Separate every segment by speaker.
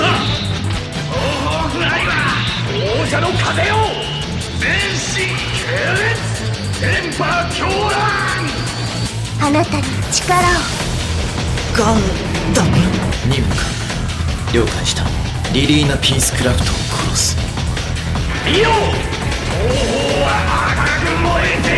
Speaker 1: 啊
Speaker 2: 者の風よ全身系列電波狂乱
Speaker 3: あなたに力を
Speaker 4: ガンダム
Speaker 5: 任務か了解したリリーナ・ピースクラフトを殺す
Speaker 2: 見よ後方は赤く燃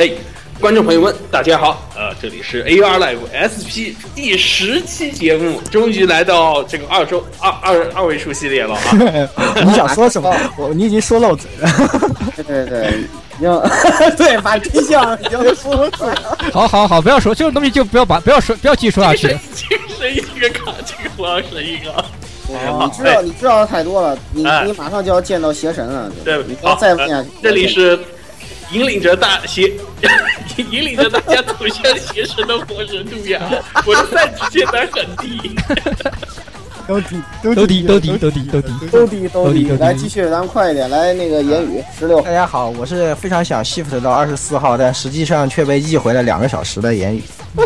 Speaker 2: えている
Speaker 1: 哎，观众朋友们，大家好，呃，这里是 AR Live SP 第十期节目，终于来到这个二周二二二位数系列了啊！
Speaker 6: 你想说什么？我你已经说漏嘴了。
Speaker 7: 对对对，已经 对把真相已经说出来了。
Speaker 8: 好好好，不要说这种东西，就不要把不要说不要继续说下 去。
Speaker 1: 精神一个卡，这个我要神一个。
Speaker 7: 你知道你知道的太多了，你
Speaker 1: 哎
Speaker 7: 你马上就要见到邪神了。
Speaker 1: 对，
Speaker 7: 你不
Speaker 1: 好
Speaker 7: 要，再问下
Speaker 1: 呃
Speaker 7: 去。
Speaker 1: 这里是引领着大邪， 引领着大家走向邪神的火神路亚， 我的赛季接单很低。
Speaker 6: 兜底，兜
Speaker 8: 兜底兜底兜底兜底
Speaker 7: 兜底兜
Speaker 8: 兜底
Speaker 7: 底
Speaker 8: 兜，底
Speaker 7: 来继续，咱们快一点，来那个言语十六
Speaker 6: 大家好，我是非常想 shift 到二十四号，但实际上却被译回了两个小时的言语。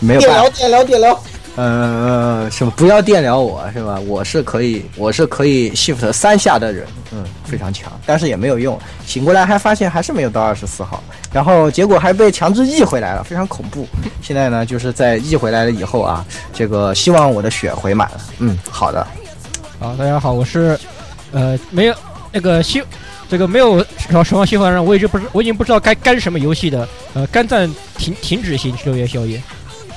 Speaker 6: 没有
Speaker 7: 电
Speaker 6: 办
Speaker 7: 疗
Speaker 6: 法，
Speaker 7: 电疗电疗，
Speaker 6: 呃，什么不要电疗我是吧？我是可以，我是可以 shift 三下的人，嗯，非常强，但是也没有用。醒过来还发现还是没有到二十四号，然后结果还被强制译回来了，非常恐怖。现在呢，就是在译回来了以后啊，这个希望我的血回满了。嗯，好的，
Speaker 8: 好，大家好，我是呃没有那个新这个没有什什么新欢让我一直不知我已经不知道该干什么游戏的呃肝脏停停止型六月宵夜。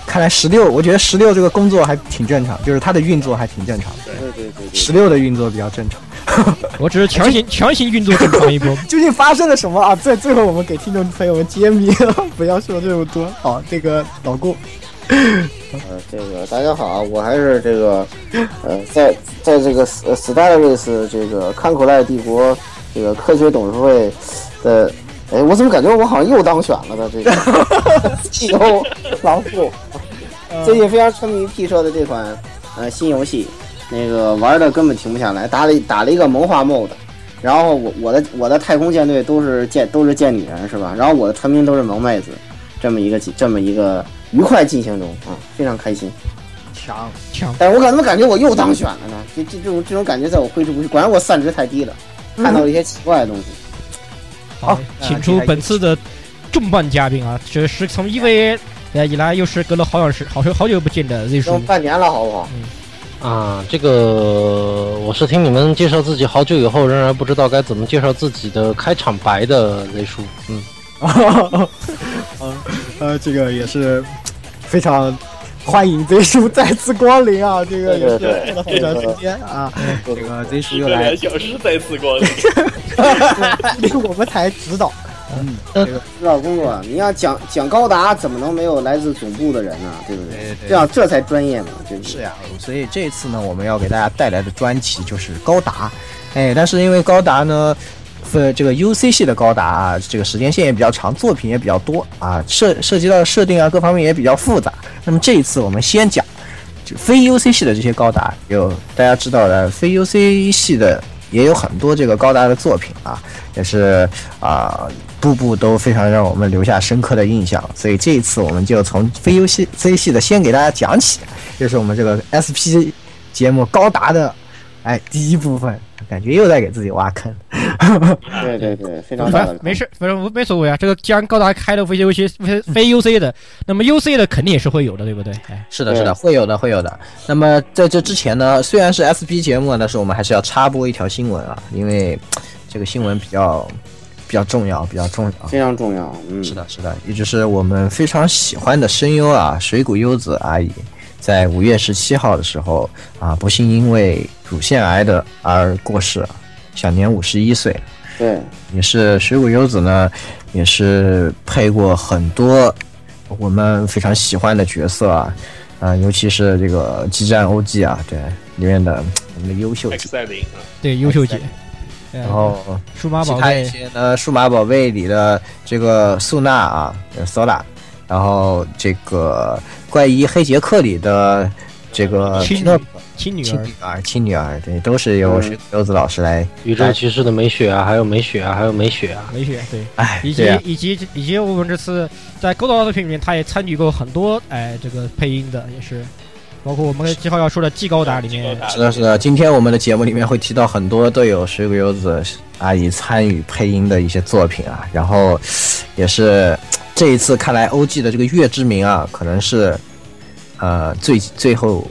Speaker 6: 看来十六，我觉得十六这个工作还挺正常，就是它的运作还挺正常的。
Speaker 7: 对对对对，
Speaker 6: 十六的运作比较正常。
Speaker 8: 我只是 强行强行运作正常一波。
Speaker 6: 究竟发生了什么啊？最最后我们给听众朋友们揭秘，不要说这么多。好，这个老顾，
Speaker 7: 呃，这个大家好，我还是这个，呃，在在这个 S- 呃 Stellaris 这个康古赖帝国这个科学董事会的，哎，我怎么感觉我好像又当选了呢？这个 E CEO 郎副，最近非常沉迷 P 社的这款呃新游戏，那个玩的根本停不下来，打了打了一个萌化 mod。然后我我的我的太空舰队都是舰都是舰女人是吧？然后我的船民都是萌妹子，这么一个这么一个愉快进行中啊，非常开心。
Speaker 6: 强，
Speaker 8: 强，
Speaker 7: 但是我怎么感觉我又当选了呢？这这这种这种感觉在我挥之不去。果然我散值太低了，
Speaker 6: 嗯
Speaker 7: 看到了一些奇怪的东西。
Speaker 6: 好
Speaker 8: 请出本次的重磅嘉宾啊，这是从 EVA 来以来又是隔了好长时好久好久不见的 Z
Speaker 7: 都
Speaker 8: 叔。
Speaker 7: 半年了，好不好？
Speaker 9: 啊，这个我是听你们介绍自己好久以后，仍然不知道该怎么介绍自己的开场白的雷叔。 嗯，
Speaker 6: 呃，这个也是非常欢迎 Z 叔再次光临啊，这个也是
Speaker 7: 对
Speaker 6: 过了好长时间啊，这个 Z 叔
Speaker 1: 一
Speaker 6: 又
Speaker 1: 个
Speaker 6: 来
Speaker 1: 两小时再次光临，
Speaker 6: 给我们台指 导。
Speaker 7: 指导工作，啊你要讲讲高达，怎么能没有来自总部的人呢？对不对？
Speaker 6: 对对对
Speaker 7: 这样这才专业嘛，对不对？
Speaker 6: 是呀、所以这次呢，我们要给大家带来的专题就是高达，哎，但是因为高达呢。呃，这个 UC 系的高达啊，这个时间线也比较长，作品也比较多啊，涉涉及到设定啊，各方面也比较复杂。那么这一次我们先讲就非 UC 系的这些高达，有大家知道的非 UC 系的也有很多这个高达的作品啊，也是啊、步步都非常让我们留下深刻的印象。所以这一次我们就从非 UC 系的先给大家讲起，就是我们这个 SP 节目高达的哎第一部分，感觉又在给自己挖坑。
Speaker 7: 对对
Speaker 6: 嗯
Speaker 7: 对，非常大的
Speaker 8: 反。啊没事，反正没所谓啊。这个既然高达开了非 UC 非非 UC 的，那么 UC 的肯定也是会有的，对不对？哎，
Speaker 6: 是的，是
Speaker 7: 对
Speaker 6: 的，会有的，会有的。那么在这之前呢，虽然是 SP 节目，但是我们还是要插播一条新闻啊，因为这个新闻比较比较重要，比较重要。啊
Speaker 7: 非常重要，嗯，
Speaker 6: 是的，是的，一直是我们非常喜欢的声优啊，水谷优子阿姨，在五月十七号的时候啊，不幸因为乳腺癌的而过世，享年五十一岁。
Speaker 7: 对，
Speaker 6: 也是水谷优子呢，也是配过很多我们非常喜欢的角色啊，啊、尤其是这个《激战 OG》啊，对里面的我们的优秀角色。
Speaker 1: 赛琳啊，
Speaker 8: 对，优秀姐，然
Speaker 6: 然后
Speaker 8: 数码
Speaker 6: 其
Speaker 8: 宝
Speaker 6: 他一
Speaker 8: 贝，
Speaker 6: 些呢，数码宝贝里的这个素娜啊呃，Sola，然后这个怪医黑杰克里的这个
Speaker 8: 亲女
Speaker 6: 那
Speaker 8: 亲
Speaker 6: 呃
Speaker 8: 女
Speaker 6: 亲
Speaker 8: 儿
Speaker 6: 女，儿，亲女儿，对，都是由
Speaker 7: 嗯
Speaker 6: 水谷优子老师来，
Speaker 9: 宇宙骑士的美雪啊，还有美雪啊，还有美雪啊。
Speaker 8: 美雪，对。
Speaker 6: 哎，
Speaker 8: 以及、
Speaker 6: 对呀、
Speaker 8: 以及以及我们这次在《勾到的作品里面，他也参与过很多哎这个配音的，也是包括我们七号要说的季高达里面，
Speaker 6: 是的，啊是的。今天我们的节目里面会提到很多都有水谷优子阿姨参与配音的一些作品啊，然后也是这一次看来 OG 的这个月之名啊，可能是呃最最后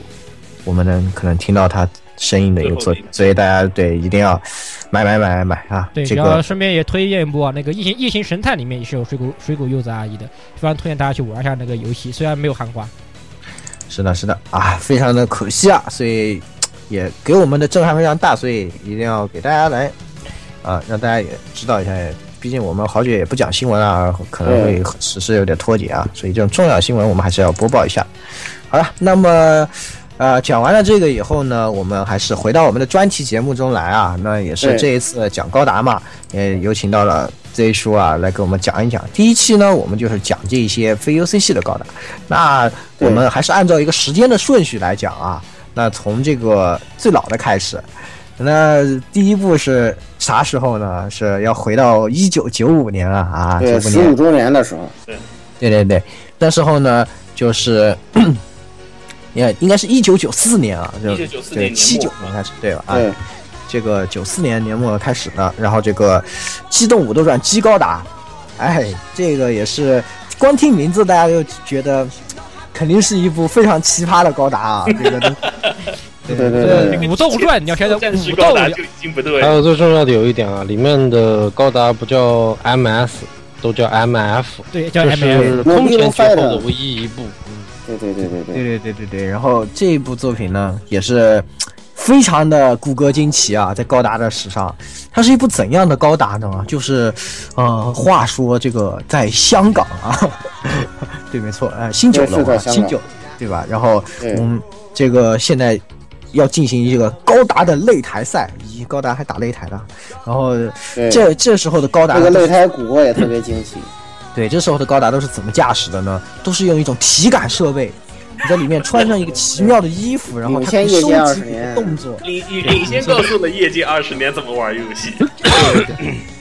Speaker 6: 我们能可能听到她声音的一个作品，所以大家对一定要买买买买买啊！
Speaker 8: 对，
Speaker 6: 这
Speaker 8: 然后
Speaker 6: 个
Speaker 8: 顺便也推荐一部啊，那个《异形异形神探》里面也是有水谷水谷柚子阿姨的，非常推荐大家去玩一下那个游戏，虽然没有汉化。
Speaker 6: 是的，是的啊，非常的可惜啊，所以也给我们的震撼非常大，所以一定要给大家来啊，让大家也知道一下。毕竟我们好久也不讲新闻啊，可能会和时事有点脱节啊，所以这种重要新闻我们还是要播报一下。好了，那么呃，讲完了这个以后呢，我们还是回到我们的专题节目中来啊。那也是
Speaker 7: 对
Speaker 6: 这一次讲高达嘛，也有请到了 Z 叔啊来给我们讲一讲。第一期呢，我们就是讲这一些非 UCC 的高达。那我们还是按照一个时间的顺序来讲啊。那从这个最老的开始，那第一部是啥时候呢？是要回到一九九五年了啊，九
Speaker 7: 对，
Speaker 6: 五
Speaker 7: 十
Speaker 6: 年
Speaker 7: 五周年的时候，
Speaker 6: 对对对，那时候呢，就是， 你看，应该是一九九四年啊，就
Speaker 1: 1994
Speaker 6: 对
Speaker 1: 年
Speaker 6: 七九
Speaker 1: 末
Speaker 6: 年开始，对吧？啊，
Speaker 7: 对，
Speaker 6: 这个九四年年末开始的，然后这个机动武斗传机高达，哎，这个也是光听名字大家就觉得肯定是一部非常奇葩的高达啊，这个都
Speaker 7: 对对对
Speaker 6: 这
Speaker 7: 对对，
Speaker 8: 武斗传，你要
Speaker 1: 现
Speaker 8: 现在
Speaker 1: 在战士
Speaker 8: 武
Speaker 1: 高
Speaker 8: 斗
Speaker 1: 达就已经不对
Speaker 9: 还，有最重要的有一点啊，里面的高达不叫 MS，都叫 MF，
Speaker 8: 对叫
Speaker 9: 就
Speaker 8: M F，
Speaker 9: 是空前绝后的唯一一部。
Speaker 7: 对对对对
Speaker 6: 对
Speaker 7: 对，
Speaker 6: 对对对对，然后这一部作品呢，也是非常的骨骼惊奇啊，在高达的史上，它是一部怎样的高达呢？就是，呃，话说这个在香港啊， 对，没错，呃，新九
Speaker 7: 对是
Speaker 6: 楼、
Speaker 7: 在
Speaker 6: 啊，
Speaker 7: 香港
Speaker 6: 新九，对吧？然后，
Speaker 7: 对
Speaker 6: 嗯，这个现在要进行一个高达的擂台赛，咦，高达还打擂台的，然后
Speaker 7: 对
Speaker 6: 这这时候的高达
Speaker 7: 这个
Speaker 6: 都是
Speaker 7: 擂台鼓我也特别惊奇，
Speaker 6: 对，这时候的高达都是怎么驾驶的呢？都是用一种体感设备，你在里面穿上一个奇妙的衣服，然后它可以收集你的动作。
Speaker 1: 领领领先告诉了业界二十年怎么玩游 戏，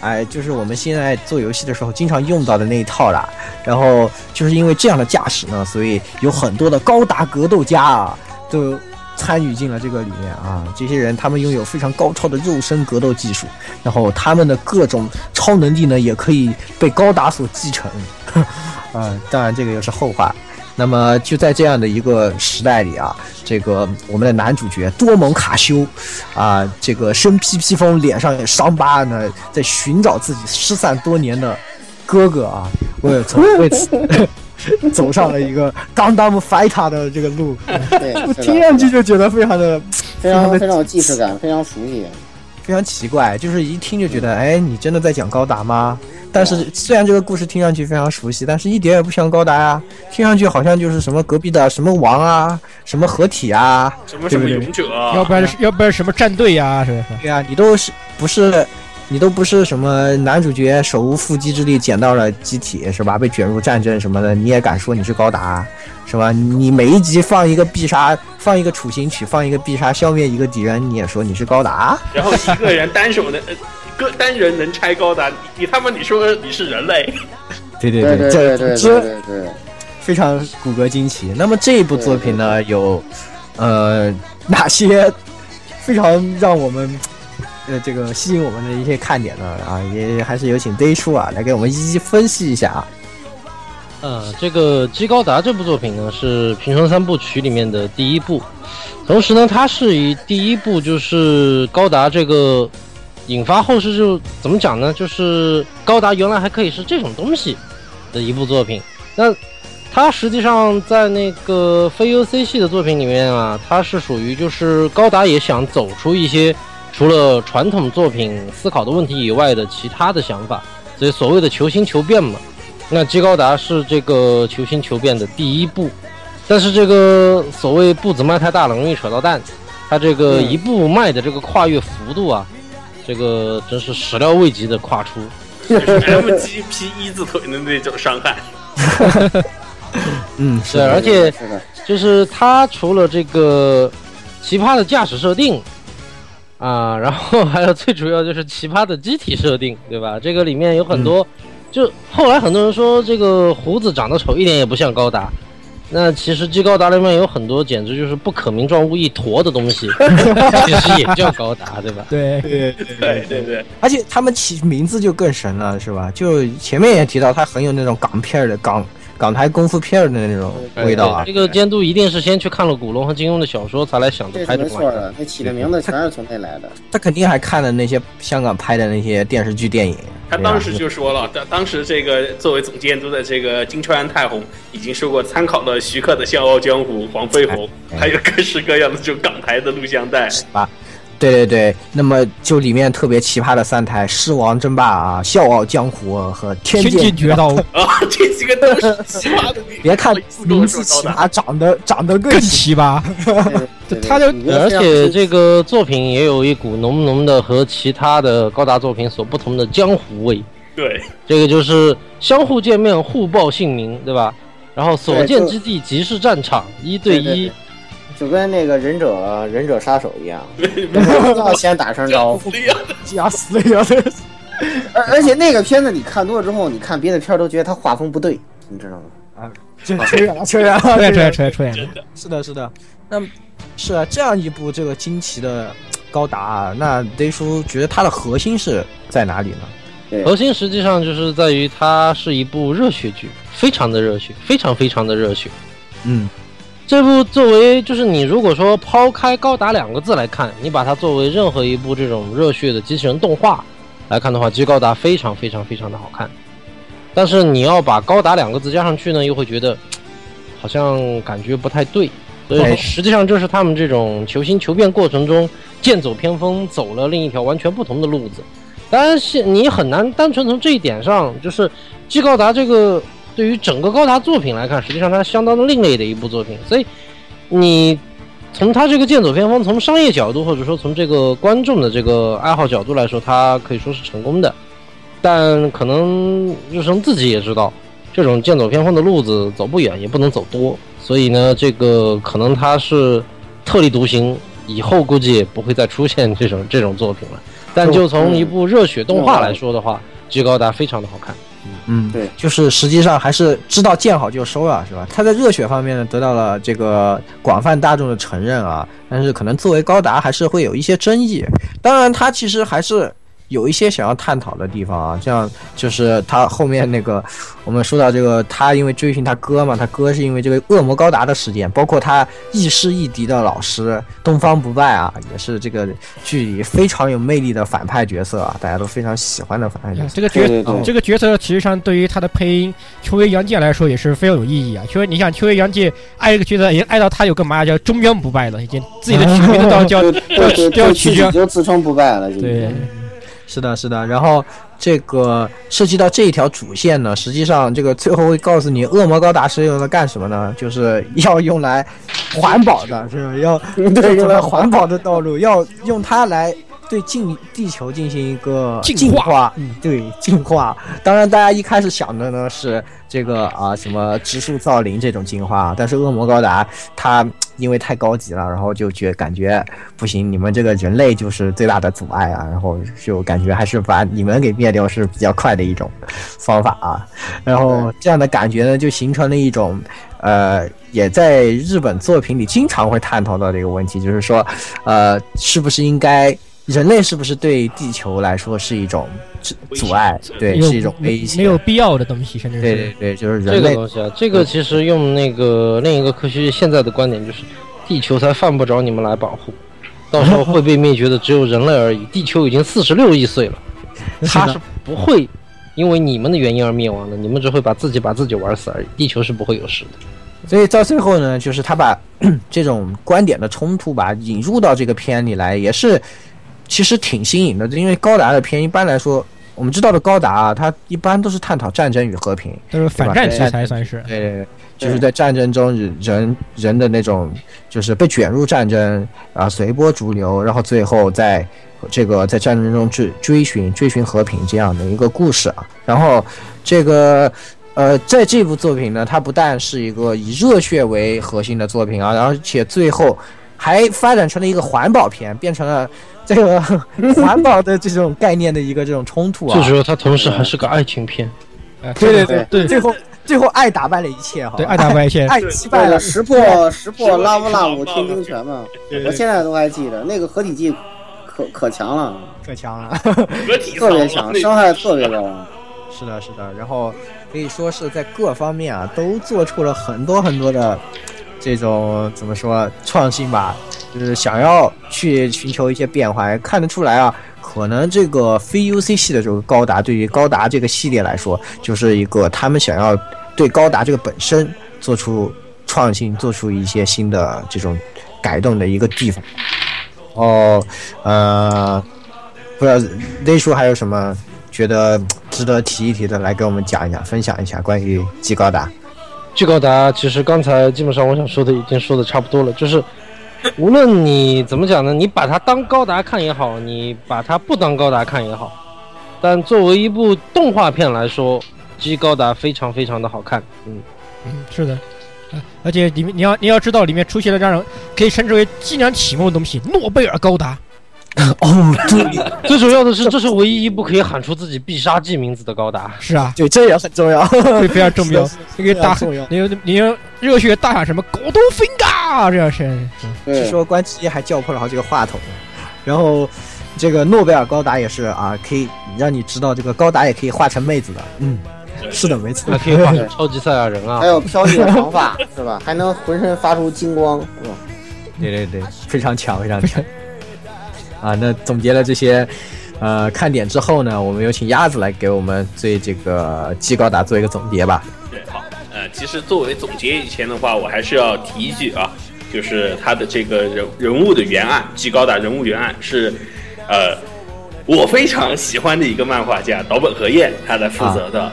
Speaker 6: 哎，就是我们现在做游戏的时候经常用到的那一套啦。然后就是因为这样的驾驶呢，所以有很多的高达格斗家啊，都参与进了这个里面啊。这些人他们拥有非常高超的肉身格斗技术，然后他们的各种超能力呢，也可以被高达所继承。啊，当然这个又是后话。那么就在这样的一个时代里啊，这个我们的男主角多蒙卡修，啊，这个身披披风，脸上有伤疤呢，在寻找自己失散多年的哥哥啊，为从为此走上了一个 Gundam Fighter 的这个路，
Speaker 7: 对，
Speaker 6: 我
Speaker 7: 是的
Speaker 6: 听上去就觉得非常的
Speaker 7: 非常非常有既视感，非常熟悉，啊
Speaker 6: 非常奇怪，就是一听就觉得，哎，你真的在讲高达吗？但是虽然这个故事听上去非常熟悉，但是一点也不像高达啊，听上去好像就是什么隔壁的什么王啊，什么合体啊，
Speaker 1: 什么什么
Speaker 6: 对对对
Speaker 1: 勇者啊，
Speaker 8: 要不然是要不然什么战队呀，是不是？
Speaker 6: 对啊，你都是不是，你都不是什么男主角手无缚鸡之力捡到了机体是吧？被卷入战争什么的，你也敢说你是高达是吧？你每一集放一个必杀，放一个处刑曲，放一个必杀，消灭一个敌人，你也说你是高达？
Speaker 1: 然后一个人单手能，呃，个单人能拆高达，你你他妈你说你是人 类，
Speaker 6: 对对
Speaker 7: 对对对
Speaker 6: 这
Speaker 7: 对
Speaker 6: 总
Speaker 7: 对
Speaker 6: 之
Speaker 7: 对对，
Speaker 6: 非常骨骼惊奇。那么这一部作品呢，有呃哪些非常让我们呃这个吸引我们的一些看点呢？啊，也还是有请 Day 叔啊来给我们一一分析一下啊。
Speaker 9: 嗯，这个《基高达》这部作品呢是平成三部曲里面的第一部，同时呢，它是以第一部就是高达这个引发后世就怎么讲呢？就是高达原来还可以是这种东西的一部作品。那它实际上在那个非 UC 系的作品里面啊，它是属于就是高达也想走出一些除了传统作品思考的问题以外的其他的想法，所以所谓的求新求变嘛。那基高达是这个求新求变的第一步，但是这个所谓步子迈太大了，容易扯到蛋。它这个
Speaker 7: 嗯
Speaker 9: 一步迈的这个跨越幅度啊，这个真是始料未及的跨出。
Speaker 1: 就是 MGP 一字腿的那种伤害，
Speaker 6: 嗯，
Speaker 9: 对，而且
Speaker 7: 是的，
Speaker 9: 就是它除了这个奇葩的驾驶设定啊，然后还有最主要就是奇葩的机体设定，对吧？这个里面有很多，就后来很多人说这个胡子长得丑一点也不像高达，那其实《技高达》里面有很多简直就是不可名状物一坨的东西，其实也叫高达，对吧？
Speaker 8: 对，
Speaker 6: 对对
Speaker 1: 对对对，
Speaker 6: 而且他们起名字就更神了，是吧？就前面也提到，他很有那种港片儿的港港台功夫片儿的那种 味道啊
Speaker 9: 对。这个监督一定是先去看了古龙和金庸的小说才来想着
Speaker 7: 这
Speaker 9: 拍
Speaker 7: 是
Speaker 9: 这
Speaker 7: 没
Speaker 9: 个玩
Speaker 6: 啊
Speaker 7: 错
Speaker 9: 意儿。
Speaker 7: 的，那起的名字全是从那来的。
Speaker 6: 他肯定还看了那些香港拍的那些电视剧、电影。
Speaker 1: 他
Speaker 6: 对吧
Speaker 1: 当时就说了，当当时这个作为总监督的这个金川太宏已经说过，参考了徐克的《笑傲江湖》、黄飞鸿，
Speaker 6: 哎
Speaker 1: 还有各式各样的这种港台的录像带。
Speaker 6: 对对对，那么就里面特别奇葩的三台《狮王争霸》啊，《笑傲江湖》和《天
Speaker 8: 天
Speaker 6: 剑
Speaker 8: 剑》。绝刀
Speaker 1: 啊，这几个都是奇葩的。
Speaker 6: 别看
Speaker 1: 一次跟
Speaker 6: 名
Speaker 1: 我说
Speaker 6: 字奇
Speaker 1: 高达，
Speaker 6: 葩，长得长得更
Speaker 8: 更
Speaker 6: 奇
Speaker 8: 奇葩，
Speaker 7: 对
Speaker 8: 他就
Speaker 7: 你
Speaker 9: 对
Speaker 7: 要
Speaker 9: 而
Speaker 7: 这样
Speaker 9: 且
Speaker 7: 去
Speaker 9: 这个作品也有一股浓浓的和其他的高达作品所不同的江湖味，
Speaker 1: 对，
Speaker 9: 这个就是相互见面互报姓名，对吧？然后所见之地即是战场，一对
Speaker 7: 对
Speaker 9: 一
Speaker 7: 对，就跟那个忍者忍者杀手一样，不知道先打声招 呼。
Speaker 1: 对呀，
Speaker 6: 葩死了呀！
Speaker 7: 而而且那个片子你看多了之后，你看别的片儿都觉得他画风不对，你知道吗？
Speaker 6: 这扯远了，扯远了，
Speaker 8: 出来出来出来出来，
Speaker 6: 是的，是的，那是啊，这样一部这个惊奇的高达啊，那 Day 叔觉得它的核心是在哪里呢？
Speaker 9: 核心实际上就是在于它是一部热血剧，非常的热血，非常非常的热血。
Speaker 6: 嗯，
Speaker 9: 这部作为就是你如果说抛开“高达”两个字来看，你把它作为任何一部这种热血的机器人动画来看的话，《机高达》非常非常非常的好看。但是你要把“高达”两个字加上去呢，又会觉得嘖好像感觉不太对。所以
Speaker 6: 哎
Speaker 9: 说，实际上这是他们这种求新求变过程中剑走偏锋，走了另一条完全不同的路子。当然是你很难单纯从这一点上，就是《机高达》这个对于整个高达作品来看，实际上它相当的另类的一部作品。所以你从它这个剑走偏锋，从商业角度或者说从这个观众的这个爱好角度来说，它可以说是成功的。但可能日升自己也知道，这种剑走偏锋的路子走不远，也不能走多，所以呢，这个可能他是特立独行，以后估计也不会再出现这种这种作品了。但就从一部热血动画来说的话，《G 高达》非常的好看。
Speaker 6: 嗯，
Speaker 7: 对，
Speaker 6: 就是实际上还是知道见好就收啊，是吧？它在热血方面呢得到了这个广泛大众的承认啊，但是可能作为高达还是会有一些争议。当然，它其实还是有一些想要探讨的地方啊，像就是他后面那个，我们说到这个，他因为追寻他哥嘛，他哥是因为这个恶魔高达的事件，包括他亦师亦敌的老师东方不败啊，也是这个剧里非常有魅力的反派角色啊，大家都非常喜欢的反派角色。
Speaker 8: 这个角
Speaker 7: 对对对
Speaker 8: 这个角色其实上对于他的配音秋叶杨介来说也是非常有意义啊。秋叶，你想秋叶杨介爱这个角色，已经爱到他有个嘛叫中央不败了，已经自己的取名都 到叫
Speaker 7: 对对
Speaker 8: 都要
Speaker 7: 对，
Speaker 8: 取
Speaker 7: 自
Speaker 8: 消
Speaker 7: 己。就自称不败了，就
Speaker 8: 对，
Speaker 6: 是的，是的。然后这个涉及到这一条主线呢，实际上这个最后会告诉你，恶魔高达是用来干什么呢？就是要用来环保的，是吧？要对用来环保的道路，要用它来对近地球进行一个
Speaker 8: 净
Speaker 6: 净
Speaker 8: 化
Speaker 6: 化，对净化。当然，大家一开始想的呢是这个啊什么植树造林这种进化，但是恶魔高达它因为太高级了，然后就觉感觉不行，你们这个人类就是最大的阻碍啊，然后就感觉还是把你们给灭掉是比较快的一种方法啊，然后这样的感觉呢，就形成了一种，呃，也在日本作品里经常会探讨到的一个问题，就是说，呃，是不是应该人类是不是对地球来说是一种阻
Speaker 1: 危险
Speaker 6: 阻碍，对，
Speaker 8: 有
Speaker 6: 是一种危
Speaker 8: 没
Speaker 6: 险，
Speaker 8: 有必要的东西，甚至
Speaker 6: 对
Speaker 8: 是
Speaker 6: 对对，就是
Speaker 9: 这
Speaker 6: 人
Speaker 9: 个
Speaker 6: 类嗯
Speaker 9: 东西啊，这个其实用那个另一个科学界现在的观点就是，地球才犯不着你们来保 护，到时候会被灭绝的只有人类而已。地球已经四十六亿岁了，它是不会因为你们的原因而灭亡的，你们只会把自己把自己玩死而已。地球是不会有事的。
Speaker 6: 所以到最后呢，就是他把 这种观点的冲突吧引入到这个片里来，也是其实挺新颖的。因为高达的片一般来说，我们知道的高达啊，它一般都是探讨战争与和平。
Speaker 8: 都是反战题材算是。
Speaker 6: 对对对，就是在战争中人人人的那种，就是被卷入战争啊，随波逐流，然后最后在这个在战争中追追寻追寻和平这样的一个故事啊。然后这个呃，在这部作品呢，它不但是一个呃以热血为核心的作品啊，而且最后还发展成了一个环保片，变成了这个 环保的这种概念的一个这种冲突啊。
Speaker 9: 就是说，它同时还是个爱情片。
Speaker 8: 呃
Speaker 6: 对对
Speaker 7: 对
Speaker 6: 对，最后最后爱打败了一切哈。
Speaker 8: 对，爱打外线，
Speaker 6: 爱击败了
Speaker 7: 识破识破
Speaker 1: 识破
Speaker 7: 拉夫拉
Speaker 1: 你
Speaker 7: 姆
Speaker 1: 是
Speaker 7: 天兵拳嘛，我现在都还记得那个合体技可可强了，
Speaker 6: 可强了。
Speaker 1: 合体
Speaker 7: 特别
Speaker 1: 操
Speaker 7: 强，
Speaker 1: 啊那
Speaker 7: 伤害特别 高。啊
Speaker 6: 是的，是的，然后可以说是在各方面啊都做出了很多很多的这种怎么说创新吧，就是想要去寻求一些变化。看得出来啊，可能这个非 UC 系的这个高达，对于高达这个系列来说，就是一个他们想要对高达这个本身做出创新，做出一些新的这种改动的一个地方。哦，呃，不知道 Z 叔还有什么觉得嗯值得提一提的，来给我们讲一讲，分享一下关于技高达。
Speaker 9: 巨高达其实刚才基本上我想说的已经说的差不多了，就是无论你怎么讲呢，你把它当高达看也好，你把它不当高达看也好，但作为一部动画片来说，G 高达非常非常的好看，嗯，
Speaker 8: 嗯，是的。呃而且里面你要你要知道，里面出现了让人可以称之为伎俩启蒙的东西——诺贝尔高达。
Speaker 6: 哦，对
Speaker 9: 最主要的是这是唯一一部可以喊出自己必杀技名字的高达，
Speaker 8: 是啊，
Speaker 6: 对，这也很重要，
Speaker 8: 会非常 重要。那个大
Speaker 6: 非常重要，
Speaker 8: 你有你有热血大喊什么“狗都分嘎”这样声音，
Speaker 6: 据
Speaker 7: 对，
Speaker 6: 说关之一还叫破了好几个话筒。然后，这个诺贝尔高达也是啊，可以让你知道这个高达也可以化成妹子的。嗯，是的，没错
Speaker 9: 还。可以画成超级赛亚人啊
Speaker 7: 还，有飘逸的长 发是吧？还能浑身发出金光，是吧？
Speaker 6: 对对对，非常强，非常 强。啊，那总结了这些，呃，看点之后呢，我们有请鸭子来给我们对这个技高达做一个总结吧。
Speaker 1: 对，好，呃，其实作为总结以前的话，我还是要提一句啊，就是他的这个人人物的原案，极高达人物原案是，呃，我非常喜欢的一个漫画家岛本和彦他来负责
Speaker 6: 啊
Speaker 1: 的，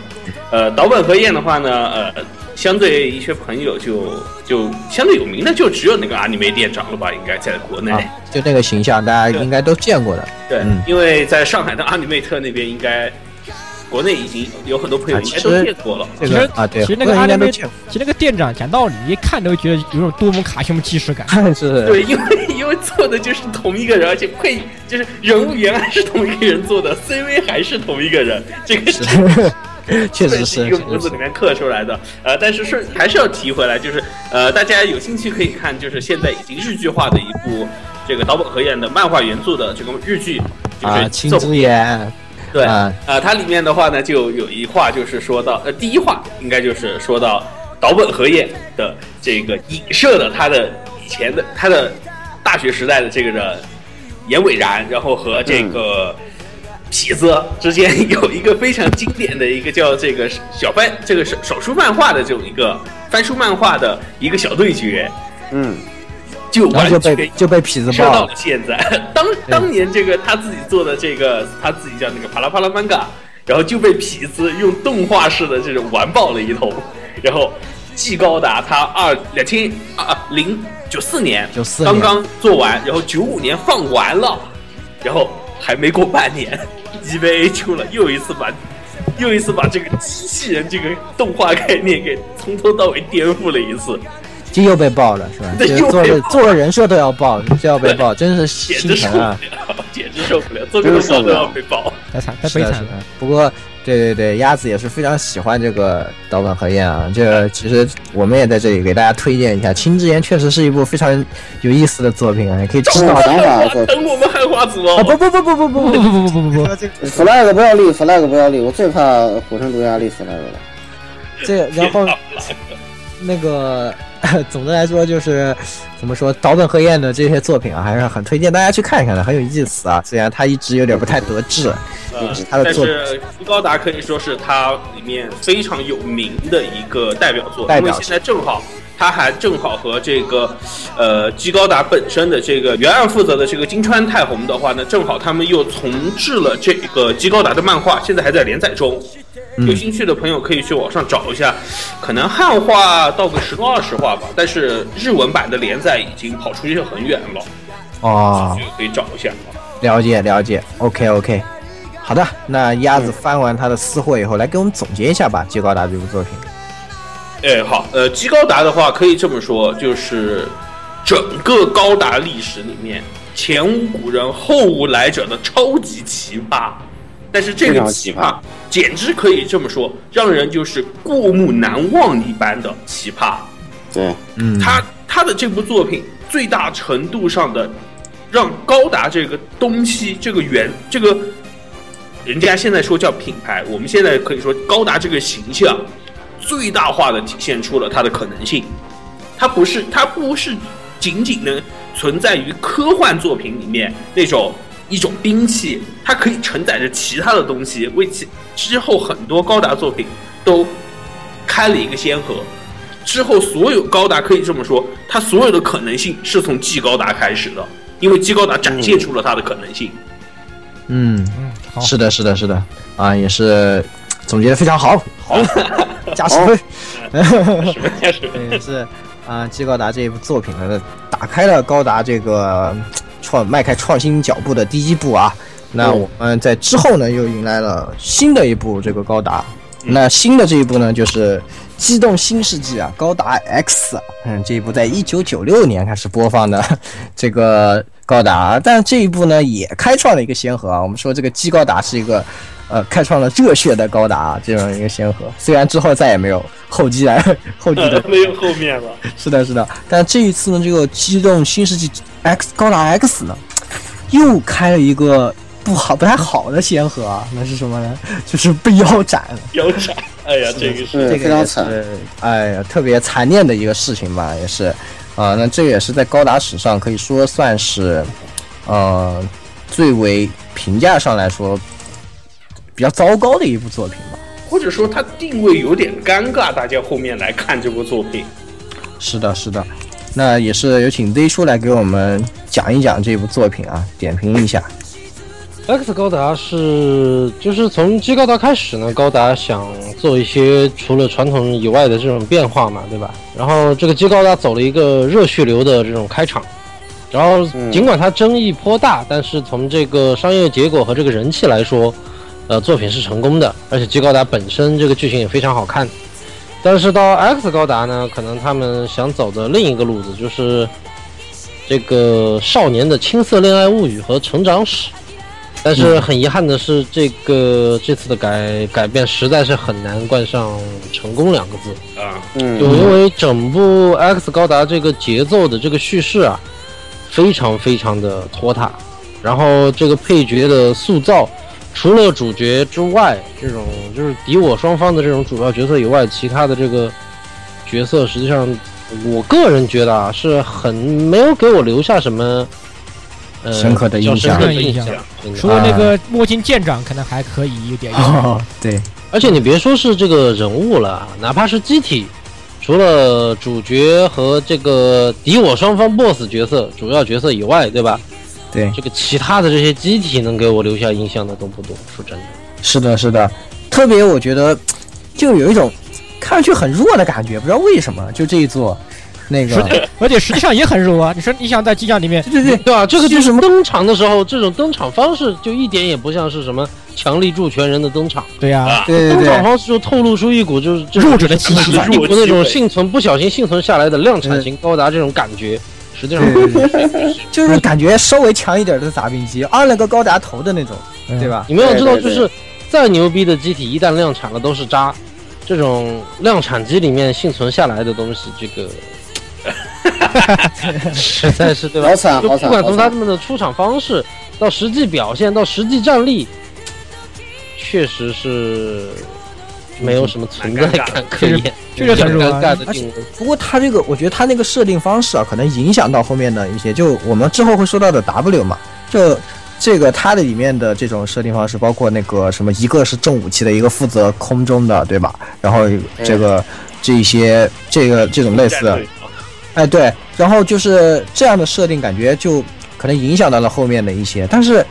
Speaker 1: 呃，岛本和彦的话呢，呃，相对一些朋友就就相对有名的就只有那个阿尼梅店长了吧，应该在国内。
Speaker 6: 啊，就那个形象，大家应该都见过的。
Speaker 1: 对，
Speaker 6: 嗯
Speaker 1: 因为在上海的阿尼梅特那边，应该国内已经有很多朋友
Speaker 6: 啊
Speaker 1: 应
Speaker 6: 其
Speaker 1: 该
Speaker 6: 实
Speaker 1: 都见过了。
Speaker 6: 这
Speaker 8: 其实
Speaker 6: 个啊，对，
Speaker 8: 其实那个
Speaker 6: 我应
Speaker 8: 阿尼
Speaker 6: 该都
Speaker 8: 梅，
Speaker 6: 见过。
Speaker 8: 其实那个店长讲道理，一看都觉得有种多蒙卡西姆既 视感。
Speaker 6: 是 是
Speaker 1: 对，因为因为做的就是同一个人，而且配就是人物原来是同一个人做的，CV 还是同一个人，这个是
Speaker 6: 是，确实
Speaker 1: 是
Speaker 6: 是
Speaker 1: 一个模子里面刻出来的。呃，但是是还是要提回来，就是呃，大家有兴趣可以看，就是现在已经日剧化的一部这个岛本和彦的漫画原著的这个日剧，就
Speaker 6: 啊，
Speaker 1: 是
Speaker 6: 青
Speaker 1: 作
Speaker 6: 之眼，
Speaker 1: 对，
Speaker 6: 啊
Speaker 1: 呃，它里面的话呢，就有一话就是说到，呃，第一话应该就是说到呃岛本和彦的这个影射的他的以前的他的大学时代的这个人岩尾然，然后和这个
Speaker 6: 嗯
Speaker 1: 痞子之间有一个非常经典的一个叫这个小翻这个手手书漫画的这种一个翻书漫画的一个小对决，
Speaker 7: 嗯，
Speaker 1: 就
Speaker 6: 然后
Speaker 1: 完
Speaker 6: 就
Speaker 1: 全
Speaker 6: 被就被痞子
Speaker 1: 射
Speaker 6: 爆
Speaker 1: 到
Speaker 6: 了
Speaker 1: 了。现在。 当当年这个他自己做的这个，他自己叫那个帕拉帕拉漫嘎，然后就被痞子用动画式的这种完爆了一通。然后季高达他二两千二零九四年
Speaker 6: 94
Speaker 1: 刚刚做完，然后九五年放完了，然后还没过半年，EVA 出了又一次把。又一次把这个机器人这个动画概念给从头到尾颠覆了一次，
Speaker 6: 就又被爆了，是吧？
Speaker 1: 对
Speaker 6: 就
Speaker 1: 又被
Speaker 6: 做个
Speaker 1: 爆
Speaker 6: 做个人设都要爆，就要被爆，真是
Speaker 1: 简
Speaker 6: 心
Speaker 1: 直受不
Speaker 6: 疼啊
Speaker 1: 了！，简直受不了，做这个广告都要被爆。
Speaker 8: 太惨，太
Speaker 6: 是
Speaker 8: 悲
Speaker 6: 的，
Speaker 8: 惨
Speaker 6: 是啊
Speaker 8: 了。
Speaker 6: 的。不过，对对对，鸭子也是非常喜欢这个岛本和彦啊。这个其实我们也在这里给大家推荐一下，《青之言》确实是一部非常有意思的作品啊，也可以知
Speaker 7: 这
Speaker 6: 道
Speaker 7: 种
Speaker 6: 啊
Speaker 7: 想法
Speaker 1: 哇
Speaker 7: 在
Speaker 1: 等我们汉化组
Speaker 6: 不
Speaker 1: 哦！
Speaker 6: 不不不不不
Speaker 8: 不
Speaker 6: 不
Speaker 8: 不不不不不不，
Speaker 7: flag 不要立，flag 不要立，我最怕火神毒牙立 flag 了。
Speaker 6: 这然后 那个， 总的来说就是怎么说，岛本和彦的这些作品啊，还是很推荐大家去看一看的，很有意思啊。虽然他一直有点不太得志，
Speaker 1: 呃
Speaker 6: 他的
Speaker 1: 但
Speaker 6: 作
Speaker 1: 是高达可以说是它里面非常有名的一个代表作，
Speaker 6: 代
Speaker 1: 因为
Speaker 6: 表
Speaker 1: 现在正好它还正好和这个呃基高达本身的这个原案负责的这个金川太宏的话呢，正好他们又重置了这个基高达的漫画，现在还在连载中。
Speaker 6: 嗯
Speaker 1: 有兴趣的朋友可以去网上找一下，可能汉化到个十多二十话吧，但是日文版的连载已经跑出去很远了，
Speaker 6: 哦，
Speaker 1: 就可以找一下。
Speaker 6: 了解了解，OK OK，好的，那鸭子翻完他的私货以后，来给我们总结一下吧，《极高达》这部作品。
Speaker 1: 哎，好，呃，基高达的话可以这么说，就是整个高达历史里面前无古人后无来者的超级奇葩，但是这
Speaker 7: 非
Speaker 1: 个
Speaker 7: 常
Speaker 1: 奇
Speaker 7: 奇
Speaker 1: 葩，简直可以这么说，让人就是过目难忘一般的奇葩。
Speaker 7: 对，
Speaker 6: 嗯，
Speaker 1: 他他的这部作品最大程度上的让高达这个东西，这个原这个人家现在说叫品牌，我们现在可以说高达这个形象最大化的体现出了它的可能性。它不是它不是仅仅能存在于科幻作品里面那种一种兵器，它可以承载着其他的东西，为其之后很多高达作品都开了一个先河。之后所有高达可以这么说，它所有的可能性是从 G 高达开始的，因为 G 高达展现出了它的可能性。
Speaker 6: 嗯，
Speaker 8: 嗯，好，
Speaker 6: 是的，是的，是的，啊，也是总结的非常好，好， 加十分。
Speaker 1: 什么开始？
Speaker 6: 对，是啊，《基高达》这一部作品呢，打开了高达这个嗯创迈开创新脚步的第一步啊。那我们在之后呢，又迎来了新的一部这个高达。那新的这一部呢，就是《机动新世纪》啊，《高达 X 啊》嗯，这一部在一九九六年开始播放的 这个高达，但这一部呢也开创了一个先河啊。我们说这个机高达是一个，呃，开创了热血的高达这样一个先河，虽然之后再也没有后继来后继的
Speaker 1: 没有后面了。
Speaker 6: 是的，是的，但这一次呢，这个《机动新世纪 X 高达 X》呢，又开了一个不好、不太好的先河啊，那是什么呢？ 就是被腰斩了。
Speaker 1: 腰斩，哎呀，这个是
Speaker 7: 是
Speaker 6: 这
Speaker 7: 嗯非
Speaker 6: 个也
Speaker 7: 常惨。
Speaker 6: 是，哎呀，特别残念的一个事情吧，也是，啊、那这也是在高达史上可以说算是，呃，最为评价上来说比较糟糕的一部作品吧。
Speaker 1: 或者说它定位有点尴尬，大家后面来看这部作品。
Speaker 6: 是的，是的，那也是有请 Z 叔来给我们讲一讲这部作品啊，点评一下。
Speaker 9: X 高达是就是从 G 高达开始呢，高达想做一些除了传统以外的这种变化嘛，对吧？然后这个 G 高达走了一个热血流的这种开场，然后
Speaker 7: 嗯
Speaker 9: 尽管它争议颇大，但是从这个商业结果和这个人气来说，呃，作品是成功的，而且 G 高达本身这个剧情也非常好看。但是到 X 高达呢，可能他们想走的另一个路子就是这个少年的青涩恋爱物语和成长史。但
Speaker 6: 嗯
Speaker 9: 是很遗憾的是，这个这次的改改变实在是很难冠上“成功”两个字。
Speaker 1: 啊，
Speaker 7: 嗯
Speaker 9: 就因为整部 X 高达这个节奏的这个叙事啊，非常非常的拖沓，然后这个配角的塑造，除了主角之外，这种就是敌我双方的这种主要角色以外，其他的这个角色实际上，我个人觉得啊，是很没有给我留下什么。呃，
Speaker 6: 深刻的
Speaker 9: 比较
Speaker 6: 印
Speaker 9: 深
Speaker 6: 象
Speaker 9: 刻的
Speaker 8: 印
Speaker 9: 印
Speaker 8: 象
Speaker 9: 象，真的
Speaker 8: 除了那个墨镜舰长，可能还可以有点意思。
Speaker 6: 啊哦， 对，
Speaker 9: 而且你别说是这个人物了，啊哪怕是机体，除了主角和这个敌我双方 BOSS 角色、主要角色以外，对吧？
Speaker 6: 对，
Speaker 9: 这个其他的这些机体能给我留下印象的都不多，说真的。
Speaker 6: 是的，是的，特别我觉得就有一种看上去很弱的感觉，不知道为什么，就这一座，那
Speaker 8: 实
Speaker 6: 个，
Speaker 8: 而且实际上也很弱啊！你说你想在机甲里面，
Speaker 6: 对对对，
Speaker 9: 对啊，这个就是是
Speaker 6: 什么
Speaker 9: 登场的时候，这种登场方式就一点也不像是什么强力助拳人的登场，
Speaker 8: 对啊呀，
Speaker 6: 对
Speaker 9: 登
Speaker 6: 对
Speaker 9: 场
Speaker 6: 对，
Speaker 9: 方式就透露出一股就是就是
Speaker 8: 弱者的气息
Speaker 9: 一股那种幸存不小心幸存下来的量产型高达这种感觉，实际上
Speaker 6: 对对就是感觉稍微强一点的杂兵机，按了个高达头的那种，
Speaker 8: 嗯
Speaker 6: 对吧？
Speaker 9: 你们要知道，
Speaker 7: 对
Speaker 9: 就
Speaker 7: 对
Speaker 9: 是再牛逼的机体，一旦量产了都是渣。这种量产机里面幸存下来的东西，这 个实在是对吧
Speaker 7: 好？惨，
Speaker 9: 就
Speaker 7: 好
Speaker 9: 不
Speaker 7: 惨，
Speaker 9: 管
Speaker 7: 好
Speaker 9: 从他
Speaker 7: 惨！
Speaker 9: 们的出场方式到实际表现到实际战力，确实是没有什么存在感可言，
Speaker 8: 确实确实很弱啊
Speaker 9: 尴尬的定位。
Speaker 6: 不过他这个，我觉得他那个设定方式啊，可能影响到后面的一些，就我们之后会说到的 W 嘛，就这个它的里面的这种设定方式，包括那个什么，一个是重武器的，一个负责空中的，对吧？然后这个、这一些这个这种类似的，哎对，然后就是这样的设定，感觉就可能影响到了后面的一些，但是。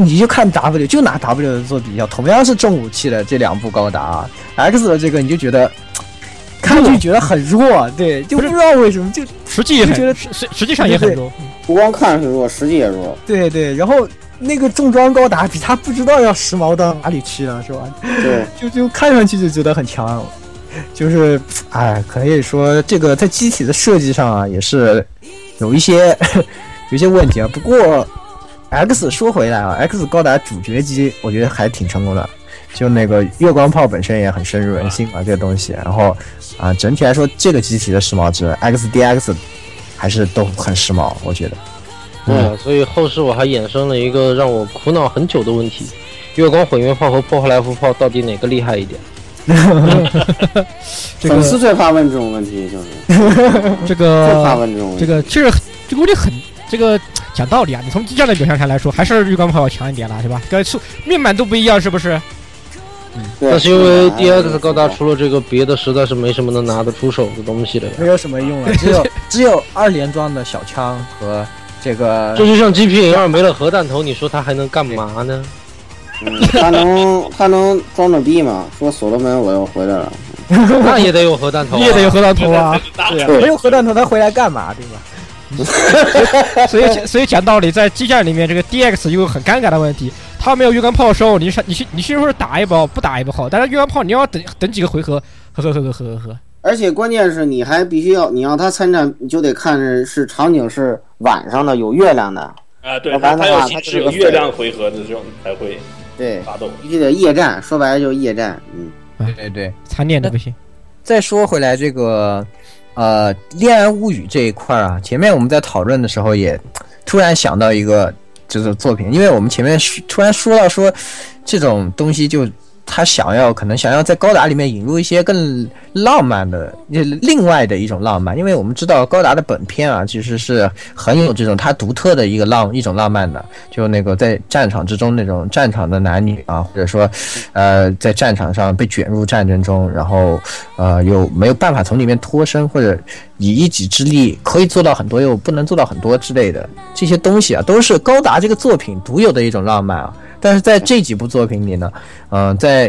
Speaker 6: 你就看 W，就拿 W 做比较，同样是重武器的这两部高达啊，X 的这个你就觉得看上去觉得很弱，对，就不知道为什么就
Speaker 8: 实际也
Speaker 6: 就觉得
Speaker 8: 很，实实实际上也很弱。
Speaker 7: 不光看是弱，实际也弱。
Speaker 6: 对对，然后那个重装高达比他不知道要时髦到哪里去了，是吧？
Speaker 7: 对，
Speaker 6: 就就看上去就觉得很强，啊就是哎，可以说这个在机体的设计上啊，也是有一些有一些问题啊。不过 X 说回来啊，X 高达主角机我觉得还挺成功的，就那个月光炮本身也很深入人心嘛，这个东西。然后啊，整体来说这个机体的时髦值，XDX 还是都很时髦，我觉得。嗯
Speaker 9: 对啊，所以后世我还衍生了一个让我苦恼很久的问题：月光毁灭炮和破坏来福炮到底哪个厉害一点？
Speaker 8: 这
Speaker 7: 粉丝
Speaker 8: 个
Speaker 7: 最怕问这种问题，就是
Speaker 8: 这
Speaker 7: 最怕
Speaker 8: 个
Speaker 7: 问这种问题。
Speaker 8: 这个其实这个问题很这个讲道理啊，你从技战的表现上来说，还是浴缸炮要强一点啦，是吧？跟数面板都不一样，是不是？
Speaker 7: 对
Speaker 9: 那是因为 D
Speaker 7: 哎
Speaker 9: X 高达出了这个别的，实在是没什么能拿得出手的东西了呀。
Speaker 6: 没有什么用了，啊只有只有二连装的小枪和这个
Speaker 9: 这就像 G P 零二没了核弹头，你说它还能干嘛呢？
Speaker 7: 嗯他能 他能装着逼吗？说所罗门我又回来了，
Speaker 9: 那 也得有核弹头、啊，
Speaker 8: 你也得有核弹头啊，
Speaker 7: 对
Speaker 6: 没有核弹头，他回来干嘛，对吧？
Speaker 8: 所以所以讲道理，在基站里面，这个 DX 有个很尴尬的问题，他没有月光炮的时候，你是你去你去说是打一包不打一包好，但是月光炮你要等等几个回合，呵呵呵呵呵呵，
Speaker 7: 而且关键是你还必须要你要他参战，你就得看是是场景是晚上的有月亮的，
Speaker 1: 啊，对，
Speaker 7: 要不
Speaker 1: 它
Speaker 7: 然
Speaker 1: 它
Speaker 7: 的话
Speaker 1: 要
Speaker 7: 它就是
Speaker 1: 是有
Speaker 7: 个
Speaker 1: 月
Speaker 7: 废
Speaker 1: 亮回合的这种才会
Speaker 7: 对，
Speaker 1: 发动。
Speaker 7: 必须得夜战，说白了就是夜战，嗯，
Speaker 6: 对对对。
Speaker 8: 残念的不行。
Speaker 6: 再说回来，这个呃，《恋爱物语》这一块儿啊，前面我们在讨论的时候也突然想到一个就是作品，因为我们前面说突然说到说这种东西就。他想要可能想要在高达里面引入一些更浪漫的、呃另外的一种浪漫，因为我们知道高达的本片啊，其实是很有这种它独特的一个浪一种浪漫的，就那个在战场之中那种战场的男女啊，或者说，呃，在战场上被卷入战争中，然后呃，又没有办法从里面脱身，或者以一己之力可以做到很多，又不能做到很多之类的这些东西啊，都是高达这个作品独有的一种浪漫啊。但是在这几部作品里呢，嗯、在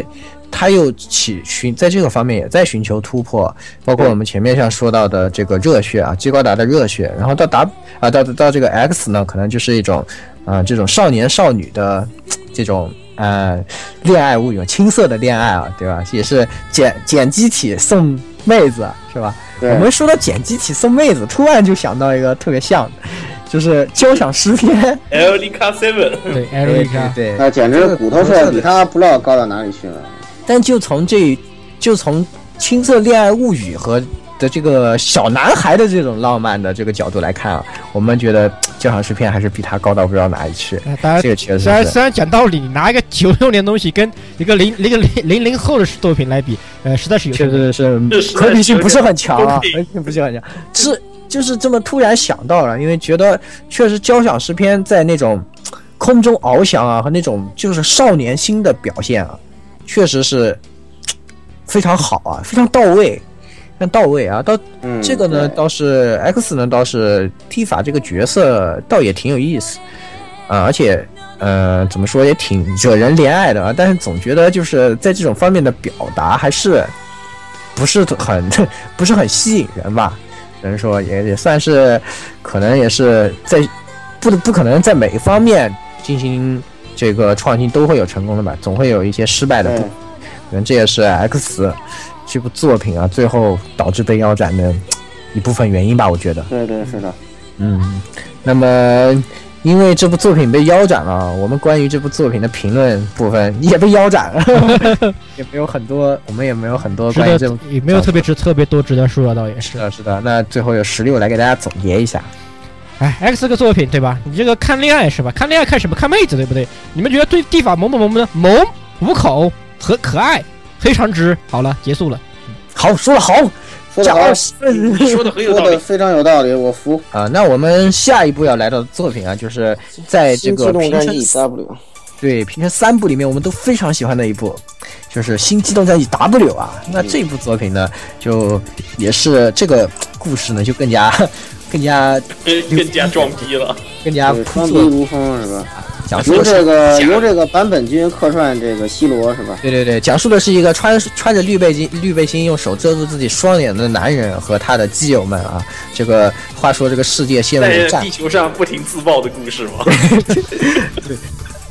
Speaker 6: 他又起寻在这个方面也在寻求突破，包括我们前面像说到的这个热血啊，基高达的热血，然后到达啊到到这个 X 呢，可能就是一种啊、这种少年少女的嘖这种呃恋爱物语，青涩的恋爱啊，对吧？也是捡捡机体送妹子啊是吧？
Speaker 7: 对
Speaker 6: 我们说到捡机体送妹子，突然就想到一个特别像的，就是交响诗 篇，
Speaker 1: L D K Seven，
Speaker 8: 对
Speaker 6: 哎对
Speaker 8: ，Eric，啊
Speaker 6: 对
Speaker 7: 那简直骨头
Speaker 6: 这个
Speaker 7: 帅比他不知道高到哪里去了。
Speaker 6: 但就从这，就从《青涩恋爱物语》和的这个小男孩的这种浪漫的这个角度来看啊，我们觉得交响诗篇还是比他高到不知道哪里去。
Speaker 8: 哎大家
Speaker 6: 这个确实
Speaker 8: 虽然
Speaker 6: 是，
Speaker 8: 虽然讲道理，你拿一个九六年的东西跟一个零零零零零后的作品来比，呃，实在是有些
Speaker 6: 确
Speaker 1: 这
Speaker 6: 实是
Speaker 1: 实在是
Speaker 6: 可比性不是很强啊，
Speaker 1: 都可以
Speaker 6: 可比性不是很强，是就是这么突然想到了，因为觉得确实交响诗篇在那种空中翱翔啊和那种就是少年心的表现啊，确实是非常好啊，非常到位，非常到位啊，到
Speaker 7: 嗯，
Speaker 6: 这个呢
Speaker 7: 对
Speaker 6: 倒是 X 呢倒是 T 法这个角色倒也挺有意思啊、而且呃怎么说也挺惹人怜爱的啊，但是总觉得就是在这种方面的表达还是不是很 不是很吸引人吧，只能说也也算是可能也是在不不可能在每一方面进行这个创新都会有成功的吧，总会有一些失败的部
Speaker 7: 对
Speaker 6: 分。可能这也是 X 这部作品啊，最后导致被腰斩的一部分原因吧，我觉得。
Speaker 7: 对对是的，
Speaker 6: 嗯，那么因为这部作品被腰斩了，我们关于这部作品的评论部分 也被腰斩了， 也没有很多，我们也没有很多关于
Speaker 8: 值
Speaker 6: 这部
Speaker 8: 得。也没有特别值特别多值得说的，倒也
Speaker 6: 是
Speaker 8: 是。
Speaker 6: 的，是的。那最后有十六来给大家总结一下。
Speaker 8: 哎，X 这个作品对吧？你这个看恋爱是吧？看恋爱看什么？看妹子对不对？你们觉得对地法萌不萌呢？萌、五口和可爱、黑长直。好了，结束了。
Speaker 6: 好，说的好，
Speaker 7: 说的
Speaker 6: 讲
Speaker 7: 好，
Speaker 6: 了十分钟。
Speaker 1: 说的很有
Speaker 7: 说
Speaker 1: 道理
Speaker 7: 的。非常有道理，我服。
Speaker 6: 啊、那我们下一步要来到的作品啊，就是在这
Speaker 7: 新
Speaker 6: 个
Speaker 7: 自动
Speaker 6: 平
Speaker 7: 战
Speaker 6: 成
Speaker 7: 记 W，
Speaker 6: 对，平成三部里面我们都非常喜欢的一部，就是《新机动战记 W》啊。
Speaker 7: 嗯
Speaker 6: 那这部作品呢，就也是这个故事呢，就更加、更加、
Speaker 1: 更更加装逼了。
Speaker 6: 更加
Speaker 7: 对
Speaker 6: 枯
Speaker 7: 双臂
Speaker 6: 燥。
Speaker 7: 如风是吧？
Speaker 6: 讲述
Speaker 7: 由
Speaker 6: 的是，
Speaker 7: 这个由这个坂本君客串这个西罗是吧？
Speaker 6: 对对对，讲述的是一个穿穿着绿背巾、绿背心，用手遮住自己双眼的男人和他的基友们啊。这个话说，这个世界陷入
Speaker 1: 在
Speaker 6: 了战
Speaker 1: 地球上不停自爆的故事嘛，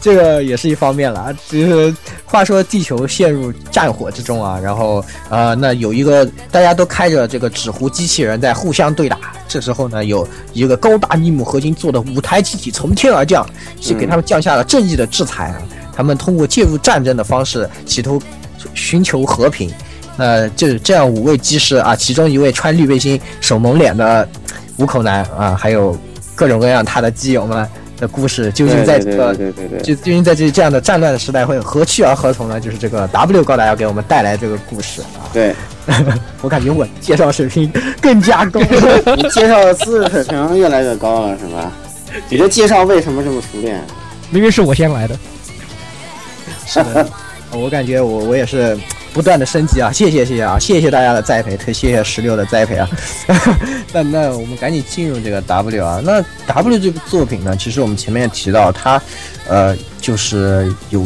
Speaker 6: 这个也是一方面了。就是话说地球陷入战火之中啊，然后呃，那有一个大家都开着这个纸糊机器人在互相对打，这时候呢，有一个高达尼姆合金做的五台机体从天而降，是给他们降下了正义的制裁啊。他们通过介入战争的方式，企图寻求和平。呃，就是这样五位机师啊，其中一位穿绿背心、手蒙脸的五口男啊，还有各种各样他的基友们的故事，究竟在这个
Speaker 7: 对对对
Speaker 6: 就究竟在这这样的战乱的时代会何去而合从呢？就是这个 W 高达要给我们带来这个故事啊，
Speaker 7: 对，
Speaker 6: 我感觉我介绍水平更加高。
Speaker 7: 你介绍的知识水平越来越高了，是吧？你这介绍为什么这么熟练？
Speaker 8: 明明是我先 来的，
Speaker 6: 是的，我感觉我我也是不断的升级啊，谢谢谢谢啊，谢谢大家的栽培，特谢谢十六的栽培啊。 那那我们赶紧进入这个 W 啊，那 W 这个作品呢，其实我们前面也提到它，呃，就是有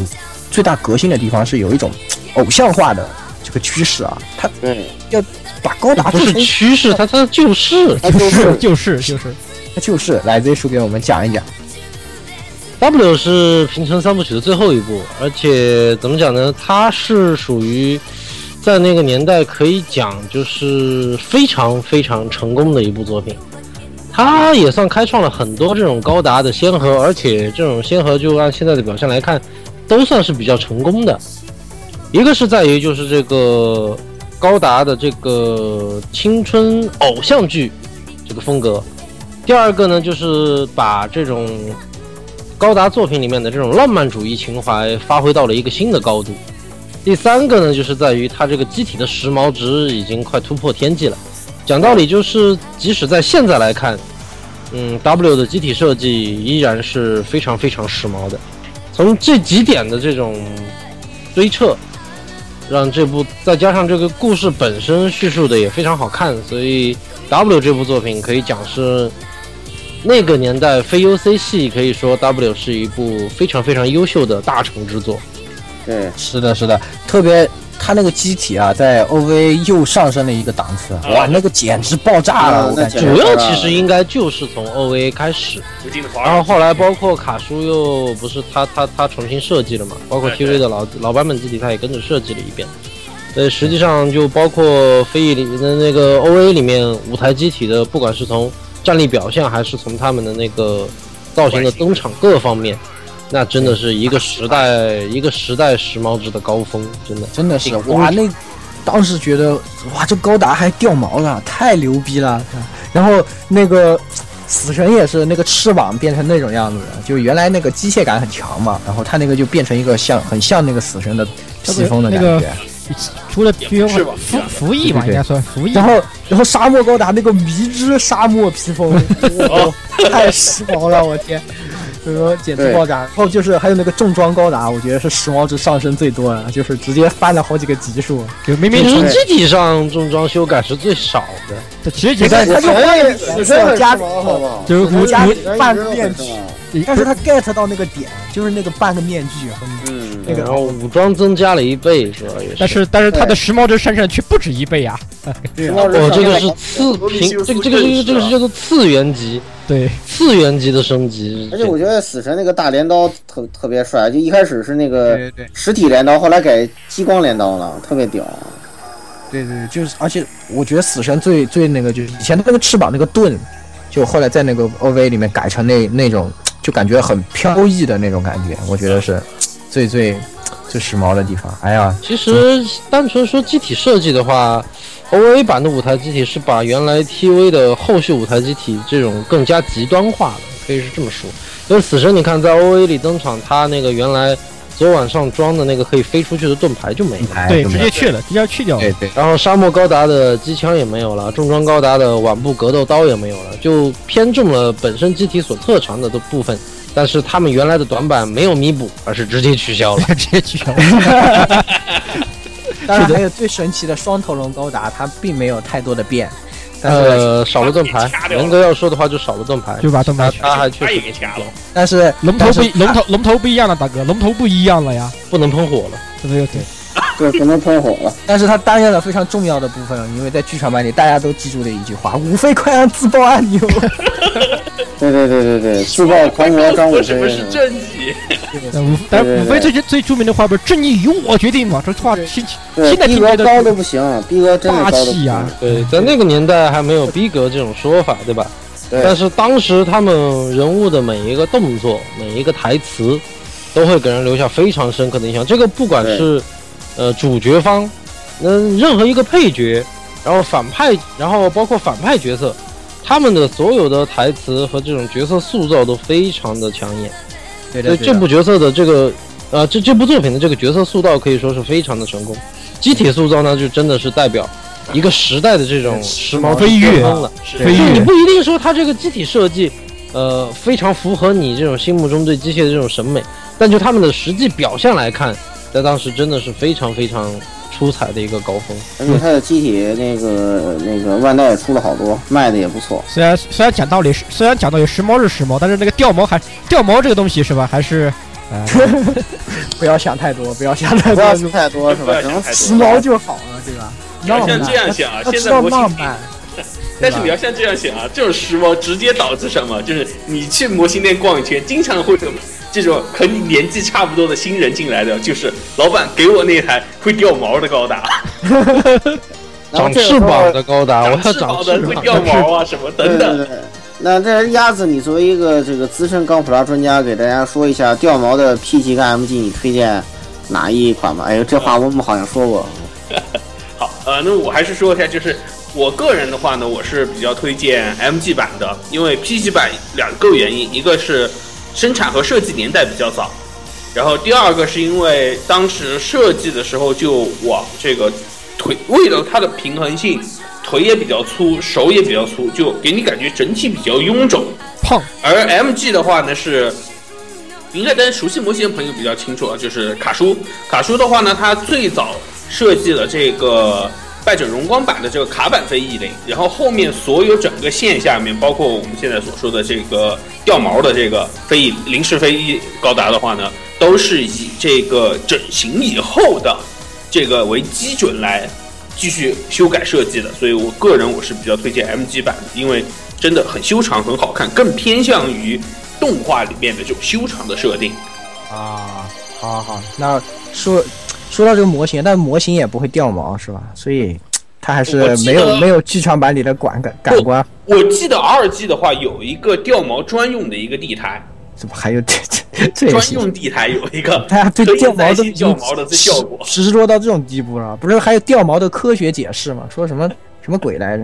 Speaker 6: 最大革新的地方是有一种偶像化的这个趋势啊，它
Speaker 7: 对，
Speaker 6: 把高达
Speaker 9: 不
Speaker 6: 做
Speaker 9: 是
Speaker 6: 成
Speaker 9: 趋势，它它就是
Speaker 7: 他就是
Speaker 8: 就是就是，
Speaker 6: 它就是来 Z 叔给我们讲一讲，
Speaker 9: W 是平成三部曲的最后一部，而且怎么讲呢？它是属于在那个年代可以讲就是非常非常成功的一部作品。它也算开创了很多这种高达的先河，而且这种先河就按现在的表现来看，都算是比较成功的。一个是在于就是这个高达的这个青春偶像剧这个风格，第二个呢就是把这种高达作品里面的这种浪漫主义情怀发挥到了一个新的高度。第三个呢，就是在于它这个机体的时髦值已经快突破天际了。讲道理，就是即使在现在来看，嗯，W 的机体设计依然是非常非常时髦的。从这几点的这种追彻，让这部再加上这个故事本身叙述的也非常好看，所以 W 这部作品可以讲是那个年代非 UC 系可以说 W 是一部非常非常优秀的大成之作。
Speaker 7: 对，
Speaker 6: 是的，是的，特别它那个机体啊，在 OVA 又上升了一个档次，哇，那个简直爆炸了，
Speaker 7: 啊
Speaker 6: 我
Speaker 7: 那
Speaker 6: 感
Speaker 7: 简
Speaker 6: 觉
Speaker 7: 直。
Speaker 9: 主要其实应该就是从 OVA 开始，
Speaker 1: 无尽的华
Speaker 9: 然
Speaker 1: 尔
Speaker 9: 后后来包括卡叔又不是他他他重新设计了嘛，包括
Speaker 1: 对对
Speaker 9: TV 的老老版本基底他也跟着设计了一遍。对，实际上就包括飞翼里的那个 OVA 里面舞台机体的，不管是从战力表现还是从他们的那个造型的登场各方面，那真的是一个时代一个时代时髦值的高峰，真的。
Speaker 6: 真的是
Speaker 9: 顶峰
Speaker 6: 哇，那当时觉得哇，这高达还掉毛了，太牛逼了。然后那个死神也是那个翅膀变成那种样子的，就原来那个机械感很强嘛，然后他那个就变成一个像很像那个死神的披风的感
Speaker 8: 那
Speaker 6: 觉
Speaker 8: 个。除了披
Speaker 1: 也不是
Speaker 8: 风
Speaker 1: 吧
Speaker 8: 服服役吧，
Speaker 6: 对对对
Speaker 8: 应该算服役。
Speaker 6: 然后，然后沙漠高达那个迷之沙漠披风，
Speaker 1: 哦
Speaker 6: 哇太时髦了，我天！所以说简直爆炸。然后就是还有那个重装高达，我觉得是时髦值上升最多的，就是直接翻了好几个级数。
Speaker 8: 就明明
Speaker 9: 平
Speaker 8: 是
Speaker 9: 时机体上重装修改是最少的，
Speaker 8: 这其实也
Speaker 6: 但
Speaker 8: 是
Speaker 6: 是他就
Speaker 7: 也
Speaker 6: 换
Speaker 7: 死
Speaker 6: 了
Speaker 7: 神
Speaker 6: 小
Speaker 7: 很时嗯
Speaker 6: 家
Speaker 7: 髦，好不好？
Speaker 8: 就是
Speaker 6: 我
Speaker 8: 无
Speaker 6: 家里
Speaker 8: 无，
Speaker 6: 半个面具，但是他
Speaker 8: 不
Speaker 6: get 到那个点，就是那个半个面具和那
Speaker 7: 嗯，
Speaker 6: 那个
Speaker 9: 然后武装增加了一倍，主要也是。
Speaker 8: 但是但是他的时髦值上升却不止一倍啊！
Speaker 9: 哦，这个是次平，这个这个是这个是叫做次元级，
Speaker 8: 对，
Speaker 9: 次元级的升级。
Speaker 7: 而且我觉得死神那个大镰刀特特别帅，就一开始是那个
Speaker 6: 对对
Speaker 7: 实体镰刀，后来改激光镰刀了，特别屌。
Speaker 6: 对对，就是而且我觉得死神最最那个就是以前他那个翅膀那个盾，就后来在那个 OV 里面改成那那种就感觉很飘逸的那种感觉，我觉得是最最最时髦的地方。哎呀，
Speaker 9: 其实单纯说机体设计的话，OVA 版的舞台机体是把原来 TV 的后续舞台机体这种更加极端化了，可以是这么说。因为死神，你看在 OVA 里登场，他那个原来昨晚上装的那个可以飞出去的盾牌就没了。
Speaker 6: 哎
Speaker 8: 对，
Speaker 6: 就没
Speaker 8: 直接
Speaker 6: 有
Speaker 8: 去了，直接去掉了。
Speaker 6: 对对
Speaker 9: 然后沙漠高达的机枪也没有了，重装高达的腕部格斗刀也没有了，就偏重了本身机体所特长的的部分，但是他们原来的短板没有弥补，而是直接取消了。
Speaker 8: 直接取消了。
Speaker 6: 当然还有最神奇的双头龙高达，它并没有太多的变，但是、
Speaker 9: 呃，少了盾牌
Speaker 1: 掐，掉了
Speaker 9: 文哥要说的话就少了盾牌，
Speaker 8: 就把盾牌
Speaker 9: 他
Speaker 8: 取
Speaker 9: 他还确
Speaker 1: 他也
Speaker 9: 实
Speaker 1: 给掐了，
Speaker 6: 但是
Speaker 8: 龙头
Speaker 6: 但
Speaker 8: 不
Speaker 6: 是
Speaker 8: 一龙头龙头不一样了，大哥，龙头不一样了呀，
Speaker 9: 不能喷火了。
Speaker 8: 对对对，
Speaker 7: 对，不能喷火了。
Speaker 6: 但是他担任了非常重要的部分，因为在剧场版里大家都记住了一句话：“五飞快让自爆按钮。”
Speaker 7: 对对对对对，自爆狂魔张
Speaker 1: 我
Speaker 7: 武
Speaker 1: 什么是
Speaker 7: 飞，
Speaker 1: 正义？
Speaker 8: 但无但是无非最最著名的话不是“正义由我决定”嘛？这话现
Speaker 7: 对
Speaker 8: 现在
Speaker 7: 逼
Speaker 8: 听
Speaker 7: 格
Speaker 8: 觉
Speaker 7: 高的
Speaker 8: 得
Speaker 7: 不行，逼格真的
Speaker 8: 霸
Speaker 7: 高的不
Speaker 8: 气啊
Speaker 7: 行。
Speaker 8: 呀！
Speaker 9: 对，在那个年代还没有逼格这种说法，对吧？但
Speaker 7: 对，
Speaker 9: 是当时他们人物的每一个动作、每一个台词，都会给人留下非常深刻的印象。这个不管
Speaker 7: 对
Speaker 9: 是呃主角方，那、任何一个配角，然后反派，然后包括反派角色，他们的所有的台词和这种角色塑造都非常的抢眼。
Speaker 6: 对
Speaker 9: 所以
Speaker 6: 的，
Speaker 9: 这部角色的这个呃这这部作品的这个角色塑造可以说是非常的成功。机体塑造呢，就真的是代表一个时代的这种时髦
Speaker 8: 飞跃
Speaker 9: 跟风了。
Speaker 8: 飞
Speaker 9: 就你
Speaker 8: 跃
Speaker 9: 不一定说它这个机体设计，呃，非常符合你这种心目中对机械的这种审美，但就他们的实际表现来看，在当时真的是非常非常出彩的一个高峰。
Speaker 7: 而且他的机体那个那个万代也出了好多，卖的也不错。
Speaker 8: 虽然虽然讲道理是，虽然讲道理时髦是时髦，但是那个掉毛还掉毛这个东西是吧？还是呃
Speaker 6: 不要想太多，不要想太
Speaker 7: 不
Speaker 6: 多
Speaker 7: 要，想太多是吧？只能
Speaker 6: 时髦就好了，对吧？
Speaker 1: 你要像
Speaker 6: 浪漫
Speaker 1: 这样想啊
Speaker 6: 要
Speaker 1: 现
Speaker 6: 知
Speaker 1: 在
Speaker 6: 道
Speaker 1: 模型
Speaker 6: 浪
Speaker 1: 店
Speaker 6: 漫，
Speaker 1: 但是你要像这样想啊，这种时髦直接导致什么？就是你去模型店逛一圈，经常会有这种和你年纪差不多的新人进来的，就是老板给我那台会掉毛的高达，
Speaker 7: 然后
Speaker 9: 长
Speaker 7: 这个时
Speaker 9: 翅
Speaker 7: 候
Speaker 9: 膀的高啊达，我要
Speaker 1: 翅
Speaker 9: 长
Speaker 1: 膀
Speaker 9: 翅
Speaker 1: 的会
Speaker 9: 膀。
Speaker 1: 掉毛啊什么等
Speaker 7: 对
Speaker 1: 等。
Speaker 7: 对对，那这鸭子，你作为一个这个资深钢普拉专家，给大家说一下掉毛的 P 级跟 M 级，你推荐哪一款吧？哎呦，这话我们好像说过。
Speaker 1: 好，呃，那我还是说一下，就是我个人的话呢，我是比较推荐 MG 版的，因为 PG 版两个原因，一个是生产和设计年代比较早，然后第二个是因为当时设计的时候就往这个腿，为了它的平衡性，腿也比较粗，手也比较粗，就给你感觉整体比较臃肿。
Speaker 8: 胖
Speaker 1: 而 MG 的话呢是，应该跟熟悉模型的朋友比较清楚啊，就是卡叔。卡叔的话呢，他最早设计了这个败者荣光版的这个卡板飞翼零，然后后面所有整个线下面，包括我们现在所说的这个掉毛的这个飞翼零式飞翼高达的话呢，都是以这个整形以后的这个为基准来继续修改设计的，所以我个人我是比较推荐 MG 版的，因为真的很修长，很好看，更偏向于动画里面的这种修长的设定。
Speaker 6: 啊，好好好， 那说说到这个模型，但模型也不会掉毛是吧？所以它还是
Speaker 1: 我记
Speaker 6: 没
Speaker 1: 得
Speaker 6: 有没有剧场版里的感感感官，
Speaker 1: 我记得 RG 的话有一个掉毛专用的一个地台，
Speaker 6: 怎么还有这 这这也
Speaker 1: 专
Speaker 6: 行？
Speaker 1: 用地台有一个
Speaker 6: 大家对
Speaker 1: 可以
Speaker 6: 掉毛
Speaker 1: 担
Speaker 6: 都
Speaker 1: 心
Speaker 6: 已
Speaker 1: 掉
Speaker 6: 经
Speaker 1: 毛的这效果。
Speaker 6: 执执着到这种地步了，不是还有掉毛的科学解释吗？说什么什么鬼来着？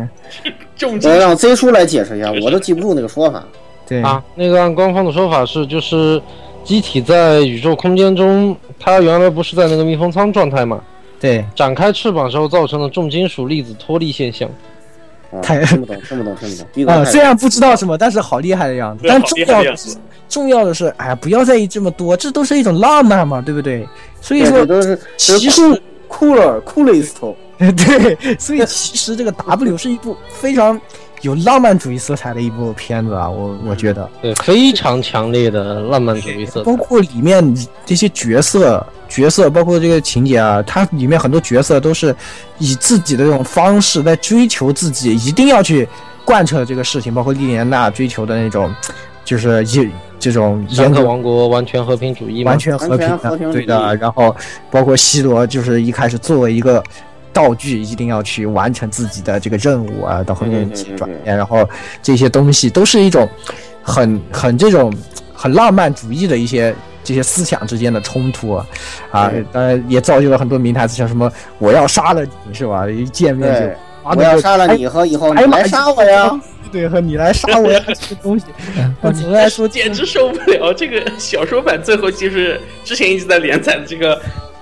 Speaker 1: 重
Speaker 7: 我
Speaker 1: 金
Speaker 7: 哎让 Z 叔来解释一下，我都记不住那个说法。
Speaker 6: 对
Speaker 9: 啊，那个按官方的说法是，就是机体在宇宙空间中，它原来不是在那个密封舱状态嘛，
Speaker 6: 对，
Speaker 9: 展开翅膀时候造成的重金属粒子脱离现象。
Speaker 7: 啊，
Speaker 6: 太
Speaker 7: 听不懂，听不懂，听不懂。逼格
Speaker 6: 啊，
Speaker 7: 太
Speaker 6: 虽然不知道什么，但是好厉害的样子。
Speaker 1: 嗯对
Speaker 6: 但
Speaker 1: 好
Speaker 6: 重
Speaker 1: 厉害
Speaker 6: 要
Speaker 1: 的样
Speaker 6: 的
Speaker 1: 子
Speaker 6: 是，重要的是，哎呀，不要在意这么多，这都是一种浪漫嘛，对不对？所以
Speaker 7: 对
Speaker 6: 说
Speaker 7: 这，都是这
Speaker 6: 其
Speaker 7: 是
Speaker 6: 实
Speaker 7: 酷酷了酷了一头。
Speaker 6: 对，所以其实这个 W 是一部非常有浪漫主义色彩的一部片子啊，我我觉得，
Speaker 9: 对，非常强烈的浪漫主义
Speaker 1: 嗯
Speaker 9: 色彩
Speaker 6: 包。括里面这些角色、角色，包括这个情节啊，它里面很多角色都是以自己的这种方式在追求自己，一定要去贯彻这个事情，包括莉莲娜追求的那种，就是一这种
Speaker 9: 山
Speaker 6: 严
Speaker 9: 克
Speaker 6: 格
Speaker 9: 王国完全和平主义嘛
Speaker 6: 完，全和平
Speaker 7: 完全和平
Speaker 6: 的，对
Speaker 7: 主
Speaker 6: 的。
Speaker 7: 义
Speaker 6: 然后包括西罗，就是一开始作为一个道具，一定要去完成自己的这个任务
Speaker 7: 嗯
Speaker 6: 啊，到后面
Speaker 7: 对对对对
Speaker 6: 转变，然后这些东西都是一种很很这种很浪漫主义的一些。这些思想之间的冲突啊，啊
Speaker 7: 对，
Speaker 6: 当然也造就了很多名台词，像什么“我要杀了你”是吧？一见面就
Speaker 7: 对，
Speaker 6: 啊，
Speaker 7: 我要杀了你和以后你
Speaker 6: 哎呀妈
Speaker 7: 来杀我呀！
Speaker 6: 对，和你来杀我呀，这个东西，那总的来说，
Speaker 1: 简直受不了！这个小说版最后就是之前一直在连载的这个，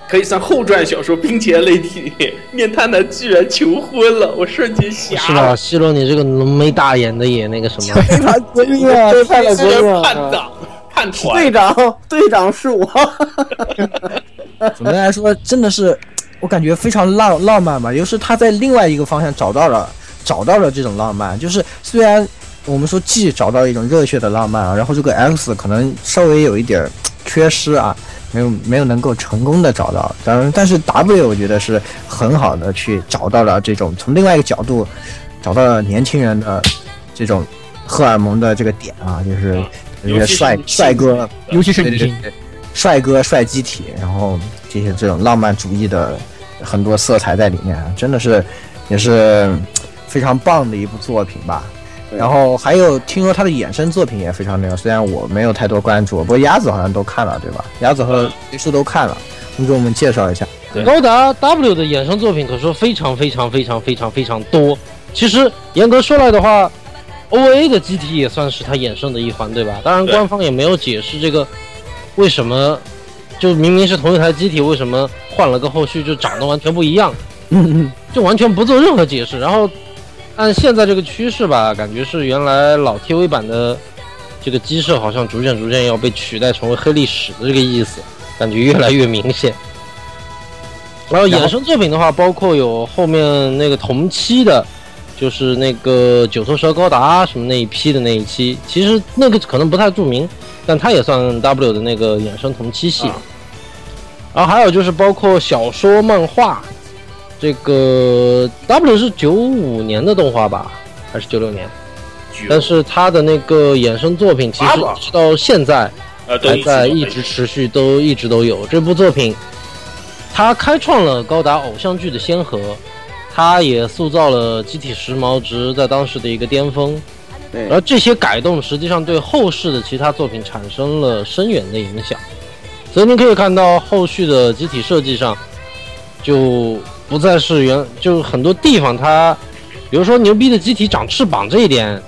Speaker 1: 可以算后传小说《冰洁类体》里面，面瘫男居然求婚了，我瞬间
Speaker 9: 是
Speaker 1: 瞎
Speaker 9: 吧？
Speaker 1: 了，
Speaker 9: 西罗，你这个浓眉大眼的也那个什 么，
Speaker 6: 非常革命 啊！
Speaker 7: 背叛了
Speaker 1: 居
Speaker 7: 国
Speaker 1: 然
Speaker 7: 民啊
Speaker 1: 叛党叛
Speaker 7: 队
Speaker 1: 团，
Speaker 7: 长，队长是我。
Speaker 6: 总的来说，真的是我感觉非常浪浪漫吧。也就是他在另外一个方向找到了找到了这种浪漫，就是虽然我们说 G 找到一种热血的浪漫啊，然后这个 X 可能稍微有一点儿缺失啊，没有没有能够成功的找到。当然，但是 W 我觉得是很好的去找到了这种从另外一个角度找到了年轻人的这种荷尔蒙的这个点啊，就是这
Speaker 1: 尤
Speaker 6: 些
Speaker 1: 其是
Speaker 6: 帅
Speaker 1: 女性
Speaker 6: 帅哥，
Speaker 8: 尤其是
Speaker 6: 对
Speaker 8: 女
Speaker 6: 对
Speaker 8: 性，
Speaker 6: 对，帅哥帅机体，然后这些这种浪漫主义的很多色彩在里面，真的是也是非常棒的一部作品吧。
Speaker 7: 对
Speaker 6: 然后还有听说他的衍生作品也非常那个，虽然我没有太多关注，不过鸭子好像都看了，对吧？鸭子和雷叔都看了，你给我们介绍一下。
Speaker 1: 对
Speaker 9: 高达 W 的衍生作品可说非常非常非常非常非常多。其实严格说来的话，OA 的机体也算是它衍生的一环，对吧？当然，
Speaker 1: 对
Speaker 9: 官方也没有解释这个为什么，就明明是同一台机体，为什么换了个后续就长得完全不一样？就完全不做任何解释。然后按现在这个趋势吧，感觉是原来老 TV 版的这个机设好像逐渐逐渐要被取代成为黑历史的这个意思，感觉越来越明显。然后衍生作品的话，包括有后面那个同期的，就是那个九头蛇高达什么那一批的那一期，其实那个可能不太著名，但它也算 W 的那个衍生同期系列。然后还有就是包括小说、漫画，这个 W 是九五年的动画吧，还是九六年？但是它的那个衍生作品其实
Speaker 1: 八吧
Speaker 9: 直到现在
Speaker 1: 呃，都
Speaker 9: 还
Speaker 1: 一直
Speaker 9: 在
Speaker 1: 都
Speaker 9: 一 直持续，都一直都有这部作品。它开创了高达偶像剧的先河，它也塑造了机体时髦值在当时的一个巅峰。
Speaker 7: 对
Speaker 9: 而这些改动实际上对后世的其他作品产生了深远的影响，所以你可以看到后续的机体设计上，就不再是原就很多地方它，比如说牛逼的机体长翅膀这一点，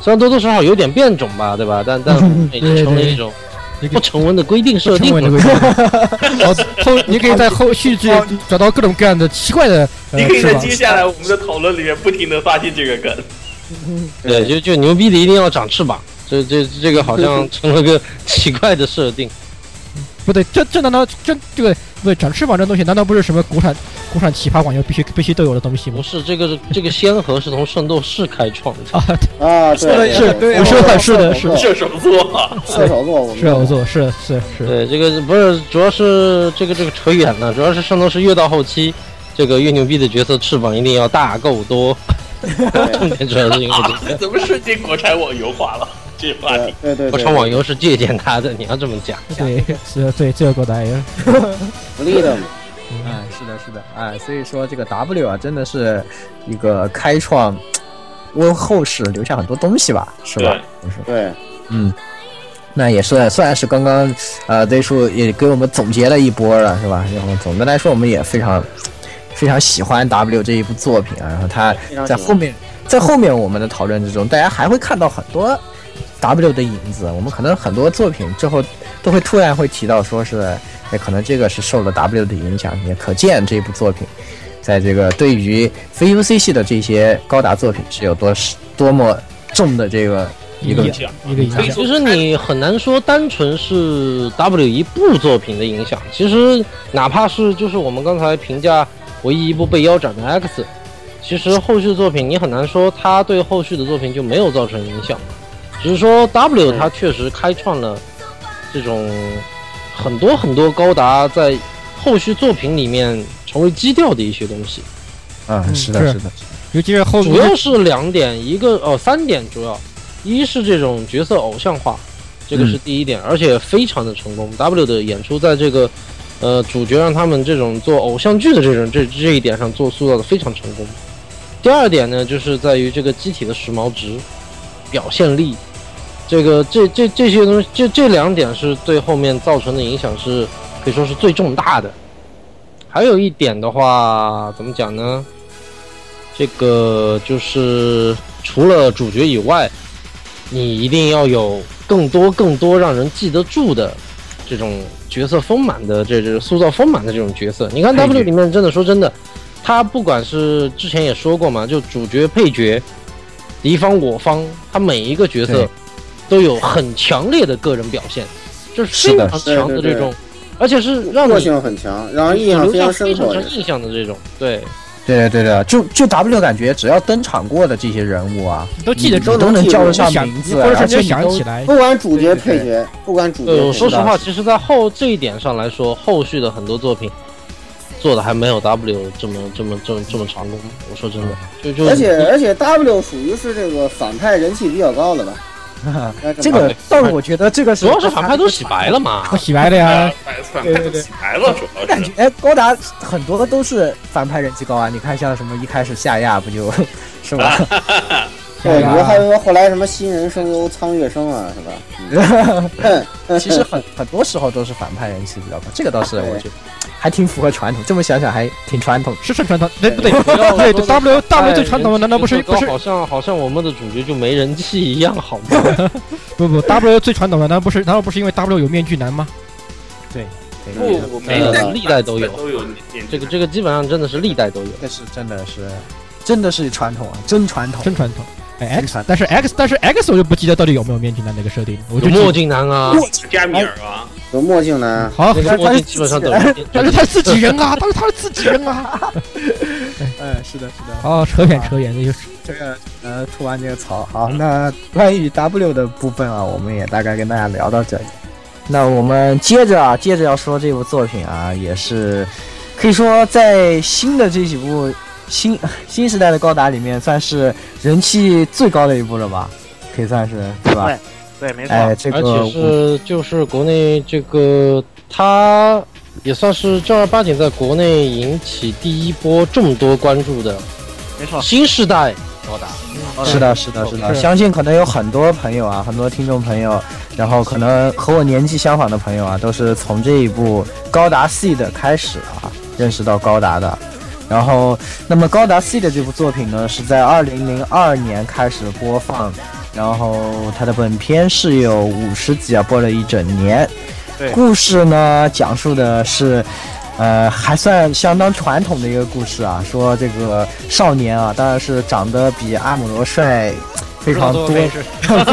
Speaker 9: 虽然多多少少有点变种吧，对吧？但但已经成为一种
Speaker 8: 一个
Speaker 9: 不成文的规定设
Speaker 8: 中
Speaker 9: 定
Speaker 8: 文这
Speaker 9: 了。
Speaker 8: 个好后你可以在后续剧找到各种各样的奇怪的呃
Speaker 1: 你可以
Speaker 8: 翅
Speaker 1: 在
Speaker 8: 膀
Speaker 1: 接下来我们的讨论里面不停的发现这个梗，
Speaker 9: 对，就就牛逼的一定要长翅膀，这这这个好 像成了个奇怪的设定。
Speaker 8: 不对，这这难道这这个不是长翅膀这东西难道不是什么国产国产奇葩网游必须必须都有的东西
Speaker 9: 不
Speaker 8: 吗？
Speaker 9: 是这个这个先河是从圣斗士开创的。
Speaker 8: 啊，
Speaker 7: 啊，对，
Speaker 8: 是
Speaker 7: 对
Speaker 8: 我说的是的
Speaker 7: 射手座
Speaker 1: 射手座，
Speaker 7: 射手座，我们
Speaker 8: 是啊我做是是是，
Speaker 9: 对，这个不是，主要是这个这个扯远了，主要是圣斗士越到后期，这个越牛逼的角色翅膀一定要大够多， 重点主要是因为这 个。
Speaker 1: 怎么瞬间国产网游化了？ 这话
Speaker 7: 对
Speaker 1: 题，
Speaker 7: 对对，
Speaker 9: 国产网游是借鉴他的，你要这么讲。
Speaker 8: 对是对这个国打也
Speaker 7: 福利的嘛，
Speaker 6: 哎，是的，是的，哎，所以说这个 W 啊，真的是一个开创，为后世留下很多东西吧，是吧？就是
Speaker 7: 对，
Speaker 6: 嗯，那也算算是刚刚呃 Z 叔也给我们总结了一波了，是吧？然后总的来说，我们也非常非常喜欢 W 这一部作品啊。然后他
Speaker 7: 非常
Speaker 6: 在
Speaker 7: 喜
Speaker 6: 后
Speaker 7: 欢
Speaker 6: 面在后面我们的讨论之中，大家还会看到很多 W 的影子。我们可能很多作品之后都会突然会提到，说是哎，可能这个是受了 W 的影响，也可见这部作品。在这个对于非 UC 系的这些高达作品是有多多么重的这个一个
Speaker 8: 一一个影响。
Speaker 9: 其实你很难说单纯是 W 一部作品的影响，其实哪怕是就是我们刚才评价唯一一部被腰斩的 X，其实后续的作品你很难说它对后续的作品就没有造成影响，只是说 W 它确实开创了这种很多很多高达在后续作品里面成为基调的一些东西。
Speaker 6: 嗯，是的，
Speaker 8: 是
Speaker 6: 是的，
Speaker 8: 尤其是后
Speaker 9: 主要是两点，一个哦三点主要，一是这种角色偶像化，这个是第一点，而且非常的成功。W 的演出在这个呃主角让他们这种做偶像剧的这种这这一点上做塑造的非常成功。第二点呢，就是在于这个机体的时髦值、表现力，这个这这这些东西，这这两点是对后面造成的影响是可以说是最重大的。还有一点的话，怎么讲呢？这个就是除了主角以外，你一定要有更多更多让人记得住的这种角色丰满的这这塑造丰满的这种角色。你看
Speaker 6: 配角
Speaker 9: W 里面真的说真的，他不管是之前也说过嘛，就主角配角、敌方我方，他每一个角色
Speaker 6: 对
Speaker 9: 都有很强烈的个人表现，就是
Speaker 6: 是
Speaker 9: 非
Speaker 6: 的
Speaker 9: 常强的
Speaker 7: 对对
Speaker 9: 这种，而且是让
Speaker 7: 个
Speaker 9: 你
Speaker 7: 性很强，让人印象
Speaker 9: 留
Speaker 7: 非
Speaker 9: 下
Speaker 7: 常
Speaker 9: 非
Speaker 7: 深
Speaker 9: 常
Speaker 7: 刻
Speaker 9: 深
Speaker 7: 的。
Speaker 9: 印象的这种，对。
Speaker 6: 对的，对的，就就 W 感觉，只要登场过的这些人物啊，
Speaker 8: 都记得
Speaker 6: 你
Speaker 8: 住，
Speaker 6: 都能叫得上
Speaker 8: 想
Speaker 6: 名字，
Speaker 8: 或者
Speaker 6: 而
Speaker 8: 瞬
Speaker 6: 且
Speaker 8: 间
Speaker 6: 你
Speaker 8: 想
Speaker 6: 都
Speaker 8: 起来。
Speaker 7: 不管主角
Speaker 6: 对对对
Speaker 7: 配角，不管主角配角，
Speaker 9: 呃，说实话，其实，在后这一点上来说，后续的很多作品，做的还没有 W 这么这么这么这么长工。我说真的，就就
Speaker 7: 而且而且 W 属于是这个反派人气比较高的吧？
Speaker 6: 这个倒是我觉得这个是
Speaker 9: 主要是反派都洗白了嘛
Speaker 8: 我。洗白的呀，
Speaker 1: 反反
Speaker 8: 呃
Speaker 1: 派都洗白了，主要
Speaker 6: 感
Speaker 1: 是
Speaker 6: 觉哎，高达很多都是反派人气高啊！你看像什么一开始夏亚不就，是吧？
Speaker 7: 对，比如还有后来什么新人声优苍月生啊，是吧？嗯
Speaker 6: 其实很很多时候都是反派人气比较高，这个倒是我觉得还挺符合传统。这么想想还挺传统。
Speaker 8: 是是传统，对不对？
Speaker 9: 不要
Speaker 8: 对
Speaker 9: 说
Speaker 8: W
Speaker 9: 反派
Speaker 8: W 最传统的难道不是
Speaker 9: 人气
Speaker 8: 不
Speaker 9: 最
Speaker 8: 是
Speaker 9: 高好像好像我们的主角就没人气一样，好吗？
Speaker 8: 不不 W 最传统的难道不是难道不是因为 W 有面具男吗？
Speaker 1: 不，我没
Speaker 9: 呃
Speaker 1: 但
Speaker 9: 历代都有
Speaker 1: 都有年
Speaker 9: 这个这个基本上真的是历代都有。
Speaker 6: 这是真的是，真的是传统啊，真传统。
Speaker 8: 真传统。哎
Speaker 6: 真
Speaker 8: X，
Speaker 6: 传统
Speaker 8: 但是 X，但是 X 我就不记得到底有没有面具男这个设定，我
Speaker 9: 有
Speaker 8: 就
Speaker 9: 墨镜男啊，
Speaker 1: 加米尔啊，
Speaker 7: 有墨镜男，
Speaker 8: 好，
Speaker 9: 那个墨镜基本上都有。
Speaker 8: 但是他自己人啊，他是他是自己人啊。
Speaker 6: 嗯，是的，是的。
Speaker 8: 哦，扯远扯远，那就是
Speaker 6: 这个呃，吐完这个槽，好，那关于 W 的部分啊，我们也大概跟大家聊到这里。那我们接着啊，接着要说这部作品啊，也是可以说在新的这几部新新时代的高达里面，算是人气最高的一部了吧？可以算是对吧？
Speaker 10: 对，没错。
Speaker 6: 哎，这
Speaker 9: 而
Speaker 6: 个
Speaker 9: 且是就是国内这个，它也算是正儿八经在国内引起第一波众多关注的，
Speaker 10: 没错
Speaker 9: 新时代高达。
Speaker 6: 是的，是的，是的，
Speaker 8: 是
Speaker 6: 相信可能有很多朋友啊，很多听众朋友，然后可能和我年纪相仿的朋友啊，都是从这一部高达 C 的开始啊，认识到高达的。然后，那么高达 C 的这部作品呢，是在二零零二年开始播放，然后它的本片是有五十集啊，播了一整年。
Speaker 10: 对
Speaker 6: 故事呢，讲述的是呃，还算相当传统的一个故事啊，说这个少年啊，当然是长得比阿姆罗帅非常多， 不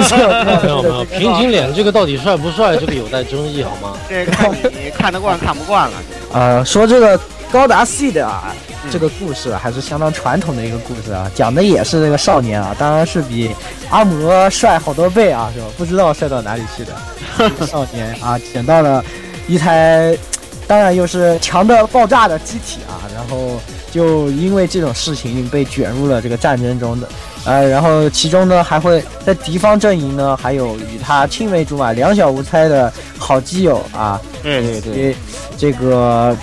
Speaker 6: 是
Speaker 9: 没有没有，平颈脸这个到底帅不帅，这个有待争议，好吗？
Speaker 10: 这看 你你看得惯看不惯了。
Speaker 6: 呃，说这个高达系的啊，
Speaker 10: 嗯
Speaker 6: 这个故事啊还是相当传统的一个故事啊，讲的也是这个少年啊，当然是比阿姆罗帅好多倍啊，是吧？不知道帅到哪里去的这 个少年啊，捡到了一台，当然又是强的爆炸的机体啊，然后就因为这种事情被卷入了这个战争中的。呃，然后其中呢还会在敌方阵营呢，还有与他青梅竹马、啊两小无猜的好基友啊，
Speaker 10: 对对
Speaker 6: 所，以这个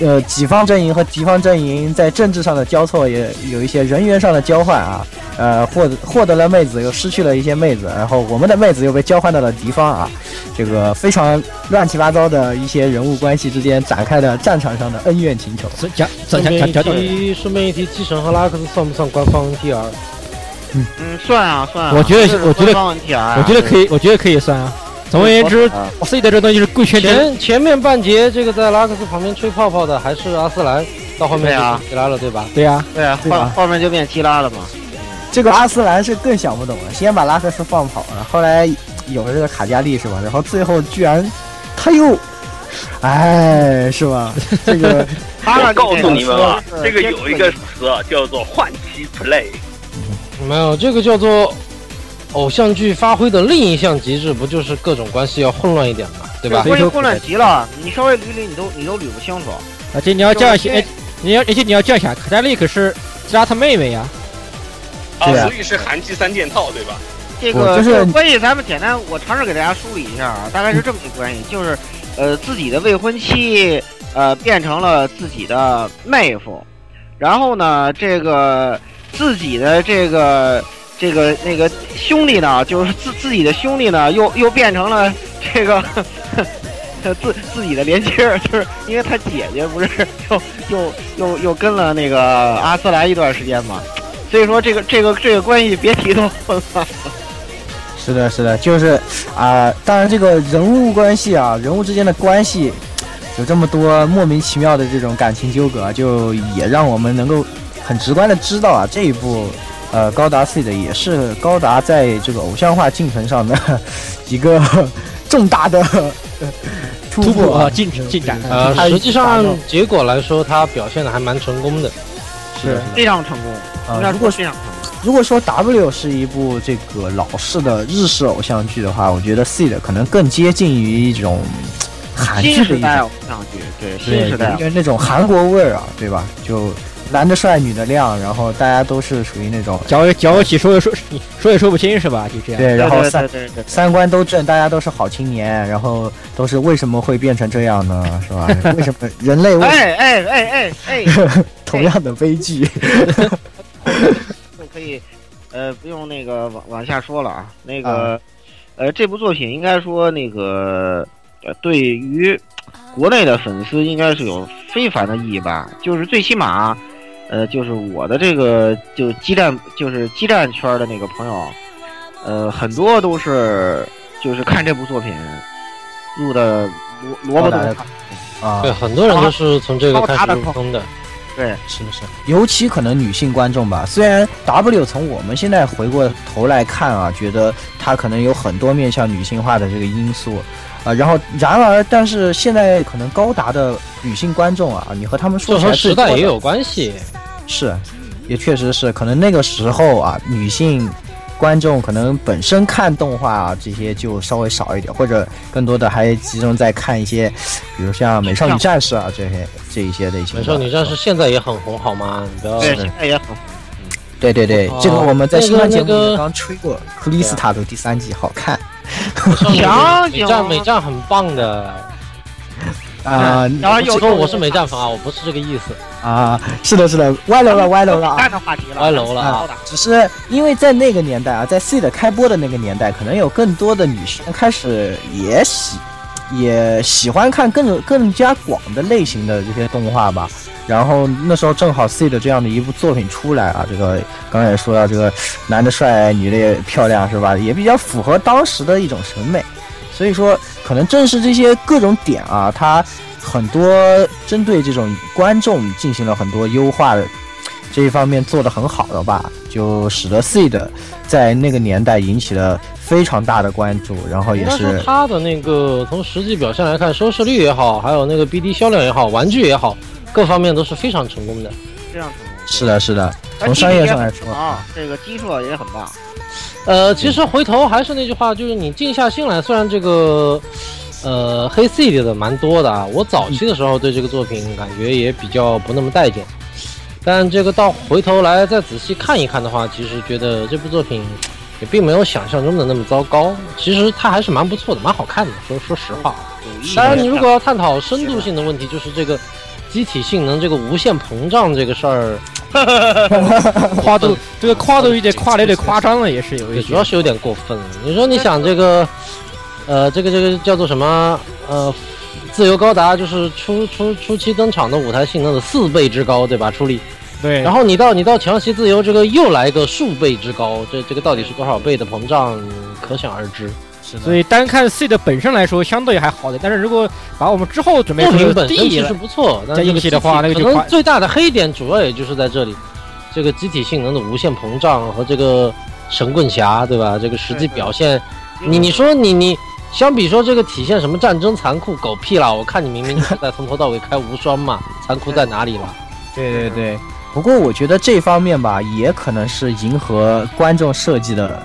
Speaker 6: 呃己方阵营和敌方阵营在政治上的交错，也有一些人员上的交换啊。呃，获得获得了妹子，又失去了一些妹子，然后我们的妹子又被交换到了敌方啊。这个非常乱七八糟的一些人物关系之间展开的战场上的恩怨情仇。
Speaker 8: 讲讲
Speaker 9: 顺
Speaker 8: 讲
Speaker 9: 便
Speaker 8: 讲
Speaker 9: 一
Speaker 8: 讲讲，
Speaker 9: 提，顺便一提，继承和拉克斯算不算官方 NTR？
Speaker 10: 嗯，算啊算啊。
Speaker 8: 我觉得
Speaker 10: 这是
Speaker 8: 我觉得
Speaker 10: 官方问题啊，
Speaker 8: 我觉得可
Speaker 10: 以。
Speaker 9: 哎
Speaker 8: 以，我觉得可以算啊。总而言之
Speaker 7: 啊
Speaker 8: ，C 的这东西是贵圈里
Speaker 9: 前前面半截这个在拉克斯旁边吹泡泡的还是阿斯兰，到后面
Speaker 10: 对啊
Speaker 9: 就起来了，对吧？
Speaker 8: 对呀，
Speaker 10: 对啊，
Speaker 6: 对吧
Speaker 10: 后后面就变提拉了嘛。
Speaker 6: 这个阿斯兰是更想不懂了，先把拉克斯放跑了，后来有了这个卡加利是吧？然后最后居然他又，哎是吧？这个。
Speaker 10: 他
Speaker 1: 我告诉你们啊，这个
Speaker 10: 是
Speaker 1: 有一个词啊叫做换妻 play，
Speaker 9: 没有，这个叫做偶像剧发挥的另一项极致，不就是各种关系要混乱一点嘛，对吧？
Speaker 10: 关系混乱极了，你稍微捋捋你都你都捋不清楚。
Speaker 8: 而且你要这样想，
Speaker 10: 对
Speaker 8: 哎你要而且你要这样想，卡加利可是吉拉他妹妹呀，
Speaker 1: 啊
Speaker 6: 对，啊
Speaker 1: 所以是韩剧三件套对吧？
Speaker 10: 这
Speaker 6: 我
Speaker 10: 个
Speaker 6: 就是
Speaker 10: 这个关系，咱们简单，我尝试给大家梳理一下啊，大概是这么一个关系，就是，呃，自己的未婚妻，呃，变成了自己的妹夫，然后呢，这个自己的这个这个那个兄弟呢，就是自自己的兄弟呢，又又变成了这个 自自己的连接儿，就是因为他姐姐不是又又又又跟了那个阿斯莱一段时间嘛，所以说这个这个这个关系别提多混了。
Speaker 6: 是的，是的，就是啊、当然这个人物关系啊，人物之间的关系，有这么多莫名其妙的这种感情纠葛啊，就也让我们能够很直观的知道啊，这一部呃高达 C 的也是高达在这个偶像化进程上的 一个重大的突
Speaker 8: 突破
Speaker 6: 破
Speaker 8: 啊
Speaker 6: 啊，
Speaker 8: 进进展
Speaker 6: 对
Speaker 9: 呃，
Speaker 6: 他
Speaker 9: 实际上按结果来说，他表现的还蛮成功的。
Speaker 6: 是的
Speaker 10: 非常成功，
Speaker 6: 啊、
Speaker 10: 那
Speaker 6: 如果
Speaker 10: 非常成功。
Speaker 6: 如果说 W 是一部这个老式的日式偶像剧的话，我觉得 C 的可能更接近于一种。韩
Speaker 10: 新
Speaker 6: 剧
Speaker 10: 时
Speaker 6: 的一
Speaker 10: 代
Speaker 6: 种，
Speaker 10: 哎偶像剧，对新
Speaker 6: 对，
Speaker 10: 时代啊
Speaker 6: 有
Speaker 10: 偶
Speaker 6: 点那种韩国味儿啊，对吧？就男的帅，女的靓，然后大家都是属于那种
Speaker 8: 搅也搅一起，说也说说也说不清是吧？就这样。
Speaker 6: 对，然后
Speaker 10: 对
Speaker 6: 三
Speaker 10: 对对对对
Speaker 6: 三观都正，大家都是好青年，然后都是为什么会变成这样呢？是吧？为什么人类为什
Speaker 10: 哎哎哎 哎哎，
Speaker 6: 么同样的悲剧？
Speaker 10: 哎就可以，呃，不用那个往往下说了啊。那个，呃，这部作品应该说那个，呃，对于国内的粉丝应该是有非凡的意义吧。就是最起码，呃，就是我的这个就激战就是激战圈的那个朋友，呃，很多都是就是看这部作品入的萝萝
Speaker 6: 高
Speaker 10: 卜
Speaker 6: 达
Speaker 10: 的
Speaker 6: 的啊
Speaker 9: 对，，很多人都是从这个开始入坑的。
Speaker 6: 是是，尤其可能女性观众吧。虽然 W 从我们现在回过头来看啊，觉得它可能有很多面向女性化的这个因素啊、然后然而，但是现在可能高达的女性观众啊，你和他们
Speaker 9: 这
Speaker 6: 说起
Speaker 9: 和
Speaker 6: 来是
Speaker 9: 时代也有关系，
Speaker 6: 是，也确实是，可能那个时候啊，女性观众可能本身看动画啊这些就稍微少一点，或者更多的还集中在看一些，比如像美少女战士啊这些这一些类型的。
Speaker 9: 美少女战士现在也很红，好吗？你不要
Speaker 10: 对，现在也很
Speaker 6: 对对对
Speaker 9: 哦，
Speaker 6: 这个我们在新浪节目
Speaker 9: 那个那
Speaker 6: 里
Speaker 9: 个
Speaker 6: 刚吹过，克里斯塔的第三季好 看
Speaker 9: 强
Speaker 10: 强
Speaker 9: 美战美战很棒的。
Speaker 6: 啊
Speaker 10: 然后
Speaker 9: 我
Speaker 10: 又
Speaker 9: 说我是美战法，我不是这个意思。
Speaker 6: 啊，是的，是的，歪楼了，歪楼了啊。
Speaker 10: 大的话题了，
Speaker 9: 歪楼了啊
Speaker 10: 高达
Speaker 6: 只是因为在那个年代啊，在 C 的开播的那个年代，可能有更多的女生开始也喜也喜欢看更更加广的类型的这些动画吧。然后那时候正好 C 的这样的一部作品出来啊，这个刚才也说到这个男的帅，女的也漂亮是吧？也比较符合当时的一种审美。所以说，可能正是这些各种点啊，它很多针对这种观众进行了很多优化的这一方面做得很好的吧，就使得 Seed 在那个年代引起了非常大的关注，然后
Speaker 9: 应
Speaker 6: 也
Speaker 9: 该说
Speaker 6: 是
Speaker 9: 它的那个从实际表现来看，收视率也好，还有那个 BD 销量也好，玩具也好，各方面都是非常成功的。
Speaker 10: 这样子
Speaker 6: 是的，是的，
Speaker 10: 哎
Speaker 6: 从商业上来说
Speaker 10: 这个也很棒这个基数也很棒。
Speaker 9: 呃，其实回头还是那句话，就是你静下心来，虽然这个呃黑 C 里的蛮多的啊，我早期的时候对这个作品感觉也比较不那么待见，但这个到回头来再仔细看一看的话，其实觉得这部作品也并没有想象中的那么糟糕，其实它还是蛮不错的，蛮好看的。说说实话啊，当然，你如果要探讨深度性的问题，就是这个机体性能这个无限膨胀这个事儿，
Speaker 8: 跨度这个跨度有点跨的有点夸张了，也是有一
Speaker 9: 也主
Speaker 8: 些
Speaker 9: 要。是有点过分了。你说你想这个，呃，这个这个叫做什么？呃，自由高达就是初初初期登场的舞台性能的四倍之高，对吧？处理。
Speaker 8: 对，
Speaker 9: 然后你到你到强袭自由这个又来个数倍之高，这这个到底是多少倍的膨胀，可想而知。
Speaker 8: 所以单看 C 的本身来说，相对还好点。但是如果把我们之后准备
Speaker 9: 作品
Speaker 8: 出
Speaker 9: 本身
Speaker 8: D
Speaker 9: 其
Speaker 8: 了
Speaker 9: 实，不错，但
Speaker 8: 在
Speaker 9: 这
Speaker 8: 硬
Speaker 9: 个
Speaker 8: 气的话那
Speaker 9: 机体
Speaker 8: 个就
Speaker 9: 可能
Speaker 8: 快
Speaker 9: 最大的黑点主要也就是在这里，这个机体性能的无限膨胀和这个神棍侠，对吧？这个实际
Speaker 10: 对对
Speaker 9: 表现，你你说你你相比说这个体现什么战争残酷，狗屁啦！我看你明明就是在从头到尾开无双嘛，残酷在哪里了？
Speaker 6: 对对对。不过我觉得这方面吧，也可能是迎合观众设计的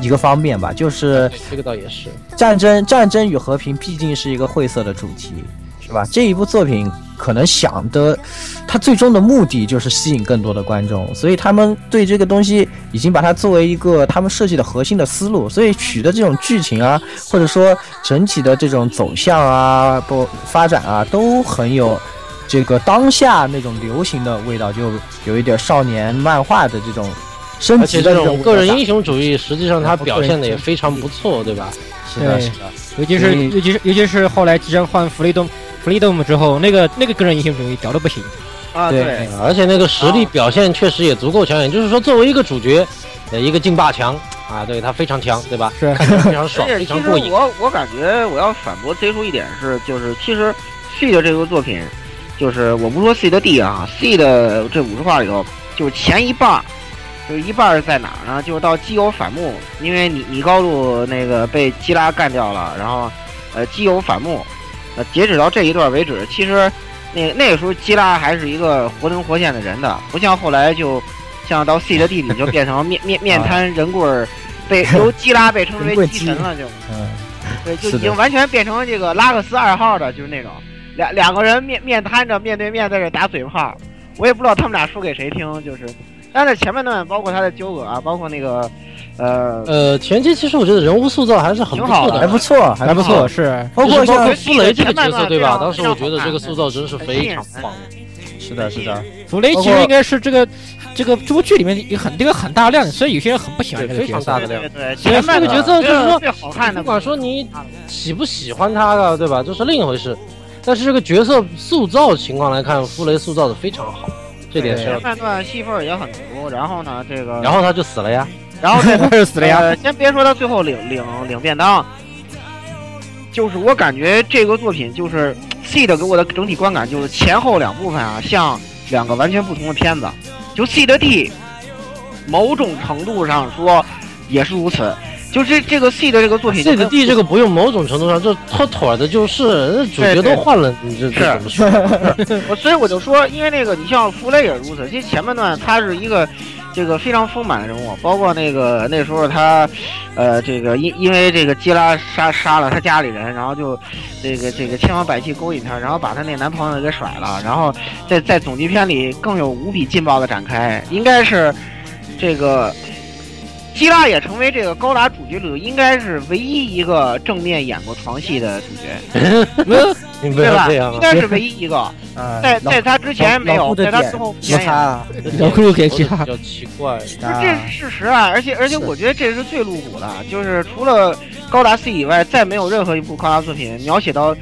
Speaker 6: 一个方面吧，就是
Speaker 9: 对，这个倒也是。
Speaker 6: 战争、战争与和平毕竟是一个晦涩的主题，是吧？这一部作品可能想的，它最终的目的就是吸引更多的观众，所以他们对这个东西已经把它作为一个他们设计的核心的思路，所以取的这种剧情啊，或者说整体的这种走向啊、不发展啊，都很有。这个当下那种流行的味道，就有一点少年漫画的这种升
Speaker 9: 而
Speaker 6: 级
Speaker 9: 且
Speaker 6: 的
Speaker 9: 这
Speaker 6: 这
Speaker 9: 种
Speaker 6: 种
Speaker 9: 个人
Speaker 6: 味道
Speaker 9: 英雄主义，实际上它
Speaker 6: 然后
Speaker 9: 表
Speaker 6: 个人
Speaker 9: 现的也
Speaker 6: 精神
Speaker 9: 非常
Speaker 6: 主义
Speaker 9: 不错，对吧？
Speaker 6: 是的，
Speaker 8: 对
Speaker 6: 是的，
Speaker 8: 尤其是
Speaker 6: 嗯
Speaker 8: 尤其是尤其是后来即将换 Freedom Freedom 之后，那个那个个人英雄主义屌的不行。
Speaker 10: 啊，
Speaker 6: 对
Speaker 10: 对，啊
Speaker 9: 而且那个实力表现确实也足够强，也就是说，作为一个主角，呃，一个劲霸强啊，对他非常强，对吧？
Speaker 8: 是
Speaker 9: 看起来非常 爽，
Speaker 10: 而且
Speaker 9: 非
Speaker 10: 其
Speaker 9: 常
Speaker 10: 实
Speaker 9: 过瘾。
Speaker 10: 我我感觉我要反驳 C 出一点是，就是其实 C 的这部作品，就是我不说 C 的 D 啊，C 的这五十话里头，就是前一半儿，就是一半儿在哪儿呢？就是到基友反目，因为你你高路那个被基拉干掉了，然后呃基友反目，呃截止到这一段为止，其实那那个时候基拉还是一个活灵活现的人的，不像后来就像到 C 的 D 里就变成面面面
Speaker 6: 啊
Speaker 10: 瘫人棍儿。被由基拉被称之为
Speaker 6: 人棍
Speaker 10: 机
Speaker 6: 基
Speaker 10: 神了就，
Speaker 6: 嗯，
Speaker 10: 对，就是已
Speaker 6: 的
Speaker 10: 经完全变成这个拉克斯二号的，就是那种两两个人面面瘫着面对面在这打嘴炮，我也不知道他们俩说给谁听，就是。但是前面那段包括他的纠葛啊，包括那个，呃，
Speaker 9: 呃，前期其实我觉得人物塑造还是很不
Speaker 10: 挺好
Speaker 9: 错
Speaker 10: 的
Speaker 6: 还
Speaker 9: 的，
Speaker 6: 不错，还
Speaker 8: 还不
Speaker 6: 哎不
Speaker 8: 错，是
Speaker 6: 包
Speaker 9: 就是
Speaker 6: 括
Speaker 9: 包
Speaker 6: 像
Speaker 9: 括苏雷这个角色对吧？
Speaker 10: 非常
Speaker 9: 当时我觉得这个塑造真是非常棒。
Speaker 6: 是的，是的，
Speaker 8: 弗雷其实应该是这个这个这部剧里面一个很这个很大亮点，所以有些人很不喜欢这
Speaker 9: 对
Speaker 8: 个
Speaker 9: 非
Speaker 8: 角
Speaker 9: 常
Speaker 8: 色
Speaker 9: 大。
Speaker 10: 对
Speaker 9: 的量
Speaker 10: 对对，
Speaker 9: 所以
Speaker 10: 前面
Speaker 9: 这个角色就是说
Speaker 10: 最好看的，
Speaker 9: 不管说你喜不喜欢他的，对吧？这是另一回事。但是这个角色塑造情况来看，弗雷塑造的非常好，这点是要
Speaker 10: 前。半段戏份儿也很足，然后呢，这个，
Speaker 9: 然后他就死了呀，
Speaker 10: 然后 这个
Speaker 8: 二死了呀！
Speaker 10: 呃，先别说他最后领领领便当，就是我感觉这个作品就是 seed 给我的整体观感就是前后两部分啊，像两个完全不同的片子。就 seed D，某种程度上说也是如此。就是这个 seed 这个作品就
Speaker 9: 这
Speaker 10: 跟，
Speaker 9: 个地这个不用，某种程度上这妥妥的就是，那主角
Speaker 10: 对对
Speaker 9: 都换了，你这这
Speaker 10: 是
Speaker 9: 怎么说？
Speaker 10: 我所以我就说，因为那个你像弗雷也是如此，这前半段他是一个这个非常丰满的人物，包括那个那时候他，呃，这个因因为这个基拉杀杀了他家里人，然后就这个这个千方百计勾引他，然后把他那男朋友给甩了，然后在在总集篇里更有无比劲爆的展开，应该是这个。基拉也成为这个高达主角里应该是唯一一个正面演过床戏的主角，
Speaker 9: 你不
Speaker 10: 对
Speaker 9: 要
Speaker 10: 吧？
Speaker 9: 这样
Speaker 10: 应
Speaker 9: 啊！
Speaker 10: 该是唯一一个。
Speaker 6: 啊，
Speaker 10: 在
Speaker 6: 老
Speaker 10: 在他之前没
Speaker 6: 老
Speaker 10: 有，
Speaker 6: 夫的
Speaker 10: 在他
Speaker 6: 点
Speaker 10: 之后
Speaker 6: 是
Speaker 10: 没有。
Speaker 6: 他，
Speaker 8: 老酷给
Speaker 9: 比
Speaker 8: 其他
Speaker 9: 较奇怪，
Speaker 10: 就这是事实啊，而且而
Speaker 6: 是
Speaker 10: 且我觉得这是最露骨的，就是除了高达 C 以外，再没有任何一部高达作品描写到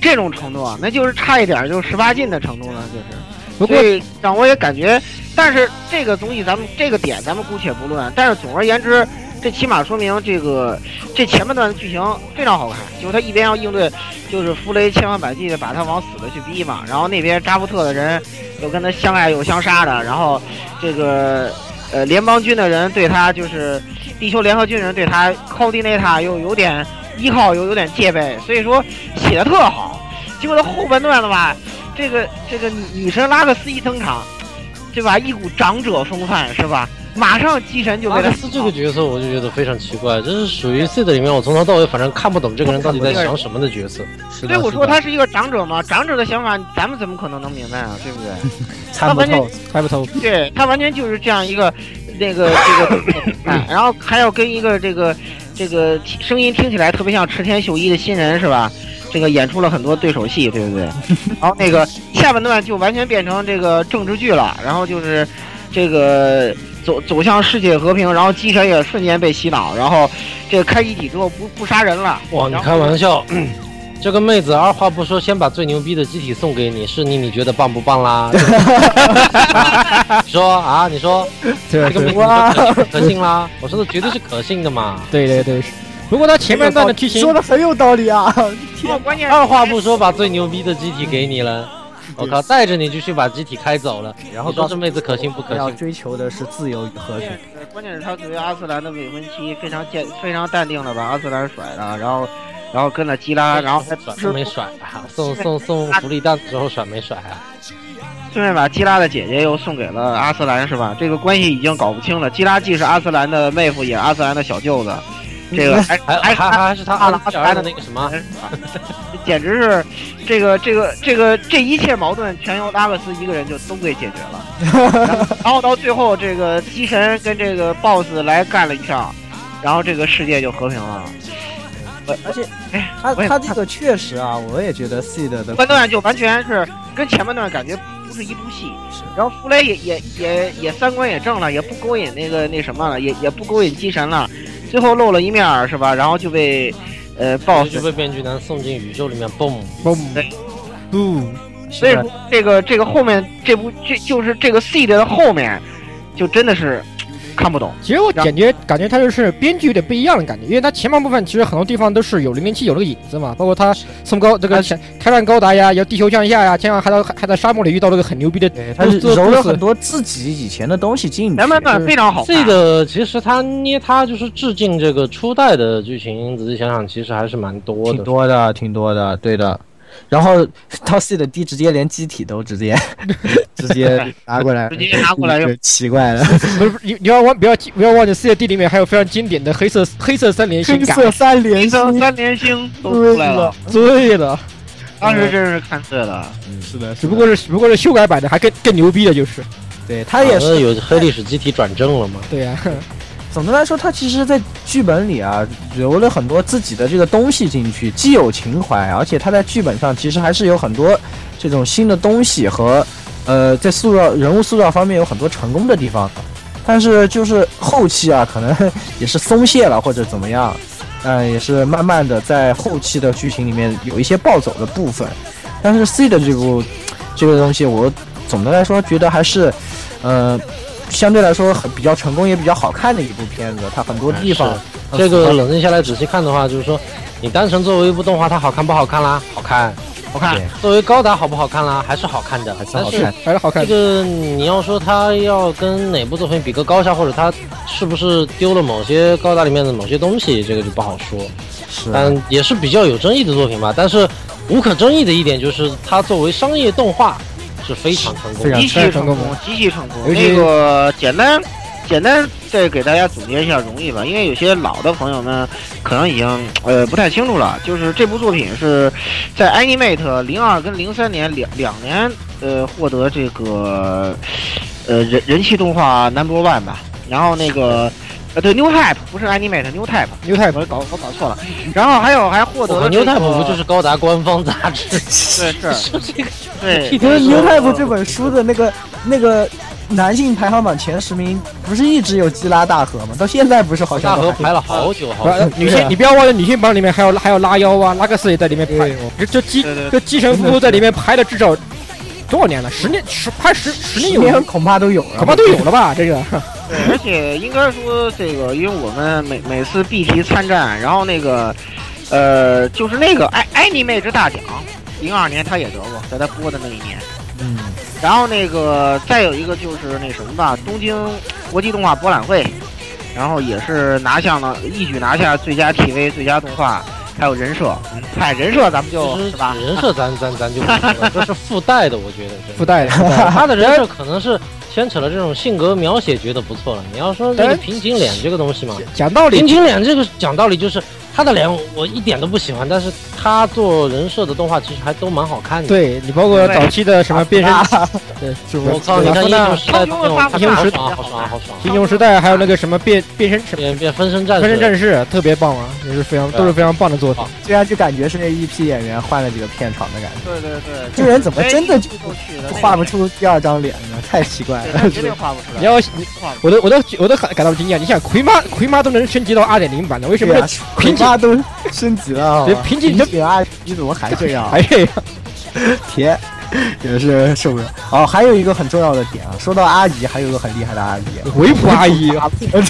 Speaker 10: 这种程度啊，那就是差一点就是十八禁的程度了，就是。
Speaker 8: 不过
Speaker 10: 所以让我也感觉，但是这个东西咱们这个点咱们姑且不论，啊但是总而言之，这起码说明这个这前半段的剧情非常好看，就是他一边要应对，就是弗雷千方百计的把他往死的去逼嘛，然后那边扎夫特的人又跟他相爱又相杀的，然后这个呃联邦军的人对他就是地球联合军人对他 coordinate 他又有点依靠又有点戒备，所以说写的特好。结果到后半段的吧，这个这个女女神拉克斯一登场，对吧？一股长者风范是吧？马上机神就
Speaker 9: 阿
Speaker 10: 被他
Speaker 9: 克斯这个角色我就觉得非常奇怪，这是属于 C 的里面我从头到尾反正看不懂这个人到底在想什么的角色。
Speaker 6: 是
Speaker 10: 所
Speaker 9: 啊
Speaker 10: 以我说他是一个长者嘛，长者的想法咱们怎么可能能明白啊？对不对？
Speaker 6: 参不透，
Speaker 8: 猜不透，
Speaker 10: 对他完全就是这样一个那个这个哎，然后还要跟一个这个这个声音听起来特别像池田秀一的新人是吧？这个演出了很多对手戏，对不对？然后那个下半段就完全变成这个政治剧了，然后就是这个走走向世界和平，然后机神也瞬间被洗脑，然后这个开机体之后不不杀人了，
Speaker 9: 哇，你
Speaker 10: 然后
Speaker 9: 开玩笑， 这个妹子二话不说，先把最牛逼的机体送给你，是你你觉得棒不棒啦？ 你说啊，你说
Speaker 8: 对
Speaker 9: 这个妹
Speaker 8: 对
Speaker 9: 子
Speaker 6: 哇
Speaker 9: 你说可信啦？我说的绝对是可信的嘛。
Speaker 8: 对对对。不过他前半段的剧情
Speaker 6: 说的很有道理啊，
Speaker 10: 然后关键
Speaker 9: 二话不说把最牛逼的机体给你了，我靠，带着你就去把机体开走了。
Speaker 6: 然后
Speaker 9: 你说
Speaker 6: 告
Speaker 9: 这
Speaker 6: 诉
Speaker 9: 妹子可信不可
Speaker 6: 要
Speaker 9: 信？
Speaker 6: 追求的是自由与和平，
Speaker 10: 关键是他作为阿斯兰的未婚妻，非常坚非常淡定的把阿斯兰甩了，然后然后跟了基拉，然后还
Speaker 9: 甩
Speaker 10: 顺
Speaker 9: 没甩啊？送送送福利蛋的时候甩没甩啊？
Speaker 10: 顺便把基拉的姐姐又送给了阿斯兰，是吧？这个关系已经搞不清了。基拉既是阿斯兰的妹夫，也是阿斯兰的小舅子，这个哎还
Speaker 9: 嗯还还
Speaker 10: 还是他
Speaker 9: 还还是他
Speaker 10: 阿
Speaker 9: 阿
Speaker 10: 拉
Speaker 9: 拉
Speaker 10: 阿拉
Speaker 9: 尔的那个什么？
Speaker 10: 人是吧？这简直是这个这个这个这一切矛盾全由拉克斯一个人就都给解决了。 然后到最后，这个机神跟这个 BOSS 来干了一仗，然后这个世界就和平了。
Speaker 6: 而且
Speaker 10: 哎
Speaker 6: 他
Speaker 10: 我也
Speaker 6: 他这个确实啊，我也觉得 seed 的
Speaker 10: 半段就完全是跟前半段感觉不是一部戏。然后弗雷也也也也三观也正了，也不勾引那个那什么了，也也不勾引机神了，最后露了一面儿是吧？然后就被呃 BOSS
Speaker 9: 哦就被变巨男送进宇宙里面，蹦。
Speaker 8: 嘣
Speaker 10: 对
Speaker 8: 不
Speaker 10: 所以
Speaker 8: 啊
Speaker 10: 说这个这个后面这部这就是这个 seed 的后面，就真的是看不懂。
Speaker 8: 其实我感觉感觉他就是编剧有点不一样的感觉，因为他前半部分其实很多地方都是有零零七有那个影子嘛，包括他送高这个前开战高达呀，有地球降下呀，这样还到还在沙漠里遇到了个很牛逼的
Speaker 6: 对，他
Speaker 8: 他是
Speaker 6: 揉了
Speaker 8: 做
Speaker 6: 很多自己以前的东西进去
Speaker 10: 前，半段非常好看，
Speaker 9: 这个其实他捏他就是致敬这个初代的剧情，仔细想想其实还是蛮多
Speaker 6: 挺
Speaker 9: 的。
Speaker 6: 多的，挺多的，对的。然后到 C 的 D 直接连机体都直 接直接拿过来，
Speaker 10: 直接拿过来用
Speaker 6: 就奇怪 了。
Speaker 8: 不是不是你你要忘不要记不要忘记世界地里面还有非常经典的黑色黑 色三连星
Speaker 6: 黑
Speaker 8: 感。
Speaker 6: 色三连
Speaker 10: 一
Speaker 6: 星，
Speaker 10: 三三连星都出来了，
Speaker 8: 对的，
Speaker 10: 当时真是看碎了。
Speaker 8: 是的，只不过是只不过是修改版的，还更更牛逼的就是。
Speaker 6: 对他也
Speaker 9: 反正
Speaker 6: 是。
Speaker 9: 有黑历史机体转正了嘛。
Speaker 8: 对呀、
Speaker 6: 总的来说，他其实，在剧本里啊，留了很多自己的这个东西进去，既有情怀，而且他在剧本上其实还是有很多这种新的东西和，呃，在塑造人物塑造方面有很多成功的地方。但是就是后期啊，可能 也是松懈了或者怎么样，呃，也是慢慢的在后期的剧情里面有一些暴走的部分。但是 C 的这部这个东西，我总的来说觉得还是，呃，相对来说很比较成功，也比较好看的一部片子。它很多地方
Speaker 9: 是，
Speaker 8: 哎
Speaker 6: 呃
Speaker 9: 这个
Speaker 6: 符合
Speaker 9: 冷静下来仔细看的话，就是说，你单纯作为一部动画，它好看不好看啦？好看，好看
Speaker 6: 对。
Speaker 9: 作为高达好不好看啦？还是好看的，还
Speaker 6: 是呃好看。
Speaker 8: 还是好看
Speaker 9: 这。个你要说它要跟哪部作品比个高下，或者它是不是丢了某些高达里面的某些东西，这个就不好说。
Speaker 6: 是
Speaker 8: 嗯
Speaker 9: 但也是比较有争议的作品吧。但是无可争议的一点就是，它作为商业动画是非常成功
Speaker 8: 非
Speaker 9: 的
Speaker 8: 常。
Speaker 10: 极
Speaker 8: 非常
Speaker 10: 其成
Speaker 8: 成
Speaker 10: 功
Speaker 8: 功，
Speaker 10: 极其成功。
Speaker 8: 尤其
Speaker 10: 那个简单简单再给大家总结一下容易吧，因为有些老的朋友们可能已经呃不太清楚了。就是这部作品是在 Animate 零二跟零三年两两年呃获得这个呃人人气动画 Number One 吧，然后那个。呃，对，New Type 不是 Animate，New Type，
Speaker 8: 牛太
Speaker 10: 我搞我搞错了。然后还有还获得
Speaker 9: 我
Speaker 10: 了
Speaker 9: 和牛太
Speaker 10: 这个
Speaker 9: 普不就是高达官方杂志？
Speaker 10: 对是， 对，
Speaker 6: 因为《牛太夫》这本书的那个那个男性排行榜前十名，不是一直有基拉大河吗？到现在不是好像
Speaker 9: 大
Speaker 6: 都
Speaker 9: 河
Speaker 6: 还
Speaker 9: 排了好久好
Speaker 8: 不
Speaker 9: 久
Speaker 8: 是。呃女性，你不要忘了女性版里面还有还有拉腰啊，拉克斯也在里面拍。这这基
Speaker 10: 啊对对
Speaker 8: 这基神夫妇在里面拍了至少多少年了？十年十拍十十年
Speaker 6: 十
Speaker 8: 有了
Speaker 6: 年，恐怕都有了，
Speaker 8: 恐怕都有了吧？这个
Speaker 10: 对，而且应该说这个，因为我们每每次 B 题参战，然后那个，呃，就是那个艾艾尼妹之大奖，零二年他也得过，在他播的那一年。
Speaker 6: 嗯，
Speaker 10: 然后那个再有一个就是那什么吧，东京国际动画博览会，然后也是拿下了，一举拿下最佳 TV、最佳动画，还有人设。嗯嗨，人设咱们就
Speaker 9: 其
Speaker 10: 是
Speaker 9: 实
Speaker 10: 吧，
Speaker 9: 人设咱咱咱就不说了，这是附带的，我觉得真的
Speaker 8: 附带的。哎
Speaker 9: 他的人设可能是牵扯了这种性格描写，觉得不错了。你要说
Speaker 8: 哎
Speaker 9: 这个平井脸这个东西嘛，
Speaker 8: 讲道理
Speaker 6: 嗯
Speaker 9: 平，井脸这个讲道理就是他的脸我一点都不喜欢，但是他做人设的动画其实还都蛮好看的。，
Speaker 8: 对你包括早期的什么变
Speaker 6: 哎
Speaker 8: 身， 对，是
Speaker 9: 我靠，你看英雄时代这种，好爽，好爽，好爽，好爽！
Speaker 8: 英雄时代还有那个什么变变身什么。
Speaker 9: 变变分身
Speaker 6: 哎
Speaker 9: 战士，
Speaker 8: 分身战士特别棒啊，也是非常
Speaker 9: 对啊
Speaker 8: 都是非常棒的作品。
Speaker 6: 虽然就感觉是那一批演员换了几个片场的感觉，
Speaker 10: 对对对，
Speaker 6: 这人怎么真的就
Speaker 10: 都去的
Speaker 6: 画不，出第二张脸呢？太奇怪
Speaker 10: 对，他
Speaker 6: 了。
Speaker 10: 绝对画不 出来。
Speaker 8: 你要
Speaker 10: 画不出
Speaker 8: 我都我都我都感感到惊讶，你想葵妈葵妈都能升级到二点零版的，为什么
Speaker 6: 对
Speaker 8: 这
Speaker 6: 啊，
Speaker 8: 平井
Speaker 6: 妈都升级了好吧，
Speaker 8: 平井
Speaker 6: 平井啊，你怎么还这样？
Speaker 8: 哎呀，
Speaker 6: 铁也是受不了。哦，还有一个很重要的点啊，说到阿姨，还有一个很厉害的阿姨，
Speaker 8: 维普阿姨，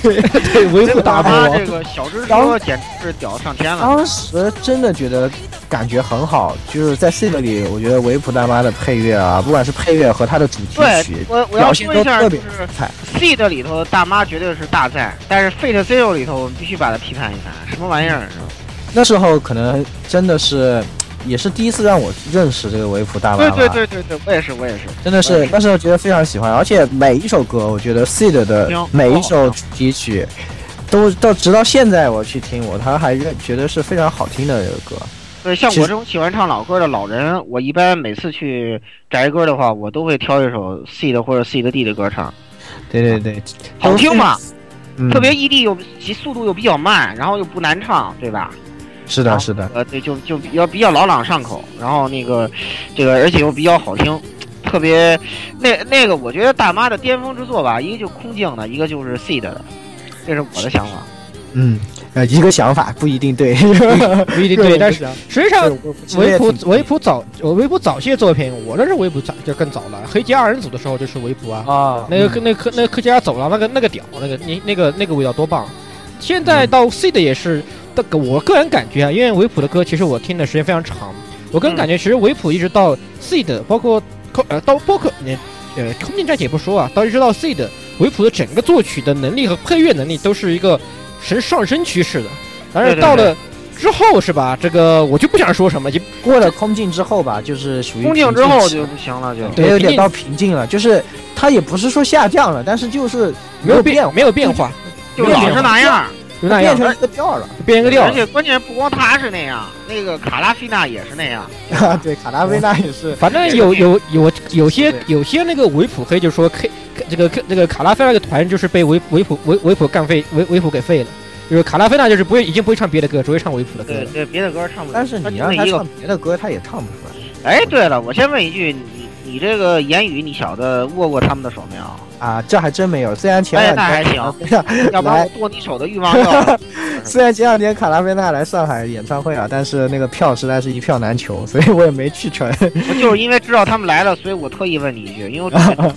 Speaker 6: 对，
Speaker 8: 对维普大
Speaker 10: 他
Speaker 8: 魔
Speaker 10: 这，个小蜘蛛简直是屌上天了。
Speaker 6: 当时真的觉得感觉很好，就是在 C 个里，我觉得维普大妈的配乐啊，不管是配乐和她的主题
Speaker 10: 嗯对
Speaker 6: 曲，，
Speaker 10: 我我
Speaker 6: 表
Speaker 10: 要
Speaker 6: 现
Speaker 10: 说
Speaker 6: 都
Speaker 10: 一下，
Speaker 6: 特
Speaker 10: 就
Speaker 6: 别
Speaker 10: 是
Speaker 6: 彩。
Speaker 10: Seed 里头大妈绝对是大赛，但是 Fate Zero 里头我们必须把它批判一下，什么玩意儿是吧？
Speaker 6: 那时候可能真的是。也是第一次让我认识这个维普大妈
Speaker 10: 对
Speaker 6: 吧，
Speaker 10: 对对对对，我也是我也是，
Speaker 6: 真的是那时候觉得非常喜欢，而且每一首歌，我觉得 Seed 的
Speaker 10: 行
Speaker 6: 每一首主题曲，都到直到现在我去听我，他还认觉得是非常好听的这个歌。
Speaker 10: 对像我
Speaker 6: 其实
Speaker 10: 这种喜欢唱老歌的老人，我一般每次去宅歌的话，我都会挑一首 Seed 或者 Seed D 的歌唱，
Speaker 6: 对对对，
Speaker 10: 好听嘛，
Speaker 6: 嗯
Speaker 10: 特别 ED 又其速度又比较慢，然后又不难唱，对吧？
Speaker 6: 是
Speaker 10: 然
Speaker 6: 的，
Speaker 10: 后
Speaker 6: 是的，
Speaker 10: 呃，对，就就比较比较朗朗上口，然后那个，这个而且又比较好听，特别那那个，我觉得大妈的巅峰之作吧，一个就空镜的，一个就是 seed 的，这是我的想法。
Speaker 6: 嗯，呃，一个想法不一定对，
Speaker 8: 不一定
Speaker 6: 对
Speaker 8: 对，但是实际上
Speaker 6: 其实
Speaker 8: 维
Speaker 6: 也
Speaker 8: 普
Speaker 6: 挺
Speaker 8: 维普早呃维普早期的作品，我认识维普早就更早了，黑杰二人组的时候就是维普啊，
Speaker 6: 啊
Speaker 8: 那个科那个科那个科技亚走了，那个那个屌，那个你那个那个味道多棒！啊现在到 C 的也是，但我个人感觉啊，因为维普的歌其实我听的时间非常长，我个人感觉其实维普一直到 C 的，包括空呃到包括你呃空间站且不说啊，到一直到 C 的维普的整个作曲的能力和配乐能力都是一个呈上升趋势的，但是
Speaker 10: 对对
Speaker 8: 到了之后是吧？这个我就不想说什么，就
Speaker 6: 过了空镜之后吧，就是属于
Speaker 10: 恭敬
Speaker 6: 平
Speaker 10: 之后
Speaker 6: 期
Speaker 10: 就不行了，就
Speaker 6: 对，有
Speaker 8: 毕
Speaker 6: 点
Speaker 8: 竟
Speaker 6: 到瓶颈了，就是它也不是说下降了，但是就是
Speaker 8: 没有
Speaker 6: 变
Speaker 8: 变，，没有变化，
Speaker 10: 就老是那样。
Speaker 8: 就那
Speaker 6: 变
Speaker 8: 样
Speaker 6: 成一个调了。
Speaker 8: 变一个调
Speaker 10: 而。且关键不光他是那样，那个卡拉菲娜也是那样。
Speaker 6: 啊，对，卡达菲娜也是，
Speaker 8: 反正有有有有些有些那个维普黑就说 K 这个 K 这个卡拉菲那个团就是被维维普维维普干废维维普给废了，就是卡拉菲那就是不会已经不会唱别的歌，只会唱维普的歌
Speaker 10: 对
Speaker 8: 了。
Speaker 10: 对，别的歌唱不了。
Speaker 6: 但是你让他
Speaker 10: 他就那一
Speaker 6: 唱
Speaker 10: 个。
Speaker 6: 别的歌，他也唱不出来
Speaker 10: 哎，对了，我先问一句，你你这个言语，你小子握过他们的手 没有？
Speaker 6: 啊，这还真没有。虽然前
Speaker 10: 哎，
Speaker 6: 两
Speaker 10: 那还
Speaker 6: 天，
Speaker 10: 行，要不然我剁你手的欲望药。
Speaker 6: 虽然前两天卡达菲娜来上海演唱会啊，但是那个票实在是一票难求，所以我也没去成。
Speaker 10: 我就是因为知道他们来了，所以我特意问你一句，因为我特别懂啊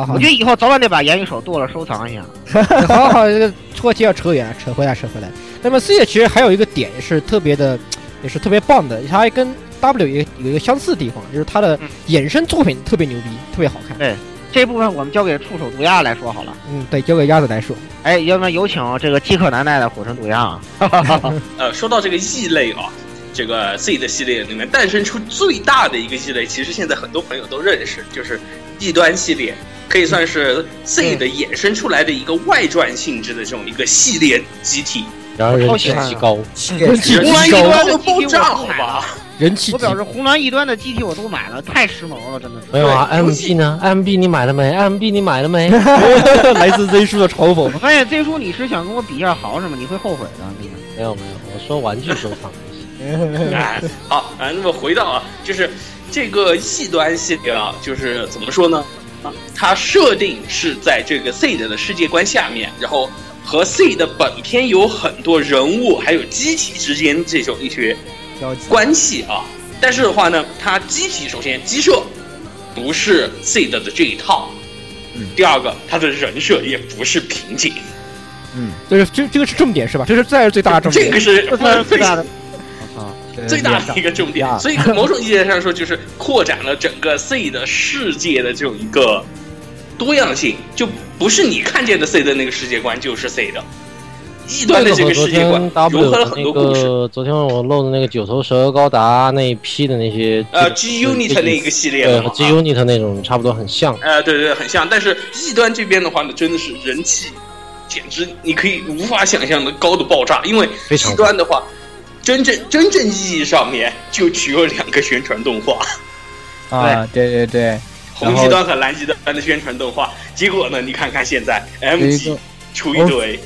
Speaker 8: 啊，好
Speaker 10: 我觉，得以后早晚得把言语手剁了收藏一下。
Speaker 8: 好好，这个话题要扯远，扯回来，扯回来。那么 C 其实还有一个点是特别的，也是特别棒的，它还跟 W 有一个有一个相似的地方，就是它的
Speaker 10: 嗯
Speaker 8: 衍生作品特别牛逼，特别好看。
Speaker 10: 这部分我们交给触手毒鸦来说好了。
Speaker 8: 嗯，对，交给鸭子来说。
Speaker 10: 哎，要不然有请这个饥渴难耐的火神毒鸦啊！
Speaker 1: 呃，说到这个异类啊，这个 Z 的系列里面诞生出最大的一个异类，其实现在很多朋友都认识，就是异端系列，可以算是 Z 的衍生出来的一个外传性质的这种一个系列集体。
Speaker 9: 然而人
Speaker 10: 超
Speaker 9: 气
Speaker 10: 喜欢
Speaker 9: 极高，
Speaker 8: 人气
Speaker 1: 红蓝
Speaker 8: 极
Speaker 1: 异
Speaker 8: 高，
Speaker 1: 端 都爆炸，好吧？
Speaker 8: 人气
Speaker 10: 我
Speaker 8: 极
Speaker 10: 表示红蓝异端的机体我都买了，太时髦了，真的是。
Speaker 9: 没有啊
Speaker 1: 对
Speaker 9: ？MB 呢？MB 你买了没？MB 你买 了没？
Speaker 8: 高，来自 Z 叔的嘲讽。
Speaker 10: 我发现 Z 叔你是想跟我比一下豪是吗？你会后悔的。那个
Speaker 9: 没有没有，我说玩具收藏就是。
Speaker 1: 哎， 好啊，那么回到啊，就是这个异端系列啊，就是怎么说呢？啊，它设定是在这个 Seed 的世界观下面，然后和 Seed 的本片有很多人物还有机体之间这种一些
Speaker 6: 交集
Speaker 1: 关系啊。但是的话呢，它机体首先机设不是 Seed 的这一套，第二个它的人设也不是瓶颈，
Speaker 8: 就是这这个是重点是吧？这是再是最大的重
Speaker 1: 这
Speaker 8: 点
Speaker 1: 个。是
Speaker 10: 最大的，
Speaker 1: 最大的一个重点
Speaker 9: 啊
Speaker 6: 呀，
Speaker 1: 所以某种意义上说，就是扩展了整个 C 的世界的这种一个多样性，就不是你看见的 C 的那个世界观就是 C 的，异端的这个
Speaker 9: 和昨
Speaker 1: 世界观
Speaker 9: 天 W
Speaker 1: 融合了
Speaker 9: 的
Speaker 1: 很
Speaker 9: 那
Speaker 1: 多故事。
Speaker 9: 个，昨天我漏的那个九头蛇高达那一批的那些，
Speaker 1: 呃，G Unit 那一个系列
Speaker 9: 对
Speaker 1: 的
Speaker 9: 和
Speaker 1: 嘛，
Speaker 9: G Unit 那种差不多很像。
Speaker 1: 呃，对对，很像。但是异端这边的话呢，真的是人气，简直你可以无法想象的高的爆炸。因为
Speaker 9: 非常
Speaker 1: 异端的话，真正真正意义上面就只有两个宣传动画，
Speaker 6: 啊，对对对，
Speaker 1: 红极端和蓝极端的宣传动画。结果呢，你看看现在 M
Speaker 6: 有一
Speaker 1: G
Speaker 6: 个
Speaker 1: 出一
Speaker 6: 哦
Speaker 1: 堆，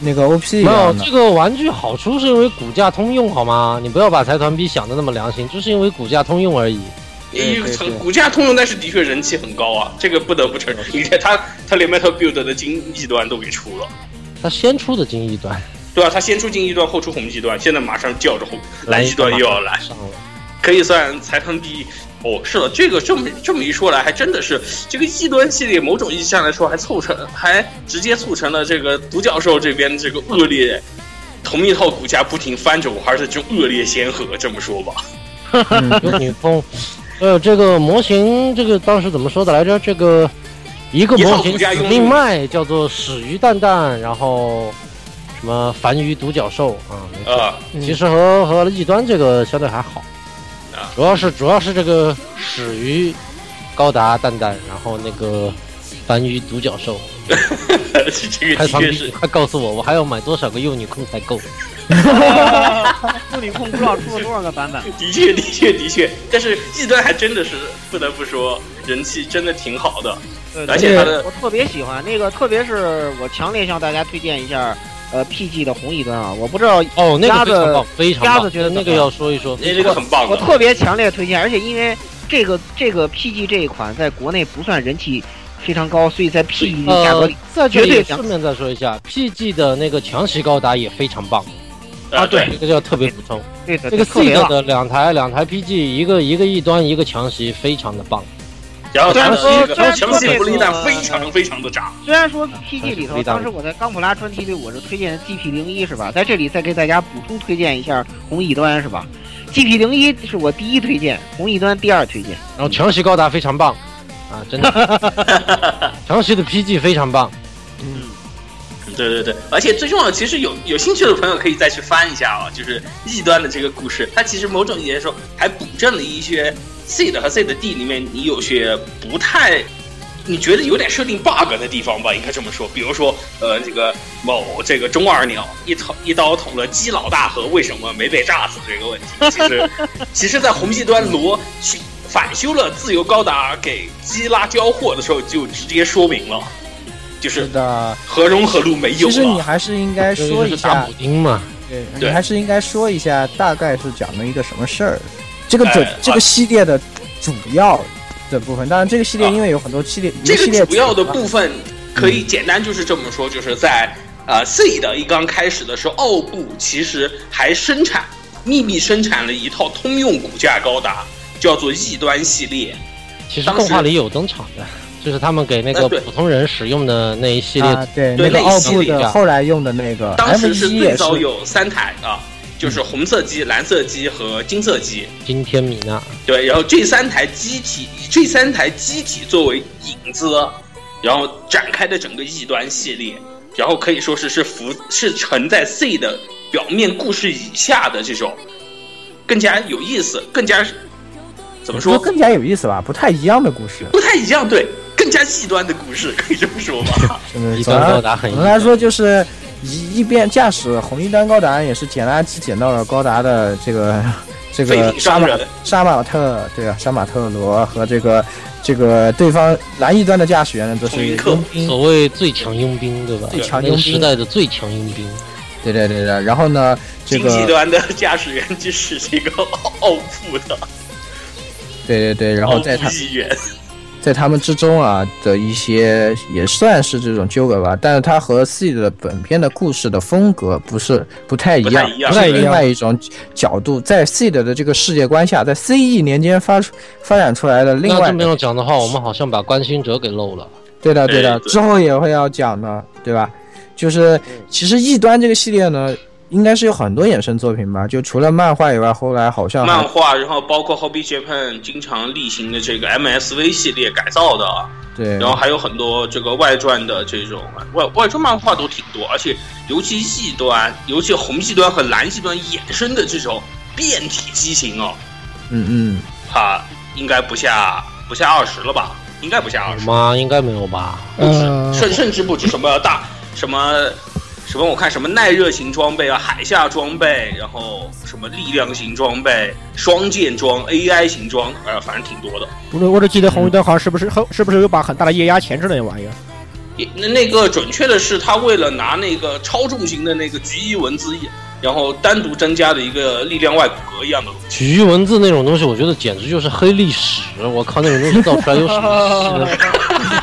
Speaker 6: 那个 OP 一
Speaker 9: 没有
Speaker 6: 样的
Speaker 9: 这个玩具好处是因为骨架通用，好吗？你不要把财团币想的那么良心，就是因为骨架通用而已。
Speaker 1: 也有
Speaker 6: 对对哦
Speaker 1: 骨架通用，但是的确人气很高啊，这个不得不承认。你看他他连 Metal Build 的精异端都给出了。
Speaker 9: 它先出的精益端，
Speaker 1: 对吧？他先出精异端，后出红极端，现在马上叫着红蓝极端又要来，
Speaker 9: 上了。
Speaker 1: 可以算财团第一。哦，是的，这个这么这么一说来，还真的是这个异端系列，某种意义上来说，还促成，还直接促成了这个独角兽这边这个恶劣，同一套骨架不停翻转，还是这种恶劣先河，这么说吧。
Speaker 6: 嗯
Speaker 9: 有女风，呃，这个模型，这个当时怎么说的来着？这个一个模型死命卖叫做死鱼蛋蛋，然后什么繁鱼独角兽啊、没错
Speaker 1: 啊、
Speaker 9: 其实和和异端这个相对还好，主要是主要是这个死鱼高达蛋蛋，然后那个繁鱼独角兽，
Speaker 1: 这个
Speaker 9: 开
Speaker 1: 的
Speaker 9: 团
Speaker 1: 确
Speaker 9: 币，
Speaker 1: 是，
Speaker 9: 快告诉我，我还要买多少个幼女控才够？
Speaker 10: 妇女控不知道出了多少个版本。
Speaker 1: 的确，的确，的确。但是异端还真的是不得不说，人气真的挺好的，
Speaker 10: 对
Speaker 1: 而且他的
Speaker 10: 我特别喜欢那个，特别是我强烈向大家推荐一下，呃，PG 的红一端啊，我不知道，
Speaker 9: 哦，那
Speaker 10: 鸭
Speaker 9: 个
Speaker 10: 子
Speaker 9: 非常棒，非常
Speaker 10: 鸭
Speaker 9: 棒
Speaker 10: 子觉得，
Speaker 9: 那
Speaker 10: 怎
Speaker 9: 个
Speaker 10: 么
Speaker 9: 要说一说，
Speaker 1: 那这个很棒
Speaker 10: 我
Speaker 1: 的。
Speaker 10: 特别强烈推荐，而且因为这个这个 PG 这一款在国内不算人气非常高，所以在
Speaker 6: 嗯
Speaker 10: PG 的价格
Speaker 9: 呃
Speaker 10: 里，，
Speaker 9: 在这
Speaker 10: 绝对
Speaker 9: 里
Speaker 10: 强
Speaker 9: 顺便再说一下，PG 的那个强袭高达也非常棒
Speaker 1: 啊，对，
Speaker 9: 这个要特别补充。
Speaker 10: 对的，
Speaker 9: 这个
Speaker 10: 特别
Speaker 9: C
Speaker 10: 棒。
Speaker 9: 的两台两台 PG，一个一个异端，一个强袭，非常的棒。
Speaker 1: 然后他的
Speaker 10: 虽然
Speaker 1: 这个
Speaker 10: 说虽然说
Speaker 1: 强袭
Speaker 10: 这
Speaker 1: 不利
Speaker 10: 个
Speaker 1: 弹非常非常的炸，
Speaker 10: 虽然
Speaker 9: 啊
Speaker 10: 说 PG 里头，当时我在钢普拉专题里我是推荐 GP 零一是吧，在这里再给大家补充推荐一下红一端是吧，GP 零一是我第一推荐，红一端第二推荐。
Speaker 9: 然后强袭高达非 常棒，啊，真的，强袭的 PG 非常棒。
Speaker 1: 对对对，而且最重要的，其实有有兴趣的朋友可以再去翻一下啊、就是异端的这个故事，它其实某种意义来说还补正了一些 C 的和 C 的 D 里面你有些不太。你觉得有点设定 bug 的地方吧，应该这么说。比如说，呃，这个某这个中二鸟一捅一刀捅了鸡老大和为什么没被炸死这个问题，其实其实，在红极端罗去反修了自由高达给基拉交货的时候，就直接说明了，就是
Speaker 6: 的。
Speaker 1: 和融合路没有
Speaker 6: 嗯
Speaker 1: 啊
Speaker 6: 其实你
Speaker 1: 了。
Speaker 6: 还是应该说一
Speaker 9: 就是打
Speaker 6: 下
Speaker 9: 补，丁嘛，
Speaker 6: 对你
Speaker 1: 对
Speaker 6: 还是应该说一下大概是讲了一个什么事儿。这个准
Speaker 1: 哎
Speaker 6: 这
Speaker 1: 啊
Speaker 6: 个系列的主要的部分，当然这个系列
Speaker 1: 啊
Speaker 6: 因为有很多系列，一
Speaker 1: 这
Speaker 6: 系
Speaker 1: 个
Speaker 6: 列
Speaker 1: 主要的
Speaker 6: 啊
Speaker 1: 部分可以简单就是这么说，就是在呃 C 的一刚开始的时候，奥布其实还生产秘密生产了一套通用骨架高达，叫做异端系列。
Speaker 9: 其实
Speaker 1: 当时
Speaker 9: 动画里有登场的，就是他们给那
Speaker 1: 呃
Speaker 9: 个
Speaker 1: 对
Speaker 9: 普通人使用的那一系列
Speaker 6: 啊，对
Speaker 1: 对
Speaker 6: 那个
Speaker 1: 类
Speaker 6: 奥
Speaker 1: 似
Speaker 6: 布
Speaker 1: 的
Speaker 9: 呀
Speaker 6: 的后来用的那个
Speaker 1: 啊当
Speaker 6: M
Speaker 1: 时是
Speaker 6: 一也
Speaker 1: 最
Speaker 6: 是
Speaker 1: 早有三台啊，就是红色机、蓝色机和金色机。
Speaker 9: 今天米娜，
Speaker 1: 对，然后这三台机体，以这三台机体作为引子，然后展开的整个异端系列，然后可以说是是浮是沉在 C 的表面故事以下的这种更加有意思，更加怎么
Speaker 6: 说
Speaker 1: 说
Speaker 6: 更加有意思吧，不太一样的故事。
Speaker 1: 不太一样，对，更加异端的故事，可以这么说 吧？
Speaker 6: 嗯，
Speaker 9: 一
Speaker 6: 总
Speaker 9: 端高
Speaker 6: 而
Speaker 9: 达很一
Speaker 6: 总的来说就是一一边驾驶红一端高达，也是捡垃圾捡到了高达的这个这
Speaker 1: 废
Speaker 6: 个
Speaker 1: 品
Speaker 6: 杀
Speaker 1: 商
Speaker 6: 马
Speaker 1: 人啊
Speaker 6: 杀马特，对啊，杀马特罗和这个这个对方蓝翼端的驾驶员呢，都
Speaker 1: 同
Speaker 6: 是
Speaker 1: 一课
Speaker 6: 佣兵。
Speaker 9: 所谓最强佣兵，对吧？
Speaker 6: 最强
Speaker 9: 那个
Speaker 6: 佣兵
Speaker 9: 时代的最强佣兵，
Speaker 6: 对对对对，然后呢，这
Speaker 1: 经
Speaker 6: 个
Speaker 1: 济端的驾驶员就是这个奥布的
Speaker 6: 对对对，然
Speaker 1: 奥
Speaker 6: 后
Speaker 1: 布
Speaker 6: 在他
Speaker 1: 议员，
Speaker 6: 在他们之中啊的一些也算是这种纠葛吧，但是它和 C 的本片的故事的风格不是不太一样
Speaker 1: 不太一，样
Speaker 6: 是
Speaker 8: 不太一样
Speaker 6: 另外一种角度，在 C 的的这个世界观下，在 CE 年间发出发展出来的另
Speaker 9: 那
Speaker 6: 外
Speaker 9: 这么样讲的话，我们好像把关心者给漏了。
Speaker 6: 对的，对
Speaker 1: 哎
Speaker 6: 的，
Speaker 1: 对嗯
Speaker 6: 之后也会要讲的，对吧？就是其实异端这个系列呢，应该是有很多衍生作品吧，就除了漫画以外，后来好像还
Speaker 1: 漫画，然后包括 Hobby Japan 经常例行的这个 MSV 系列改造的。啊
Speaker 6: 对
Speaker 1: 然后还有很多这个外传的这种外外传漫画都挺多，而且尤其异端，尤其红系端和蓝系端衍生的这种变体机型哦，
Speaker 6: 嗯嗯，
Speaker 1: 它应该不下不下二十了吧？应该不下二
Speaker 9: 有
Speaker 1: 十，
Speaker 9: 吗？应该没有吧？
Speaker 1: 不止，
Speaker 8: 呃
Speaker 1: 甚甚至不止什么大什么什么，我看什么耐热型装备啊，海下装备，然后什么力量型装备、双剑装、AI 型装，呃，反正挺多的。
Speaker 8: 我只我只记得红绿灯好像是不是很是不是有把很大的液压钳制那玩意儿？
Speaker 1: 也那那个准确的是，他为了拿那个超重型的那个菊衣文字，然后单独增加的一个力量外骨骼一样的东西。
Speaker 9: 体育文字那种东西，我觉得简直就是黑历史。我靠，那种东西造出来有什么意思呢？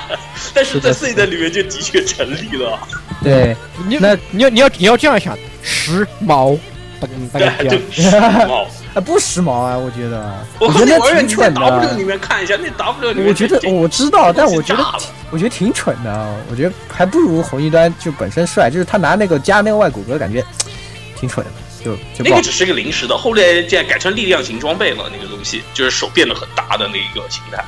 Speaker 1: 但是在 C 的里面就的确成立了，
Speaker 6: 对，
Speaker 8: 你
Speaker 6: 那
Speaker 8: 你要你要你要这样想，时髦，噔噔
Speaker 1: 对，
Speaker 8: 噔，
Speaker 1: 就时 髦。
Speaker 6: 啊不时髦啊，我觉得，
Speaker 1: 我靠，
Speaker 6: 觉得
Speaker 1: 那玩意儿
Speaker 6: 挺
Speaker 1: 你在
Speaker 6: 蠢的。
Speaker 1: W 里面看一下，那 W 里面
Speaker 6: 我觉得
Speaker 1: 这
Speaker 6: 我知道，但
Speaker 1: 这
Speaker 6: 我觉得
Speaker 1: 炸了
Speaker 6: 我觉得挺蠢的，啊我觉得还不如红一端就本身帅，就是他拿那个加那个外骨骼，感觉挺蠢的，就就
Speaker 1: 那
Speaker 6: 不好
Speaker 1: 个。只是个临时的，后来这改成力量型装备了，那个东西就是手变得很大的那个形态，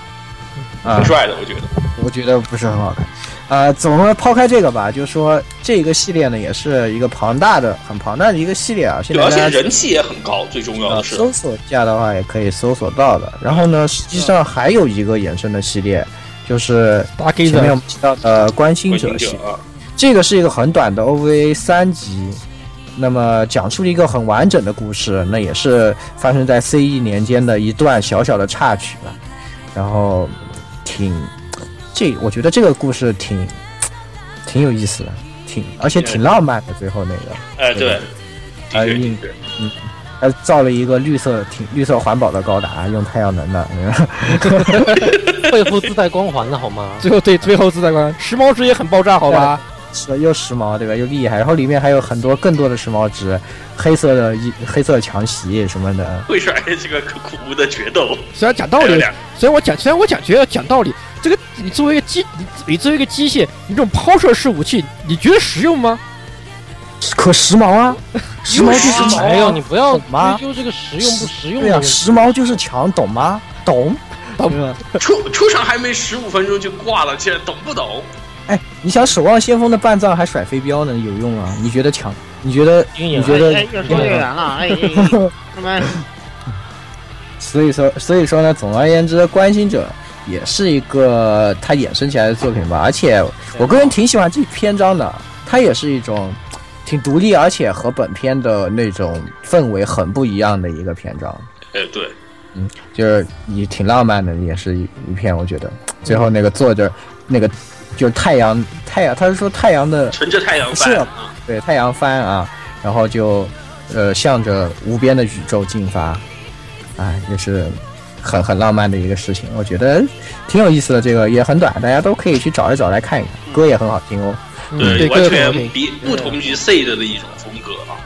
Speaker 6: 啊
Speaker 1: 挺，帅的，我觉得。
Speaker 6: 我觉得不是很好看。呃，总而抛开这个吧，就说这个系列呢，也是一个庞大的、很庞大的一个系列啊。现
Speaker 1: 对，
Speaker 6: 在
Speaker 1: 而且
Speaker 6: 大家
Speaker 1: 人气也很高，最重要
Speaker 6: 呃
Speaker 1: 的是，
Speaker 6: 搜索一下的话，也可以搜索到的。然后呢，实际上还有一个衍生的系列，就是
Speaker 8: 大 K
Speaker 6: 前面我
Speaker 8: 子，
Speaker 6: 们提到的关心
Speaker 1: 关
Speaker 6: 者
Speaker 1: 心
Speaker 6: 系列
Speaker 1: 者。啊，
Speaker 6: 这个是一个很短的 OVA 三集，那么讲述了一个很完整的故事，那也是发生在 CE 年间的一段小小的插曲吧。然后挺，这我觉得这个故事挺挺有意思的，挺而且挺浪漫的。最后那个
Speaker 1: 哎，对，
Speaker 6: 哎
Speaker 1: 的确
Speaker 6: 嗯
Speaker 1: 的确，
Speaker 6: 他造了一个绿色挺绿色环保的高达，用太阳能的。嗯
Speaker 9: 背后自带光环的好吗？
Speaker 8: 最后对最后自带关，时髦值也很爆炸，好吧？
Speaker 6: 是 又时髦对吧？又厉害，然后里面还有很多更多的时髦值，黑色的衣黑色墙席什么的，
Speaker 1: 会甩这个可苦无的决斗，
Speaker 8: 虽然讲道
Speaker 1: 还有
Speaker 8: 理，
Speaker 1: 两
Speaker 8: 虽然我讲虽然我讲觉得讲道理，这个你作为一个机你你作为一个机械，你这种抛射式武器，你觉得实用吗？
Speaker 6: 可时髦啊！时髦就是
Speaker 1: 时髦
Speaker 6: 强，
Speaker 9: 没有，哎你不要
Speaker 6: 懂吗
Speaker 9: 追究这个实用不实用
Speaker 6: 对
Speaker 9: 的
Speaker 6: 呀、
Speaker 9: 问题。
Speaker 6: 时髦哦就是强，懂吗？懂。
Speaker 8: 懂
Speaker 6: 对吧
Speaker 1: 出出场还没十五分钟就挂了，这懂不懂？
Speaker 6: 你想守望先锋的半藏还甩飞镖呢，有用啊？你觉得强？你觉得？
Speaker 9: 阴
Speaker 6: 啊你
Speaker 9: 影
Speaker 6: 觉得？
Speaker 10: 哎，越说越远了，哎，哎哎 那么
Speaker 6: 所以说，所以说呢，总而言之，《关心者》也是一个它衍生起来的作品吧。而且，我个人挺喜欢这篇章的，它也是一种挺独立，而且和本片的那种氛围很不一样的一个篇章，
Speaker 1: 哎，对，
Speaker 6: 就是也挺浪漫的，也是一一篇。我觉得最后那个作者，那个就是太阳，太阳，他是说太阳的
Speaker 1: 乘着太阳
Speaker 6: 是
Speaker 1: 翻
Speaker 6: 啊
Speaker 1: 啊，
Speaker 6: 对太阳帆啊，然后就呃向着无边的宇宙进发，啊，也是很很浪漫的一个事情，我觉得挺有意思的。这个也很短，大家都可以去找一找来看一看，歌也很好听哦。
Speaker 8: 嗯对，
Speaker 1: 完
Speaker 8: 各
Speaker 1: 全
Speaker 8: 种可以
Speaker 1: 比不同于 C 的的一种风格啊。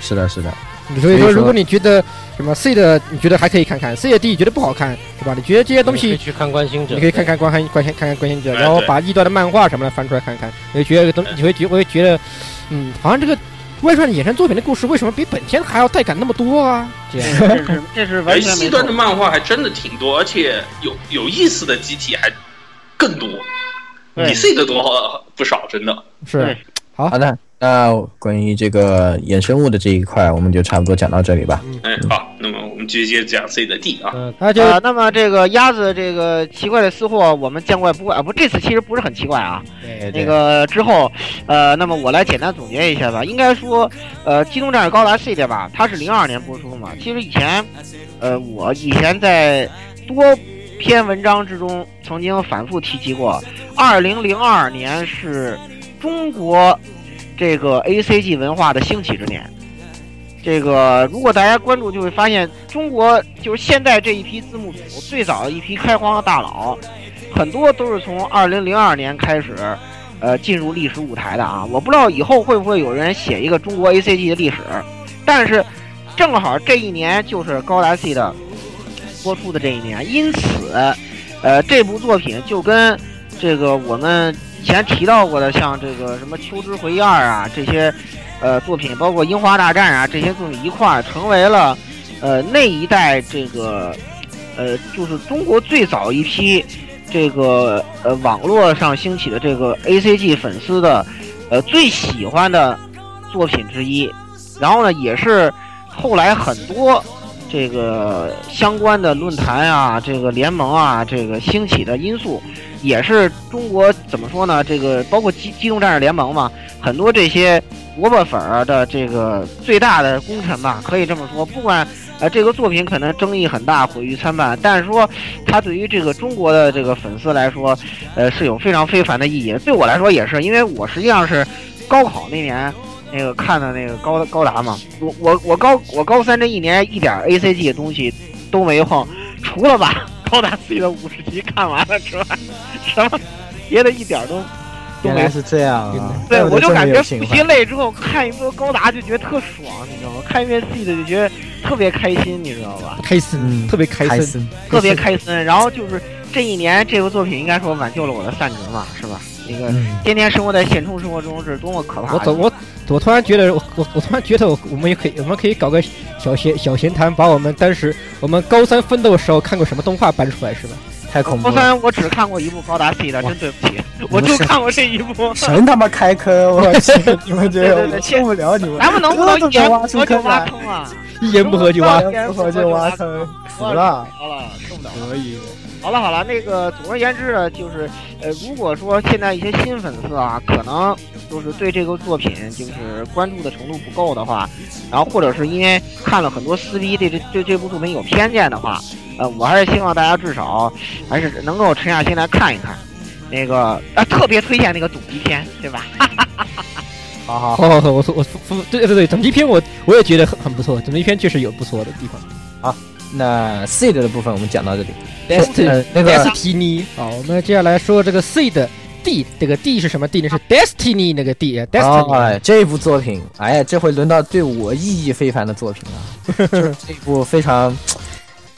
Speaker 6: 是的，是的，
Speaker 8: 所以
Speaker 6: 所
Speaker 8: 说，
Speaker 6: 以说
Speaker 8: 如果你觉得什么 C 的，你觉得还可以看看；C 的 D 觉得不好看，是吧？你觉得这些东
Speaker 9: 你可以
Speaker 8: 西，
Speaker 9: 去看关心者，
Speaker 8: 你可以看看观看观看看看关心者，
Speaker 1: 哎
Speaker 8: 然后
Speaker 1: 对
Speaker 8: 把异端的漫画什么的翻出来看看，你会觉得东，你会觉，我会觉得，嗯，好像这个外传衍生作品的故事为什么比本片还要带感那么多啊？这样，
Speaker 10: 这是这是
Speaker 1: 哎，
Speaker 10: 完全
Speaker 1: 西
Speaker 10: 没
Speaker 1: 端的
Speaker 10: 错。
Speaker 1: 漫画还真的挺多，而且有有意思的机体还更多，
Speaker 10: 对
Speaker 1: 比 C 的多不少，真的。
Speaker 8: 是
Speaker 10: 对
Speaker 6: 好的，那关于这个衍生物的这一块，我们就差不多讲到这里吧。
Speaker 1: 哎，好，那么我们继续接着讲 C 的 D 啊。
Speaker 9: 嗯，
Speaker 8: 那就
Speaker 10: 啊，那么这个鸭子这个奇怪的私货，我们见怪不怪啊。不，这次其实不是很奇怪啊。
Speaker 6: 对
Speaker 10: 那个之后，呃，那么我来简单总结一下吧。应该说，呃，《机动战士高达》系列吧，它是零二年播出嘛。其实以前，呃，我以前在多篇文章之中曾经反复提及过，二零零二年是中国这个 A C G 文化的兴起之年。这个如果大家关注，就会发现中国就是现在这一批字幕组最早的一批开荒的大佬，很多都是从二零零二年开始。呃进入历史舞台的啊。我不知道以后会不会有人写一个中国 ACG 的历史，但是正好这一年就是高达系的播出的这一年，因此，呃，这部作品就跟这个我们以前提到过的，像这个什么《秋之回忆二》啊这些，呃，作品，包括《樱花大战啊》这些作品一块儿成为了，呃，那一代这个，呃，就是中国最早一批这个呃网络上兴起的这个 A C G 粉丝的呃最喜欢的作品之一，然后呢，也是后来很多这个相关的论坛啊、这个联盟啊、这个兴起的因素，也是中国怎么说呢？这个包括机机动战士联盟嘛，很多这些萝卜粉儿的这个最大的功臣吧，可以这么说。不管呃这个作品可能争议很大，毁誉参半，但是说它对于这个中国的这个粉丝来说，呃，是有非常非凡的意义的。对我来说也是，因为我实际上是高考那年那个看的那个高高达嘛，我我我高我高三这一年一点 A C G 的东西都没碰，除了把高达 C 的五十集看完了之外，什么别的一点儿都都
Speaker 6: 原
Speaker 10: 没
Speaker 6: 来是这样啊！
Speaker 10: 对，
Speaker 6: 怪不得
Speaker 10: 我就
Speaker 6: 这么
Speaker 10: 感
Speaker 6: 有
Speaker 10: 觉
Speaker 6: 情
Speaker 10: 复
Speaker 6: 怀
Speaker 10: 习累之后看一部高达就觉得特爽，你知道吗？看一遍 C 的就觉得特别开心，你知道吧？
Speaker 8: 开心，
Speaker 6: 嗯
Speaker 8: 特别开
Speaker 6: 开
Speaker 8: 心。
Speaker 6: 心，
Speaker 10: 特别开心。然后就是这一年，这部作品应该说挽救了我的善宁嘛，是吧？那个
Speaker 6: 嗯，
Speaker 10: 天天生活在现充生活中是多么可怕的！
Speaker 8: 我走，我我突然觉得，我我我突然觉得，我我们也可以，我们可以搞个小闲小闲谈，把我们当时我们高三奋斗的时候看过什么动画搬出来，是吧？
Speaker 6: 太恐怖
Speaker 10: 高
Speaker 6: 了，
Speaker 10: 三我只看过一部高达 C 的，真对不起，我就看过这一部。
Speaker 6: 神他妈开坑！我去，你们这
Speaker 10: 对对
Speaker 6: 个我受
Speaker 10: 对
Speaker 6: 不了你们，
Speaker 10: 咱们能不能一言不合就挖
Speaker 6: 来，
Speaker 10: 坑啊？
Speaker 8: 一言不合就挖
Speaker 10: 一言
Speaker 6: 不合就挖
Speaker 10: 啊
Speaker 6: 坑，服
Speaker 10: 受
Speaker 6: 了，
Speaker 10: 不了，受不了了。
Speaker 6: 可以。
Speaker 10: 好了好了，那个总而言之呢，就是呃，如果说现在一些新粉丝啊，可能就是对这个作品就是关注的程度不够的话，然后或者是因为看了很多撕逼对这对这部作品有偏见的话，呃，我还是希望大家至少还是能够啊沉下心来看一看。那个啊，特别推荐那个总集篇，对 吧？
Speaker 6: 好好
Speaker 8: 好好好，我说我说对对对，整集篇我我也觉得很很不错，整集篇确实有不错的地方。
Speaker 6: 那 seed 的部分我们讲到这里。
Speaker 8: Destiny
Speaker 6: 呃那个
Speaker 8: Destiny，好，我们接下来说这个 C 的 D，这个 D 是什么 D 呢？是 Destiny 那个呃 D，Destiny。
Speaker 6: 哎，这部作品，哎呀，这回轮到对我意义非凡的作品了，就是这部非常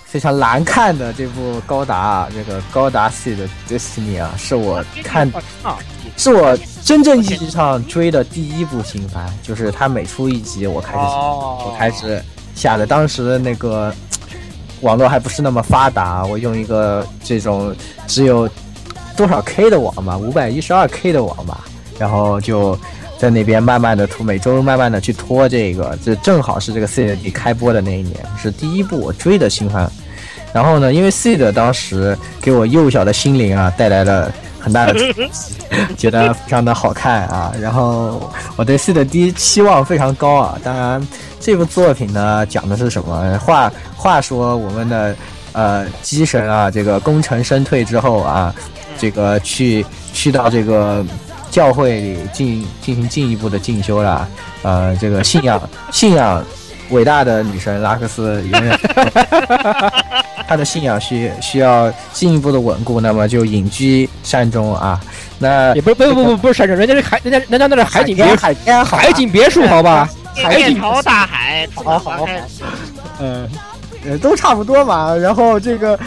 Speaker 6: 非常难看的这部高达啊，这个高达系的 Destiny 啊，是我看
Speaker 10: 啊，
Speaker 6: 是我真正意义上追的第一部新番，就是它每出一集我开始
Speaker 10: 哦
Speaker 6: 我开始下的，当时那个网络还不是那么发达，我用一个这种只有多少 K 的网吧，五百一十二 K 的网吧，然后就在那边慢慢的拖，每周慢慢的去拖这个，这正好是这个 Seed 开播的那一年，是第一部我追的新番。然后呢，因为 Seed 当时给我幼小的心灵啊带来了很大的 冲击，觉得非常的好看啊。然后我对 Seed 第一期望非常高啊。当然，这部作品呢讲的是什么？话话说我们的呃机神啊，这个功成身退之后啊，这个去去到这个教会里进进行进一步的进修了。呃，这个信仰 信仰伟大的女神拉克斯永远。 他的信仰需需要进一步的稳固，那么就隐居山中啊。那
Speaker 8: 也不是不不不不是山人家是海，人家人家那是海景别
Speaker 6: 海边好啊
Speaker 8: 海景别墅，好吧？海
Speaker 10: 面
Speaker 8: 景
Speaker 10: 朝大海，
Speaker 6: 好好好嗯，呃，都差不多嘛。然后这个，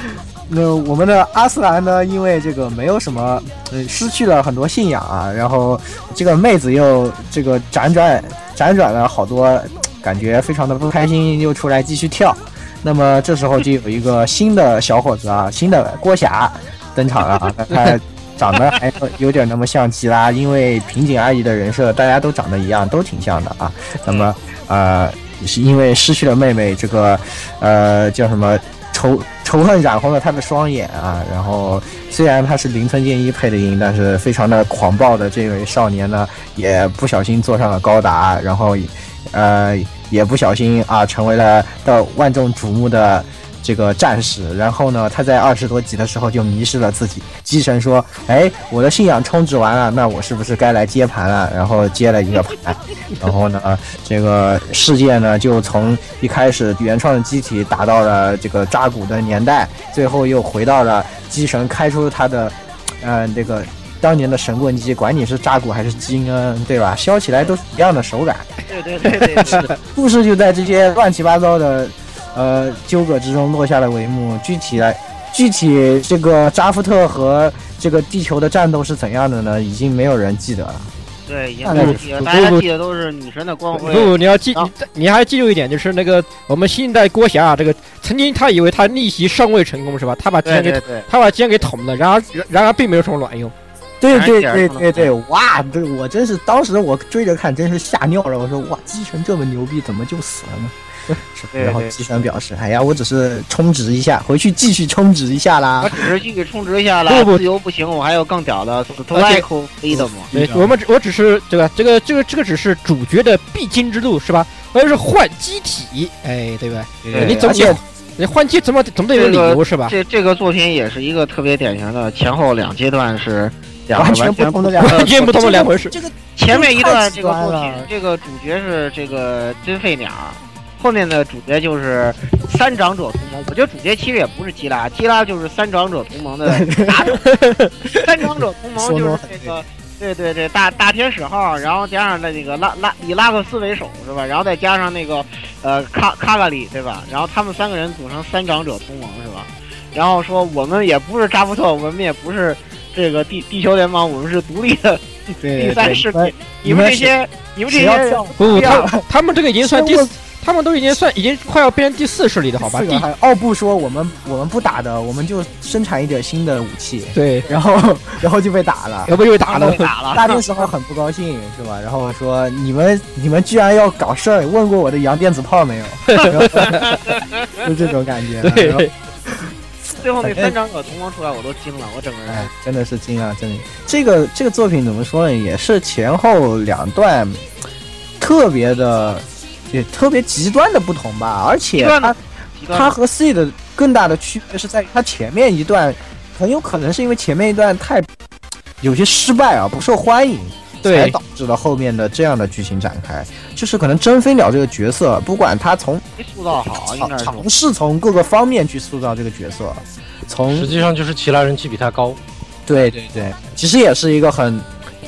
Speaker 6: 那、我们的阿斯兰呢，因为这个没有什么，呃，失去了很多信仰啊。然后这个妹子又这个辗转辗转了好多，感觉非常的不开心，又出来继续跳。那么这时候就有一个新的小伙子啊，新的郭霞登场了啊，他长得还有点那么像吉拉，因为平井阿姨的人设大家都长得一样，都挺像的啊。那么呃，是因为失去了妹妹，这个呃叫什么仇仇恨染红了他的双眼啊。然后虽然他是林村健一配的音，但是非常的狂暴的这位少年呢，也不小心坐上了高达，然后呃也不小心啊成为了到万众瞩目的。这个战士，然后呢，他在二十多集的时候就迷失了自己。机神说：“哎，我的信仰充值完了，那我是不是该来接盘了？”然后接了一个 盘，然后呢，这个世界呢就从一开始原创的机体打到了这个扎古的年代，最后又回到了机神开出他的，呃，这个当年的神棍机，管你是扎古还是金恩，对吧？削起来都是一样的手感。
Speaker 10: 对对对对，是的，
Speaker 6: 故事就在这些乱七八糟的呃纠葛之中落下了帷幕。具体来，具体这个扎夫特和这个地球的战斗是怎样的呢？已经没有人记得了。
Speaker 10: 对，已经没有记得，大家记得都是女神的光
Speaker 8: 不
Speaker 10: 辉。
Speaker 8: 不，你要记
Speaker 10: 啊，
Speaker 8: 你还记住一点，就是那个我们新一代郭霞啊，这个曾经他以为他逆袭尚未成功是吧？他把鸡
Speaker 10: 对
Speaker 8: 给
Speaker 10: 对对，
Speaker 8: 他把鸡给捅了，然而然然而并没有什么卵用。
Speaker 6: 对
Speaker 10: 哎
Speaker 6: 对
Speaker 10: 点儿
Speaker 6: 对
Speaker 10: 出来
Speaker 6: 对对，哇！这我真是当时我追着看，真是吓尿了。我说哇，机神这么牛逼，怎么就死了呢？
Speaker 10: 对
Speaker 6: 然后
Speaker 10: 对
Speaker 6: 机神表示：“哎呀，我只是充值一下，回去继续充值一下啦
Speaker 10: 我。只是去充值一下
Speaker 8: 不
Speaker 10: 了，
Speaker 8: 不
Speaker 10: 自由不行，我还有更屌的 s t r
Speaker 8: 而
Speaker 10: i
Speaker 8: 且嗯
Speaker 10: k e freedom。
Speaker 8: 对，我们只我只是这个这个这个这个只是主角的必经之路是吧？而是换机体，哎，对吧？
Speaker 10: 对
Speaker 8: 你总
Speaker 6: 而且
Speaker 8: 得你换机怎么总得有理由是吧？
Speaker 10: 这这个作品也是一个特别典型的，前后两阶段是两个
Speaker 6: 完全
Speaker 10: 完
Speaker 6: 不
Speaker 10: 全
Speaker 6: 同的两个
Speaker 8: 完全不同的两回事
Speaker 6: 这个
Speaker 10: 前面一段这个
Speaker 6: 太极
Speaker 10: 作
Speaker 6: 端
Speaker 10: 品
Speaker 6: 了，
Speaker 10: 这个主角是这个真飞鸟，后面的主角就是三长者同盟。我觉得主角其实也不是基拉，基拉就是三长者同盟的打手。 三长者同盟就是这个，对对对，大大天使号，然后加上那个拉拉以拉克斯为首是吧？然后再加上那个呃卡卡卡里对吧？然后他们三个人组成三长者同盟是吧？然后说我们也不是扎夫特，我们也不是这个地地球联邦，我们是独立的
Speaker 6: 对
Speaker 10: 第
Speaker 6: 对
Speaker 10: 三
Speaker 6: 对，
Speaker 10: 视
Speaker 6: 你们
Speaker 10: 频，你们这些，你们这
Speaker 6: 谁
Speaker 10: 些
Speaker 6: 要跳
Speaker 10: 人
Speaker 6: 舞
Speaker 8: 不不，
Speaker 10: 不要
Speaker 8: 他他们这个已经算第
Speaker 6: 生
Speaker 8: 四，他们都已经算已经快要变成第四势力了，好吧？
Speaker 6: 四
Speaker 8: 第
Speaker 6: 个还奥布说我们我们不打的，我们就生产一点新的武器，
Speaker 8: 对，
Speaker 6: 然后 然后就被打了。
Speaker 8: 要不又打
Speaker 10: 打
Speaker 8: 了
Speaker 10: 都。打了，
Speaker 6: 大天使号很不高兴是吧？然后说你们你们居然要搞事儿，问过我的洋电子炮没有？ 然后就这种感觉。然后
Speaker 8: 对，
Speaker 10: 最后那三张可同框出来，我都惊了，我整个
Speaker 6: 哎
Speaker 10: 人，
Speaker 6: 真的是惊啊！真的，这个这个作品怎么说呢？也是前后两段特别的，也特别极端的不同吧。而且
Speaker 10: 极端的
Speaker 6: 它
Speaker 10: 极端
Speaker 6: 它和 C 的更大的区别是在于它前面一段，很有可能是因为前面一段太有些失败啊，不受欢迎，
Speaker 8: 对
Speaker 6: 才导致了后面的这样的剧情展开。就是可能真飞鸟这个角色，不管他从
Speaker 10: 没塑造好，啊应该
Speaker 6: 尝
Speaker 10: 是
Speaker 6: 尝试从各个方面去塑造这个角色，从
Speaker 9: 实际上就是其他人气比他高，
Speaker 6: 对对对，其实也是一个很，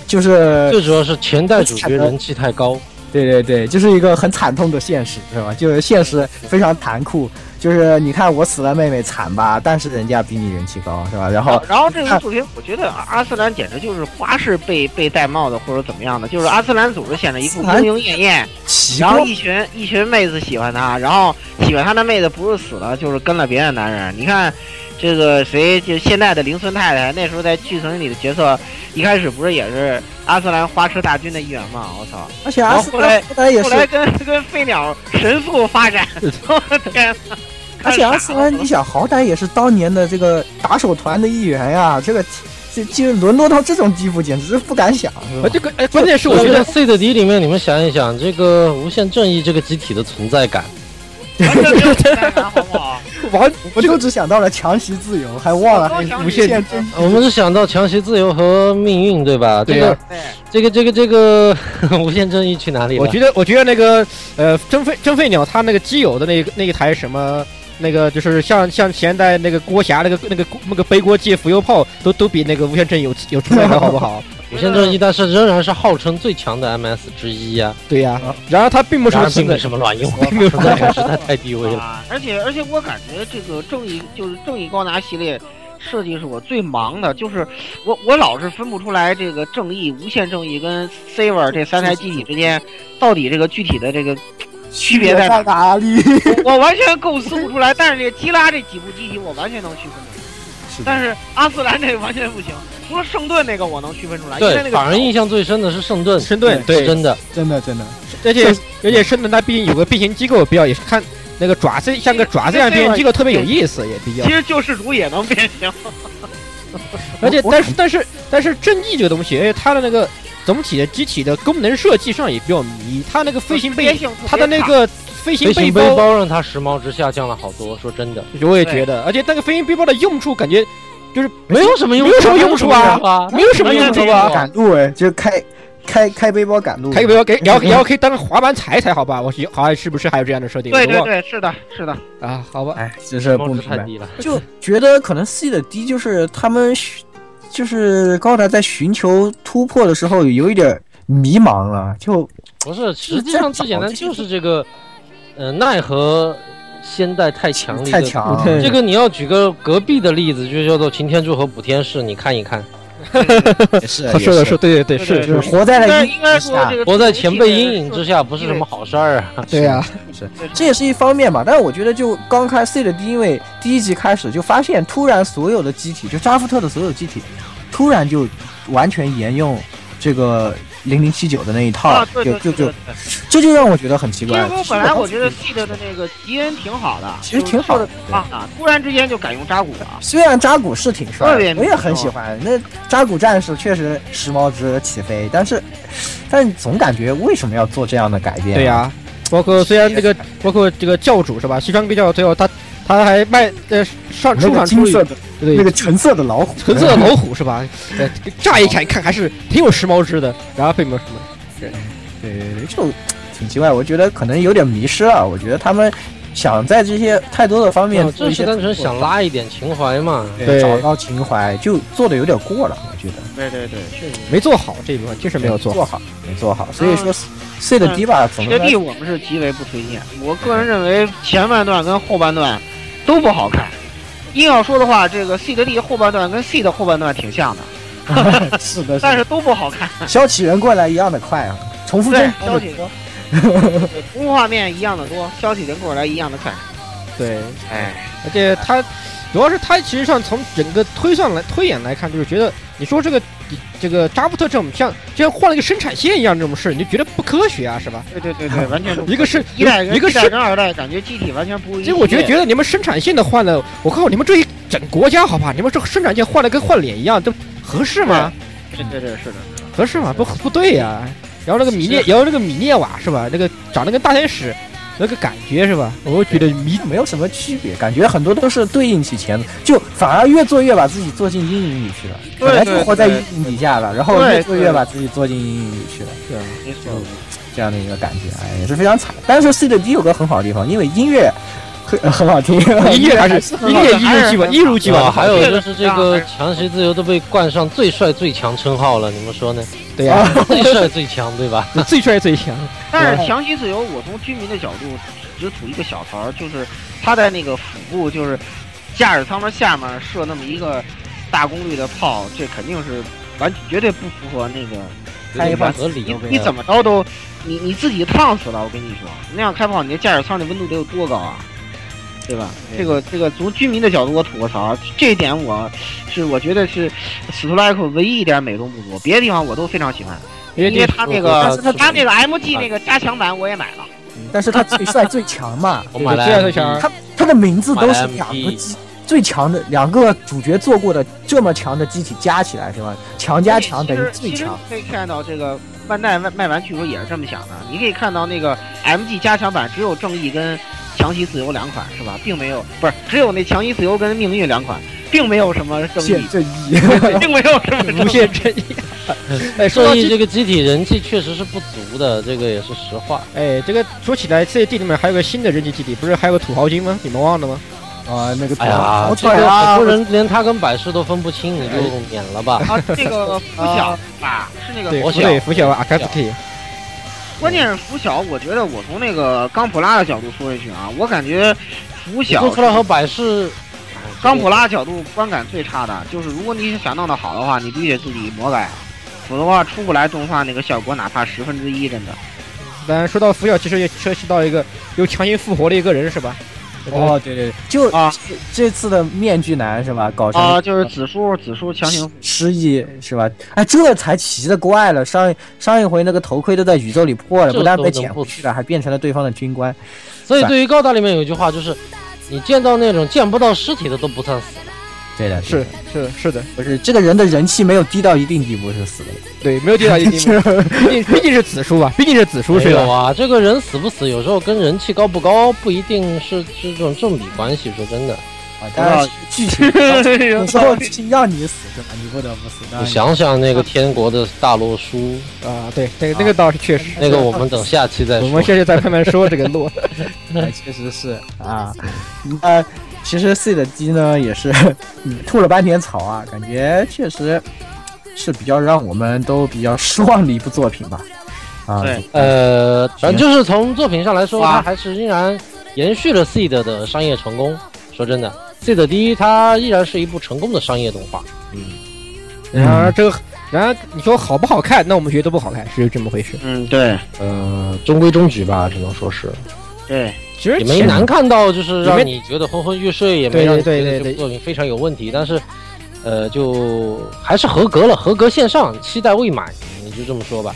Speaker 6: 就是
Speaker 9: 最主要是前代主角人气太高。
Speaker 6: 对对对，就是一个很惨痛的现实，是吧？就是现实非常残酷，就是你看我死了，妹妹惨吧，但是人家比你人气高，是吧？然后
Speaker 10: 然后这个
Speaker 6: 看
Speaker 10: 作品，我觉得阿斯兰简直就是花式被被戴帽子或者怎么样的，就是阿斯兰组织显得一副
Speaker 6: 阿斯兰
Speaker 10: 膺膺燕燕，
Speaker 6: 奇
Speaker 10: 然
Speaker 6: 怪
Speaker 10: 后，一群一群妹子喜欢他，然后喜欢他的妹子不是死了就是跟了别的男人。你看这个谁就现在的林村太太，那时候在剧情里的角色，一开始不是也是阿斯兰花车大军的一员吗？我操！
Speaker 6: 而且阿斯
Speaker 10: 然后后来
Speaker 6: 兰后来也
Speaker 10: 后
Speaker 6: 是，
Speaker 10: 来跟跟飞鸟神速发 展，我的天哪！
Speaker 6: 而且阿
Speaker 10: 看
Speaker 6: 斯
Speaker 10: 傻了
Speaker 6: 兰，你想好歹也是当年的这个打手团的一员呀，这个这这沦落到这种地步，简直是不敢想，是吧
Speaker 8: 哎，？这个哎，关键是我
Speaker 9: 我
Speaker 8: 觉
Speaker 9: 觉得
Speaker 8: 得
Speaker 9: C 的敌里面，你们想一想，这个无限正义这个集体的存在感，
Speaker 10: 完全没有存在感好不 好？
Speaker 8: 王
Speaker 6: 我就只想到了强袭自由，还忘了
Speaker 10: 我刚
Speaker 6: 还
Speaker 10: 想
Speaker 6: 无
Speaker 10: 起
Speaker 6: 限
Speaker 10: 来
Speaker 6: 真
Speaker 9: 我们是想到强袭自由和命运，对吧？
Speaker 8: 对啊
Speaker 9: 这
Speaker 8: 呀
Speaker 9: 个、
Speaker 10: 对，
Speaker 9: 这个、这个、这个 无限正义去哪里了？
Speaker 8: 我觉得，我觉得那个呃，真飞真飞鸟它那个基友的那个那一台什么。那个就是像像前代那个郭霞那个那个那个背锅借浮游炮都都比那个无限正有有出来 的好不好？
Speaker 9: 无限正义，但是仍然是号称最强的 MS 之一呀、
Speaker 8: 对呀、
Speaker 10: 啊
Speaker 8: 然而它并不是
Speaker 9: 然
Speaker 8: 个
Speaker 9: 而
Speaker 8: 新
Speaker 9: 并
Speaker 8: 的
Speaker 9: 没，什么卵用，
Speaker 8: 并没有什
Speaker 9: 存
Speaker 8: 么
Speaker 9: 在感实在太低微了。
Speaker 10: 啊，而且而且我感觉这个正义就是正义高达系列设计是我最忙的，就是我我老是分不出来这个正义、无限正义跟 Saver 这三台机体之间到底这个具体的这个区别在
Speaker 6: 在
Speaker 10: 哪，
Speaker 6: 哪里？
Speaker 10: 我我完全构思不出来。但是这基拉这几部机体我完全能区分出来，但是阿斯兰这完全不行，除了圣盾那个我能区分出来，因为那
Speaker 9: 对，
Speaker 10: 个
Speaker 9: 反而印象最深的是圣盾，
Speaker 8: 深盾
Speaker 9: 是
Speaker 8: 对，
Speaker 9: 真的。
Speaker 6: 真的真的，
Speaker 8: 而且而且深盾它毕竟有个变形机构，比较也是看那个爪子像个爪子一样变形机构特别有意思，也比较
Speaker 10: 其。实救世主也能变形。
Speaker 8: 而且但是但是但是正义这个东西，而且它的那个总体的机体的功能设计上也比较迷，它那个飞行背
Speaker 10: 特别像
Speaker 8: 它的那个飞行
Speaker 9: 飞
Speaker 8: 背
Speaker 9: 行
Speaker 8: 包
Speaker 9: 背包让它时髦值下降了好多，说真的，
Speaker 8: 我也觉得，而且那个飞行背包的用处感觉就是
Speaker 9: 没有什么用，
Speaker 8: 没有什么用处啊，没有什么用处啊。
Speaker 6: 赶路哎，就开开开背包赶路，
Speaker 8: 开个背包给，然后然后可以当滑板踩一踩，好吧？我是好像是不是还有这样的设定？
Speaker 10: 对对
Speaker 8: 我忘
Speaker 10: 对，是的，是的。
Speaker 8: 啊，好吧，
Speaker 6: 哎，真是不
Speaker 9: 时髦
Speaker 6: 明
Speaker 9: 值太
Speaker 6: 白，
Speaker 9: 低了。
Speaker 6: 就觉得可能 C 的 D 就是他们寻就是高达在寻求突破的时候有一点迷茫了，就
Speaker 9: 不是，实际上最简单就是这个，呃，奈何先代太强了一个
Speaker 6: 太。强了。
Speaker 9: 这个你要举个隔壁的例子，就叫做擎天柱和补天士，你看一看，
Speaker 6: 也 是
Speaker 8: 他说的是，对对对，
Speaker 10: 对
Speaker 8: 是
Speaker 10: 对
Speaker 6: 就是
Speaker 8: 是，
Speaker 6: 活在
Speaker 10: 但
Speaker 6: 了
Speaker 10: 是应该说 这个
Speaker 9: 活在前辈阴影之
Speaker 10: 下，
Speaker 9: 下，不是什么好事儿啊。
Speaker 8: 对呀、
Speaker 6: 这也是一方面吧，但是我觉得就刚开 C 的第一位第一集开始就发现，突然所有的机体，就扎夫特的所有机体，突然就完全沿用这个零零七九的那一套，
Speaker 10: 啊，对对
Speaker 6: 就
Speaker 10: 对
Speaker 6: 就
Speaker 10: 对
Speaker 6: 就。这就让我觉得很奇
Speaker 10: 其
Speaker 6: 怪
Speaker 10: 实。我本来我觉得 seed 的啊那个吉恩挺好的，
Speaker 6: 其实挺好的
Speaker 10: 就是做得棒的，突然之间就改用扎古了。
Speaker 6: 虽然扎古是挺帅
Speaker 10: 特别啊
Speaker 6: 的，我也很
Speaker 10: 迷
Speaker 6: 喜欢。那扎古战士确实时髦值起飞，但是，但总感觉为什么要做这样的改变？啊
Speaker 8: 对呀、，包括虽然这个包括这个教主是吧，西川贵教最后他他还卖呃上
Speaker 6: 那
Speaker 8: 出
Speaker 6: 个
Speaker 8: 场
Speaker 6: 金
Speaker 8: 出
Speaker 6: 色的
Speaker 8: 对
Speaker 6: 那个橙色的老虎，
Speaker 8: 橙色的老虎是吧？ 呃，乍一看看还是挺有时髦之的，然后并没有什么。
Speaker 6: 对对对，就挺奇怪。我觉得可能有点迷失了。我觉得他们想在这些太多的方面
Speaker 9: 哦
Speaker 6: 做
Speaker 9: 这
Speaker 6: 一
Speaker 9: 是
Speaker 6: 些
Speaker 9: 单
Speaker 6: 突
Speaker 9: 纯
Speaker 6: 破
Speaker 9: 想拉一点情怀嘛。
Speaker 8: 对
Speaker 6: 对找到情怀，就做的有点过了。我觉得
Speaker 10: 对对对，确实。
Speaker 8: 没做好这一部分，确实没有做
Speaker 6: 做
Speaker 8: 好。
Speaker 6: 好，没做好。所以说，C 的
Speaker 10: 嗯
Speaker 6: D 吧，怎
Speaker 10: seed
Speaker 6: 么
Speaker 10: 的
Speaker 6: 说
Speaker 10: D 我们是极为不推荐，我个人认为前半段跟后半段都不好看。硬要说的话，这个 seed 的 D 后半段跟 seed 的后半段挺像的，
Speaker 6: 是的，
Speaker 10: 但
Speaker 6: 是
Speaker 10: 是都不好看。
Speaker 6: 的消起人过来一样的快啊，重复
Speaker 10: 对
Speaker 6: 正，
Speaker 10: 消息同画面一样的多，消息人过来一样的 快。
Speaker 8: 对，
Speaker 10: 哎，
Speaker 8: 而且他主要是他其实上从整个推算来推演来看，就是觉得你说这个这个扎布特这种像就像换了一个生产线一样这种事，你就觉得不科学啊，是吧？
Speaker 10: 对对对对，完全不
Speaker 8: 一个是
Speaker 10: 一代跟
Speaker 8: 一个
Speaker 10: 一代
Speaker 8: 是，
Speaker 10: 跟二代感觉机体完全不一样。
Speaker 8: 结果我觉得觉得你们生产线的换了，我靠，你们这一整国家好吧，你们这生产线换了跟换脸一样，这合适吗？
Speaker 10: 对对对是的。
Speaker 8: 合适吗？不不对呀、然后那个米涅，然后那个米涅瓦是吧？那个长得跟大天使，那个感觉是吧？我觉得 迷
Speaker 6: 没有什么区别，感觉很多都是对应起前的，就反而越做越把自己做进阴影里去了。
Speaker 10: 对
Speaker 6: 本来
Speaker 10: 对
Speaker 6: 就活在
Speaker 10: 对
Speaker 6: 阴影底下了，然后
Speaker 10: 对
Speaker 6: 越做越
Speaker 10: 对
Speaker 6: 把自己做进阴影里去了。对啊。
Speaker 10: 没错，
Speaker 6: 这样的一个感觉，哎，也是非常惨。但是 C 的 D 有个很好的地方，因为音乐很、呃很好 听，
Speaker 10: 哎
Speaker 8: 音乐还是音乐一如既往，一如既往
Speaker 9: 啊，
Speaker 8: 的
Speaker 9: 还
Speaker 8: 好。
Speaker 9: 有就是这个强袭自由都被冠上最帅最强称号了，你们说呢？啊
Speaker 8: 对呀、
Speaker 9: 最帅最强，对吧？
Speaker 8: 最帅最强。
Speaker 10: 但是强袭自由，我从居民的角度只吐一个小槽，就是他在那个腹部，就是驾驶舱的下面射那么一个大功率的炮，这肯定是完绝对不符合那个开一
Speaker 9: 不
Speaker 10: 炮。
Speaker 9: 合理
Speaker 10: 你，你怎么着都，你你自己烫死了，我跟你说，那样开炮，你那驾驶舱的温度得有多高啊？对吧？这个这个从居民的角度我吐个槽，这一点我是我觉得是史图莱克唯一一点美中不足，别的地方我都非常喜欢，
Speaker 8: 因为
Speaker 10: 因为他那个
Speaker 9: 但是
Speaker 10: 他
Speaker 9: 他
Speaker 10: 那个 MG 那个加强版我也买了，
Speaker 6: 但是他最帅最强嘛，
Speaker 9: 我买了嗯
Speaker 8: 这样就想
Speaker 9: MP
Speaker 6: 他他的名字都是
Speaker 9: 买了
Speaker 6: 两
Speaker 9: MP
Speaker 6: 个机最强的两个主角做过的这么强的机体加起来是吧？强加强等于最
Speaker 10: 其实
Speaker 6: 强，
Speaker 10: 可以看到这个万代卖卖玩具时候也是这么想的，你可以看到那个 MG 加强版只有正义跟强袭自由两款是吧，并没有不是只有那强袭自由跟命运两款，并没有什么正
Speaker 6: 现
Speaker 10: 义，
Speaker 6: 正义。
Speaker 10: 并没有什么正
Speaker 8: 无
Speaker 10: 义。
Speaker 8: 限正 义。哎，说到
Speaker 9: 正
Speaker 8: 这
Speaker 9: 义这个集体人气确实是不足的，这个也是实话。
Speaker 8: 哎，这个说起来，CAD 里面还有个新的人气基地，不是还有个土豪金吗？你们忘了吗？
Speaker 6: 啊，那个
Speaker 9: 哎呀，
Speaker 6: 好
Speaker 9: 这
Speaker 6: 惨
Speaker 9: 个
Speaker 6: 啊！
Speaker 9: 很
Speaker 6: 我
Speaker 9: 多人连他跟百事都分不清，你就免了吧。
Speaker 10: 啊，那个拂晓吧，是那
Speaker 8: 对，
Speaker 10: 个
Speaker 9: 佛晓
Speaker 8: 对，拂晓啊阿卡斯基，
Speaker 10: 关键是拂晓，我觉得我从那个冈普拉的角度说一句啊，我感觉拂
Speaker 9: 做
Speaker 10: 晓
Speaker 9: 出来和百事，哎
Speaker 10: 冈普拉角度观感最差的，就是如果你想弄得好的话，你必须得自己魔改，否则的话出不来动画那个效果，哪怕十分之一，真的。
Speaker 8: 当然，说到拂晓，其实也涉及到一个又强行复活的一个人，是吧？
Speaker 6: 哦，对对对，就
Speaker 10: 啊
Speaker 6: 这这次的面具男是吧？搞成
Speaker 10: 啊，就是紫苏，紫苏强行
Speaker 6: 失忆是吧？哎，这才奇了怪了。上一上一回那个头盔都在宇宙里破了，
Speaker 9: 这
Speaker 6: 不但
Speaker 9: 都
Speaker 6: 被
Speaker 9: 能
Speaker 6: 捡
Speaker 9: 不
Speaker 6: 回去了，还变成了对方的军官。
Speaker 9: 所以对于高达里面有一句话就是，你见到那种见不到尸体的都不算死。
Speaker 6: 对的，对
Speaker 8: 是
Speaker 6: 的
Speaker 8: 是是的，
Speaker 6: 不是这个人的人气没有低到一定地步是死的。
Speaker 8: 对，没有地到 一定，毕竟毕竟是紫苏吧，毕竟是紫苏
Speaker 9: 没
Speaker 8: 是
Speaker 9: 有
Speaker 8: 吧？
Speaker 9: 啊，这个人死不死，有时候跟人气高不高不一定是是这种正比关系。说真的，
Speaker 6: 啊，当然剧情有时候剧情让你死是吧？你不得不死。
Speaker 8: 哎
Speaker 6: 当
Speaker 9: 你
Speaker 6: 然
Speaker 9: 想想那个天国的大洛书，
Speaker 8: 啊，对，那个那个倒是确实，
Speaker 9: 那个我们等下期再
Speaker 8: 哎我
Speaker 9: 说。
Speaker 8: 们现在再慢慢说这个洛。嗯
Speaker 6: 哎确实是啊，呃，其实 C 的鸡呢也是嗯吐了半天槽啊，感觉确实是比较让我们都比较失望的一部作品吧。啊，
Speaker 10: 对
Speaker 9: 呃，反正就是从作品上来说，
Speaker 10: 哇
Speaker 9: 它还是依然延续了 seed 的商业成功。说真的，seed 第一，它依然是一部成功的商业动画。嗯
Speaker 8: 然而这个，然而你说好不好看？那我们觉得都不好看，是这么回事。
Speaker 10: 嗯，对
Speaker 9: 呃，中规中矩吧，只能说是
Speaker 10: 对，
Speaker 8: 其实
Speaker 9: 也没
Speaker 8: 哎前
Speaker 9: 难看到，就是
Speaker 8: 也
Speaker 9: 让
Speaker 8: 没
Speaker 9: 你觉得昏昏欲睡，也
Speaker 8: 对
Speaker 9: 没让你
Speaker 8: 对
Speaker 9: 觉得
Speaker 8: 对
Speaker 9: 这
Speaker 8: 对
Speaker 9: 部作品非常有问题。但是，呃，就还是合格了，合格线上，期待未满，你就这么说吧。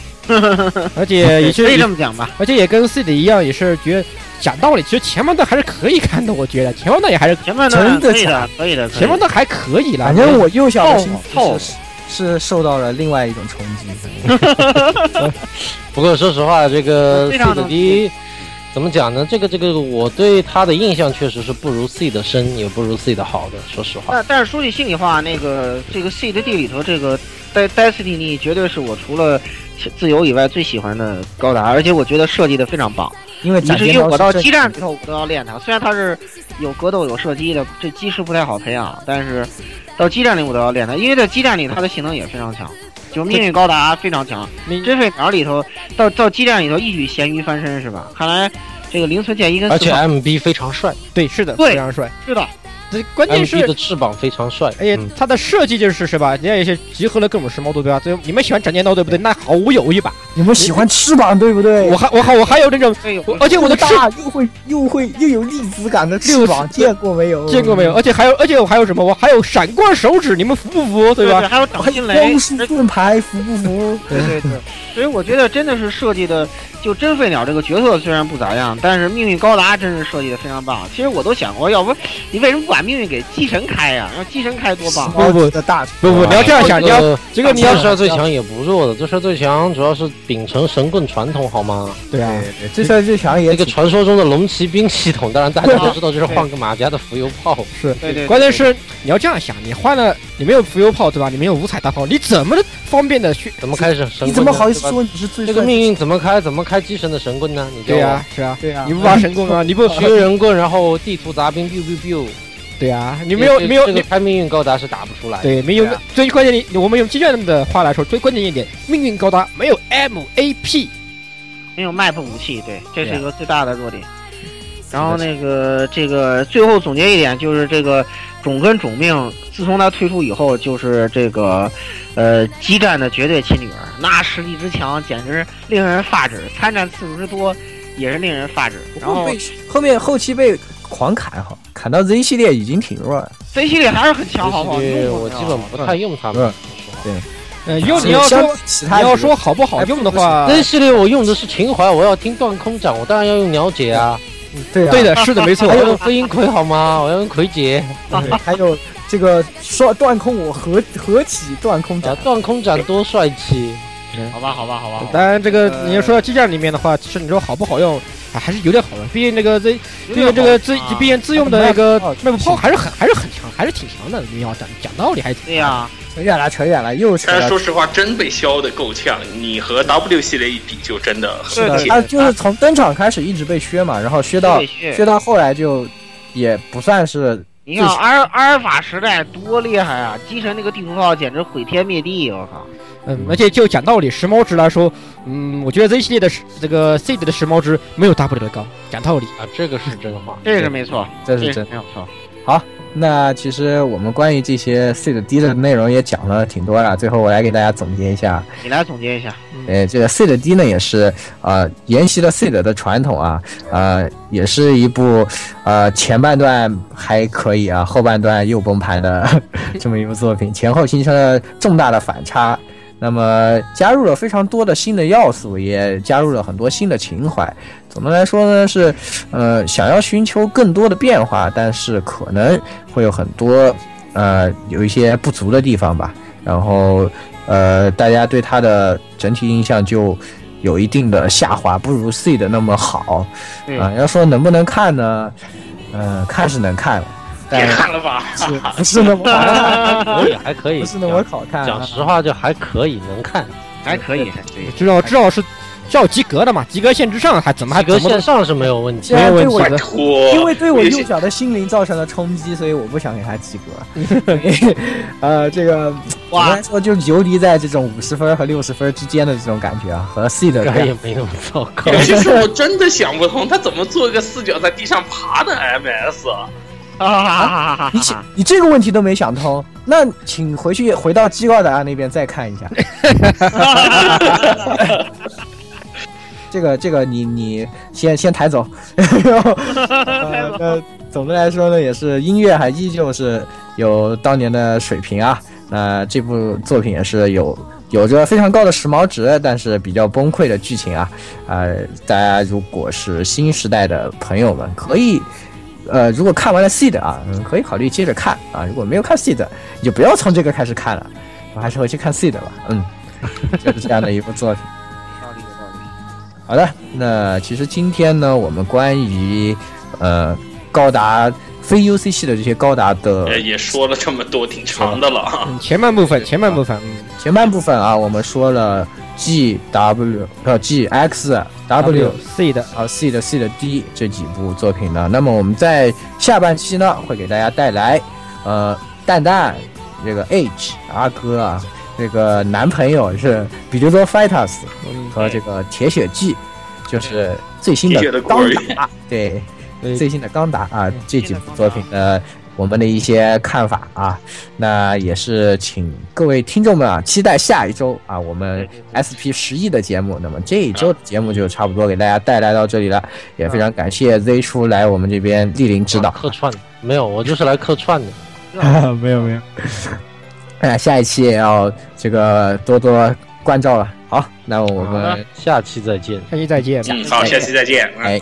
Speaker 8: 而且哎 也
Speaker 10: 可以
Speaker 8: 是
Speaker 10: 这么讲吧。
Speaker 8: 而且也跟 C 的一样，也是觉得讲道理，其实前半段还是可以看的，我觉得前半段也还是
Speaker 10: 前面
Speaker 6: 真
Speaker 10: 段
Speaker 6: 的
Speaker 10: 可以
Speaker 6: 假
Speaker 10: 的，可以的，可以
Speaker 8: 前半
Speaker 10: 的。
Speaker 8: 段还可以了。
Speaker 6: 反正我幼小的心
Speaker 10: 透
Speaker 6: 是是是受到了另外一种冲
Speaker 8: 嗯
Speaker 6: 击。嗯
Speaker 9: 不过说实话，这个
Speaker 10: 非
Speaker 9: C
Speaker 10: 常
Speaker 9: 的
Speaker 10: 能
Speaker 9: 第一怎么讲呢？这个这个，我对他的印象确实是不如 C 的深，也不如 C 的好的。说实话，
Speaker 10: 但但是说句心里话，那个这个 C 的 D 里头，这个 Des- Destiny 绝对是我除了自由以外最喜欢的高达，而且我觉得设计的非常棒。
Speaker 6: 因为
Speaker 10: 你
Speaker 6: 斩
Speaker 10: 是
Speaker 6: 天
Speaker 10: 因为
Speaker 6: 刀
Speaker 10: 我到
Speaker 6: 正
Speaker 10: 基站里头我都要练它，虽然它是有格斗有射击的，这机师不太好培养，但是到基站里我都要练它，因为在基站里它的性能也非常强，就命运高达非常强，
Speaker 8: 你
Speaker 10: 真飞鸟里头到到基站里头一举咸鱼翻身是吧？看来这个零存剑一跟
Speaker 9: 而
Speaker 10: 四
Speaker 9: 且
Speaker 10: 号
Speaker 9: MB 非常帅
Speaker 8: 对是的，
Speaker 10: 对
Speaker 8: 非常帅。
Speaker 10: 是的，
Speaker 8: 这关键
Speaker 9: ，MB
Speaker 8: 是哎
Speaker 9: 的，翅膀非常帅。
Speaker 8: 而且
Speaker 9: 嗯
Speaker 8: 它的设计就是是吧？人家也是集合了各种时髦度，对吧？最后你们喜欢斩剑刀对不对？那好，我有一把，
Speaker 6: 你们喜欢翅膀对不对？
Speaker 8: 我还我还我还有那种，
Speaker 10: 对有
Speaker 8: 我而且我
Speaker 6: 又
Speaker 8: 的翅
Speaker 6: 大又会又会又有粒子感的翅膀，见过没有？嗯
Speaker 8: 见过没有？？而且还有而且我还有什么？我还有闪光手指，你们服不服？对吧？
Speaker 10: 还有掌
Speaker 6: 还
Speaker 10: 心
Speaker 6: 有
Speaker 10: 雷
Speaker 6: 光，束盾牌，服不 服？
Speaker 10: 对 对对，所以我觉得真的是设计的，就真飞鸟这个角色虽然不咋样，但是命运高达真是设计的非常棒。其实我都想过，要不你为什么不把命运给机神开呀、让机神开多 棒！
Speaker 8: 不不
Speaker 6: 的大
Speaker 8: 不不，你要这样想，你要
Speaker 9: 呃
Speaker 8: 这个你要
Speaker 9: 最帅最强也不弱的，最帅最强主要是秉承神棍传统好吗？
Speaker 8: 对啊，
Speaker 6: 这事儿最强也
Speaker 9: 那个
Speaker 6: 挺
Speaker 9: 传说中的龙骑兵系统，当然大家都知道，就是换个马甲的浮游炮。
Speaker 8: 是。
Speaker 10: 对对，
Speaker 8: 关键是你要这样想，你换了你没有浮游炮对吧？你没有五彩大炮，你怎么方便的去？
Speaker 9: 怎么开始神棍呢？
Speaker 6: 你怎么好意思
Speaker 9: 对吧
Speaker 6: 说你是最
Speaker 9: 这
Speaker 6: 帅
Speaker 9: 个
Speaker 6: 的？
Speaker 9: 命运怎么开？怎么开机神的神棍呢？你教
Speaker 8: 对
Speaker 9: 我
Speaker 8: 呀、是啊，
Speaker 6: 对啊，
Speaker 8: 你不发神棍啊？你 不
Speaker 9: 学人棍，然后地图杂兵 biu biu biu，
Speaker 8: 对啊，你没有
Speaker 9: 这
Speaker 8: 没有
Speaker 9: 这个
Speaker 8: 你
Speaker 9: 开命运高达是打不出来的。
Speaker 8: 对没有
Speaker 9: 对啊
Speaker 8: 最关键的一，我们用基站的话来说，最关键一点，命运高达没有 MAP，
Speaker 10: 没有 map 武器，对，这是一个最大的弱点。然后那个这个最后总结一点就是这个种跟种命，自从它推出以后，就是这个呃激战的绝对亲女儿，那实力之强简直令人发指，参战次数之多也是令人发指。然
Speaker 6: 后
Speaker 10: 后
Speaker 6: 被后面后期被狂砍哈，砍到 Z 系列已经挺弱了。
Speaker 10: Z 系列还是很强，好不好
Speaker 9: 这些
Speaker 10: 用？
Speaker 9: 我基本不太用它
Speaker 6: 嗯
Speaker 9: 们。
Speaker 8: 呃，用
Speaker 6: 所以
Speaker 8: 你要
Speaker 6: 相
Speaker 8: 说
Speaker 6: 其
Speaker 8: 你
Speaker 6: 他
Speaker 8: 要
Speaker 6: 几个
Speaker 8: 说好不好用的话，
Speaker 9: 这系列我用的是情怀，我要听断空掌，我当然要用鸟姐啊，
Speaker 6: 对啊
Speaker 8: 对的，是的，没错
Speaker 9: 我。要用飞鹰葵好吗？我要用葵姐
Speaker 6: 对还有这个说断空我何何其断空
Speaker 9: 啊
Speaker 6: 斩，，
Speaker 9: 断空掌多帅气！
Speaker 11: 好吧，好吧，好吧，好吧
Speaker 8: 当然，这个你要说到机战里面的话，其实你说好不好用，啊，还是有点好用。毕竟这个 Z，毕
Speaker 10: 有点
Speaker 8: 竟这个自
Speaker 10: 好啊
Speaker 8: 毕竟自用的那个
Speaker 6: 啊
Speaker 8: Map 炮还是很还是很强，还是挺强的。你要讲讲道理还是挺
Speaker 10: 对呀、
Speaker 6: 扯远了扯远了，又扯
Speaker 1: 但是
Speaker 6: 了。
Speaker 1: 说实话，真被削的够呛。你和 W 系列一比，就真的
Speaker 6: 是
Speaker 1: 很
Speaker 6: 的，
Speaker 1: 铁
Speaker 6: 他就是从登场开始一直被削嘛，然后削到
Speaker 10: 对是
Speaker 6: 削到后来就也不算是
Speaker 10: 你看阿尔阿尔法时代多厉害啊！机神那个地图炮简直毁天灭地，我靠！
Speaker 8: 嗯，而且就讲道理，时髦值来说，嗯，我觉得 Z 系列的时这个 C 级的时髦值没有 W 的高，讲道理。
Speaker 9: 啊，这个是真话。
Speaker 10: 这是没错，
Speaker 6: 这
Speaker 10: 这
Speaker 6: 是
Speaker 10: 是
Speaker 6: 真。
Speaker 10: 没有错。
Speaker 6: 那其实我们关于这些 C 的 D 的内容也讲了挺多了，最后我来给大家总结一下。
Speaker 10: 你来总结一下，
Speaker 6: 呃，这个 C 的 D 呢也是呃沿袭了 C 的的传统啊，呃，也是一部呃前半段还可以啊，后半段又崩盘的 这么一部作品，前后形成了重大的反差。那么加入了非常多的新的要素，也加入了很多新的情怀。总的来说呢，是呃想要寻求更多的变化，但是可能会有很多呃有一些不足的地方吧。然后呃，大家对它的整体印象就有一定的下滑，不如 C 的那么好
Speaker 10: 嗯
Speaker 6: 啊、要说能不能看呢？呃，看是能看，
Speaker 1: 别
Speaker 6: 但是
Speaker 1: 看了吧。
Speaker 6: 不是那么好看，
Speaker 9: 可以，还可以。
Speaker 6: 嗯不是那么好看、
Speaker 9: 讲
Speaker 6: 啊。
Speaker 9: 实话，就还可以，能看。
Speaker 10: 还可以，还可以。
Speaker 8: 至少至少是至少及格的嘛，及格线之上还怎么还
Speaker 9: 及格
Speaker 8: 怎么
Speaker 9: 线
Speaker 8: 都
Speaker 9: 上是没有问题
Speaker 6: 既。然对我
Speaker 1: 拜托，
Speaker 6: 因为对我
Speaker 1: 有
Speaker 6: 幼
Speaker 1: 些
Speaker 6: 小的心灵造成了冲击，所以我不想给他及格。 呃，这个我
Speaker 10: 哇
Speaker 6: 来说就游离在这种五十分和六十分之间的这种感觉啊，和 C 的
Speaker 9: 这
Speaker 6: 感
Speaker 9: 也没那么糟 糕。
Speaker 1: 有些事我真的想不通，他怎么做一个四脚在地上爬的 MS 啊？
Speaker 10: 哈哈哈哈哈
Speaker 6: 啊你
Speaker 10: 哈！
Speaker 6: 你这个问题都没想通，那请回去回到机高达那边再看一下。这个这个你你先先抬走，然 后呃那总的来说呢，也是音乐还依旧是有当年的水平啊。那这部作品也是有有着非常高的时髦值，但是比较崩溃的剧情啊。呃，大家如果是新时代的朋友们，可以呃，如果看完了 seed 啊，嗯，可以考虑接着看啊。如果没有看 seed，你就不要从这个开始看了，我还是回去看 seed 吧。嗯， 就是这样的一部作品。好的，那其实今天呢，我们关于呃高达非 UC 系的这些高达的
Speaker 1: 呃，也说了这么多，挺长的了啊。
Speaker 8: 嗯前半部分前半部分，嗯，
Speaker 6: 前半部分啊，我们说了 G W 呃 G X W
Speaker 8: C 的
Speaker 6: 啊 C 的 C 的 D 这几部作品呢。那么我们在下半期呢，会给大家带来呃蛋蛋这个 H 阿哥啊，这个男朋友是比利多 Fighters
Speaker 8: 嗯
Speaker 6: 和这个铁血纪，就是最新
Speaker 1: 铁血的
Speaker 6: 的钢
Speaker 1: 孤儿
Speaker 6: 打啊 对
Speaker 8: 对
Speaker 6: 最新的钢打啊这几部作品的我们的一些看法啊，那也是请各位听众们啊期待下一周啊我们 SP 十一的节目。那么这一周的节目就差不多给大家带来到这里了，也非常感谢 Z 叔来我们这边莅临指导。
Speaker 9: 客串的没有，我就是来客串的。
Speaker 6: 没有没有。那下一期也要这个多多关照了。好，那我
Speaker 9: 好
Speaker 6: 们
Speaker 9: 的下期再见。
Speaker 8: 下期再见。
Speaker 1: 嗯，好，下期再见。嗯
Speaker 6: 哎，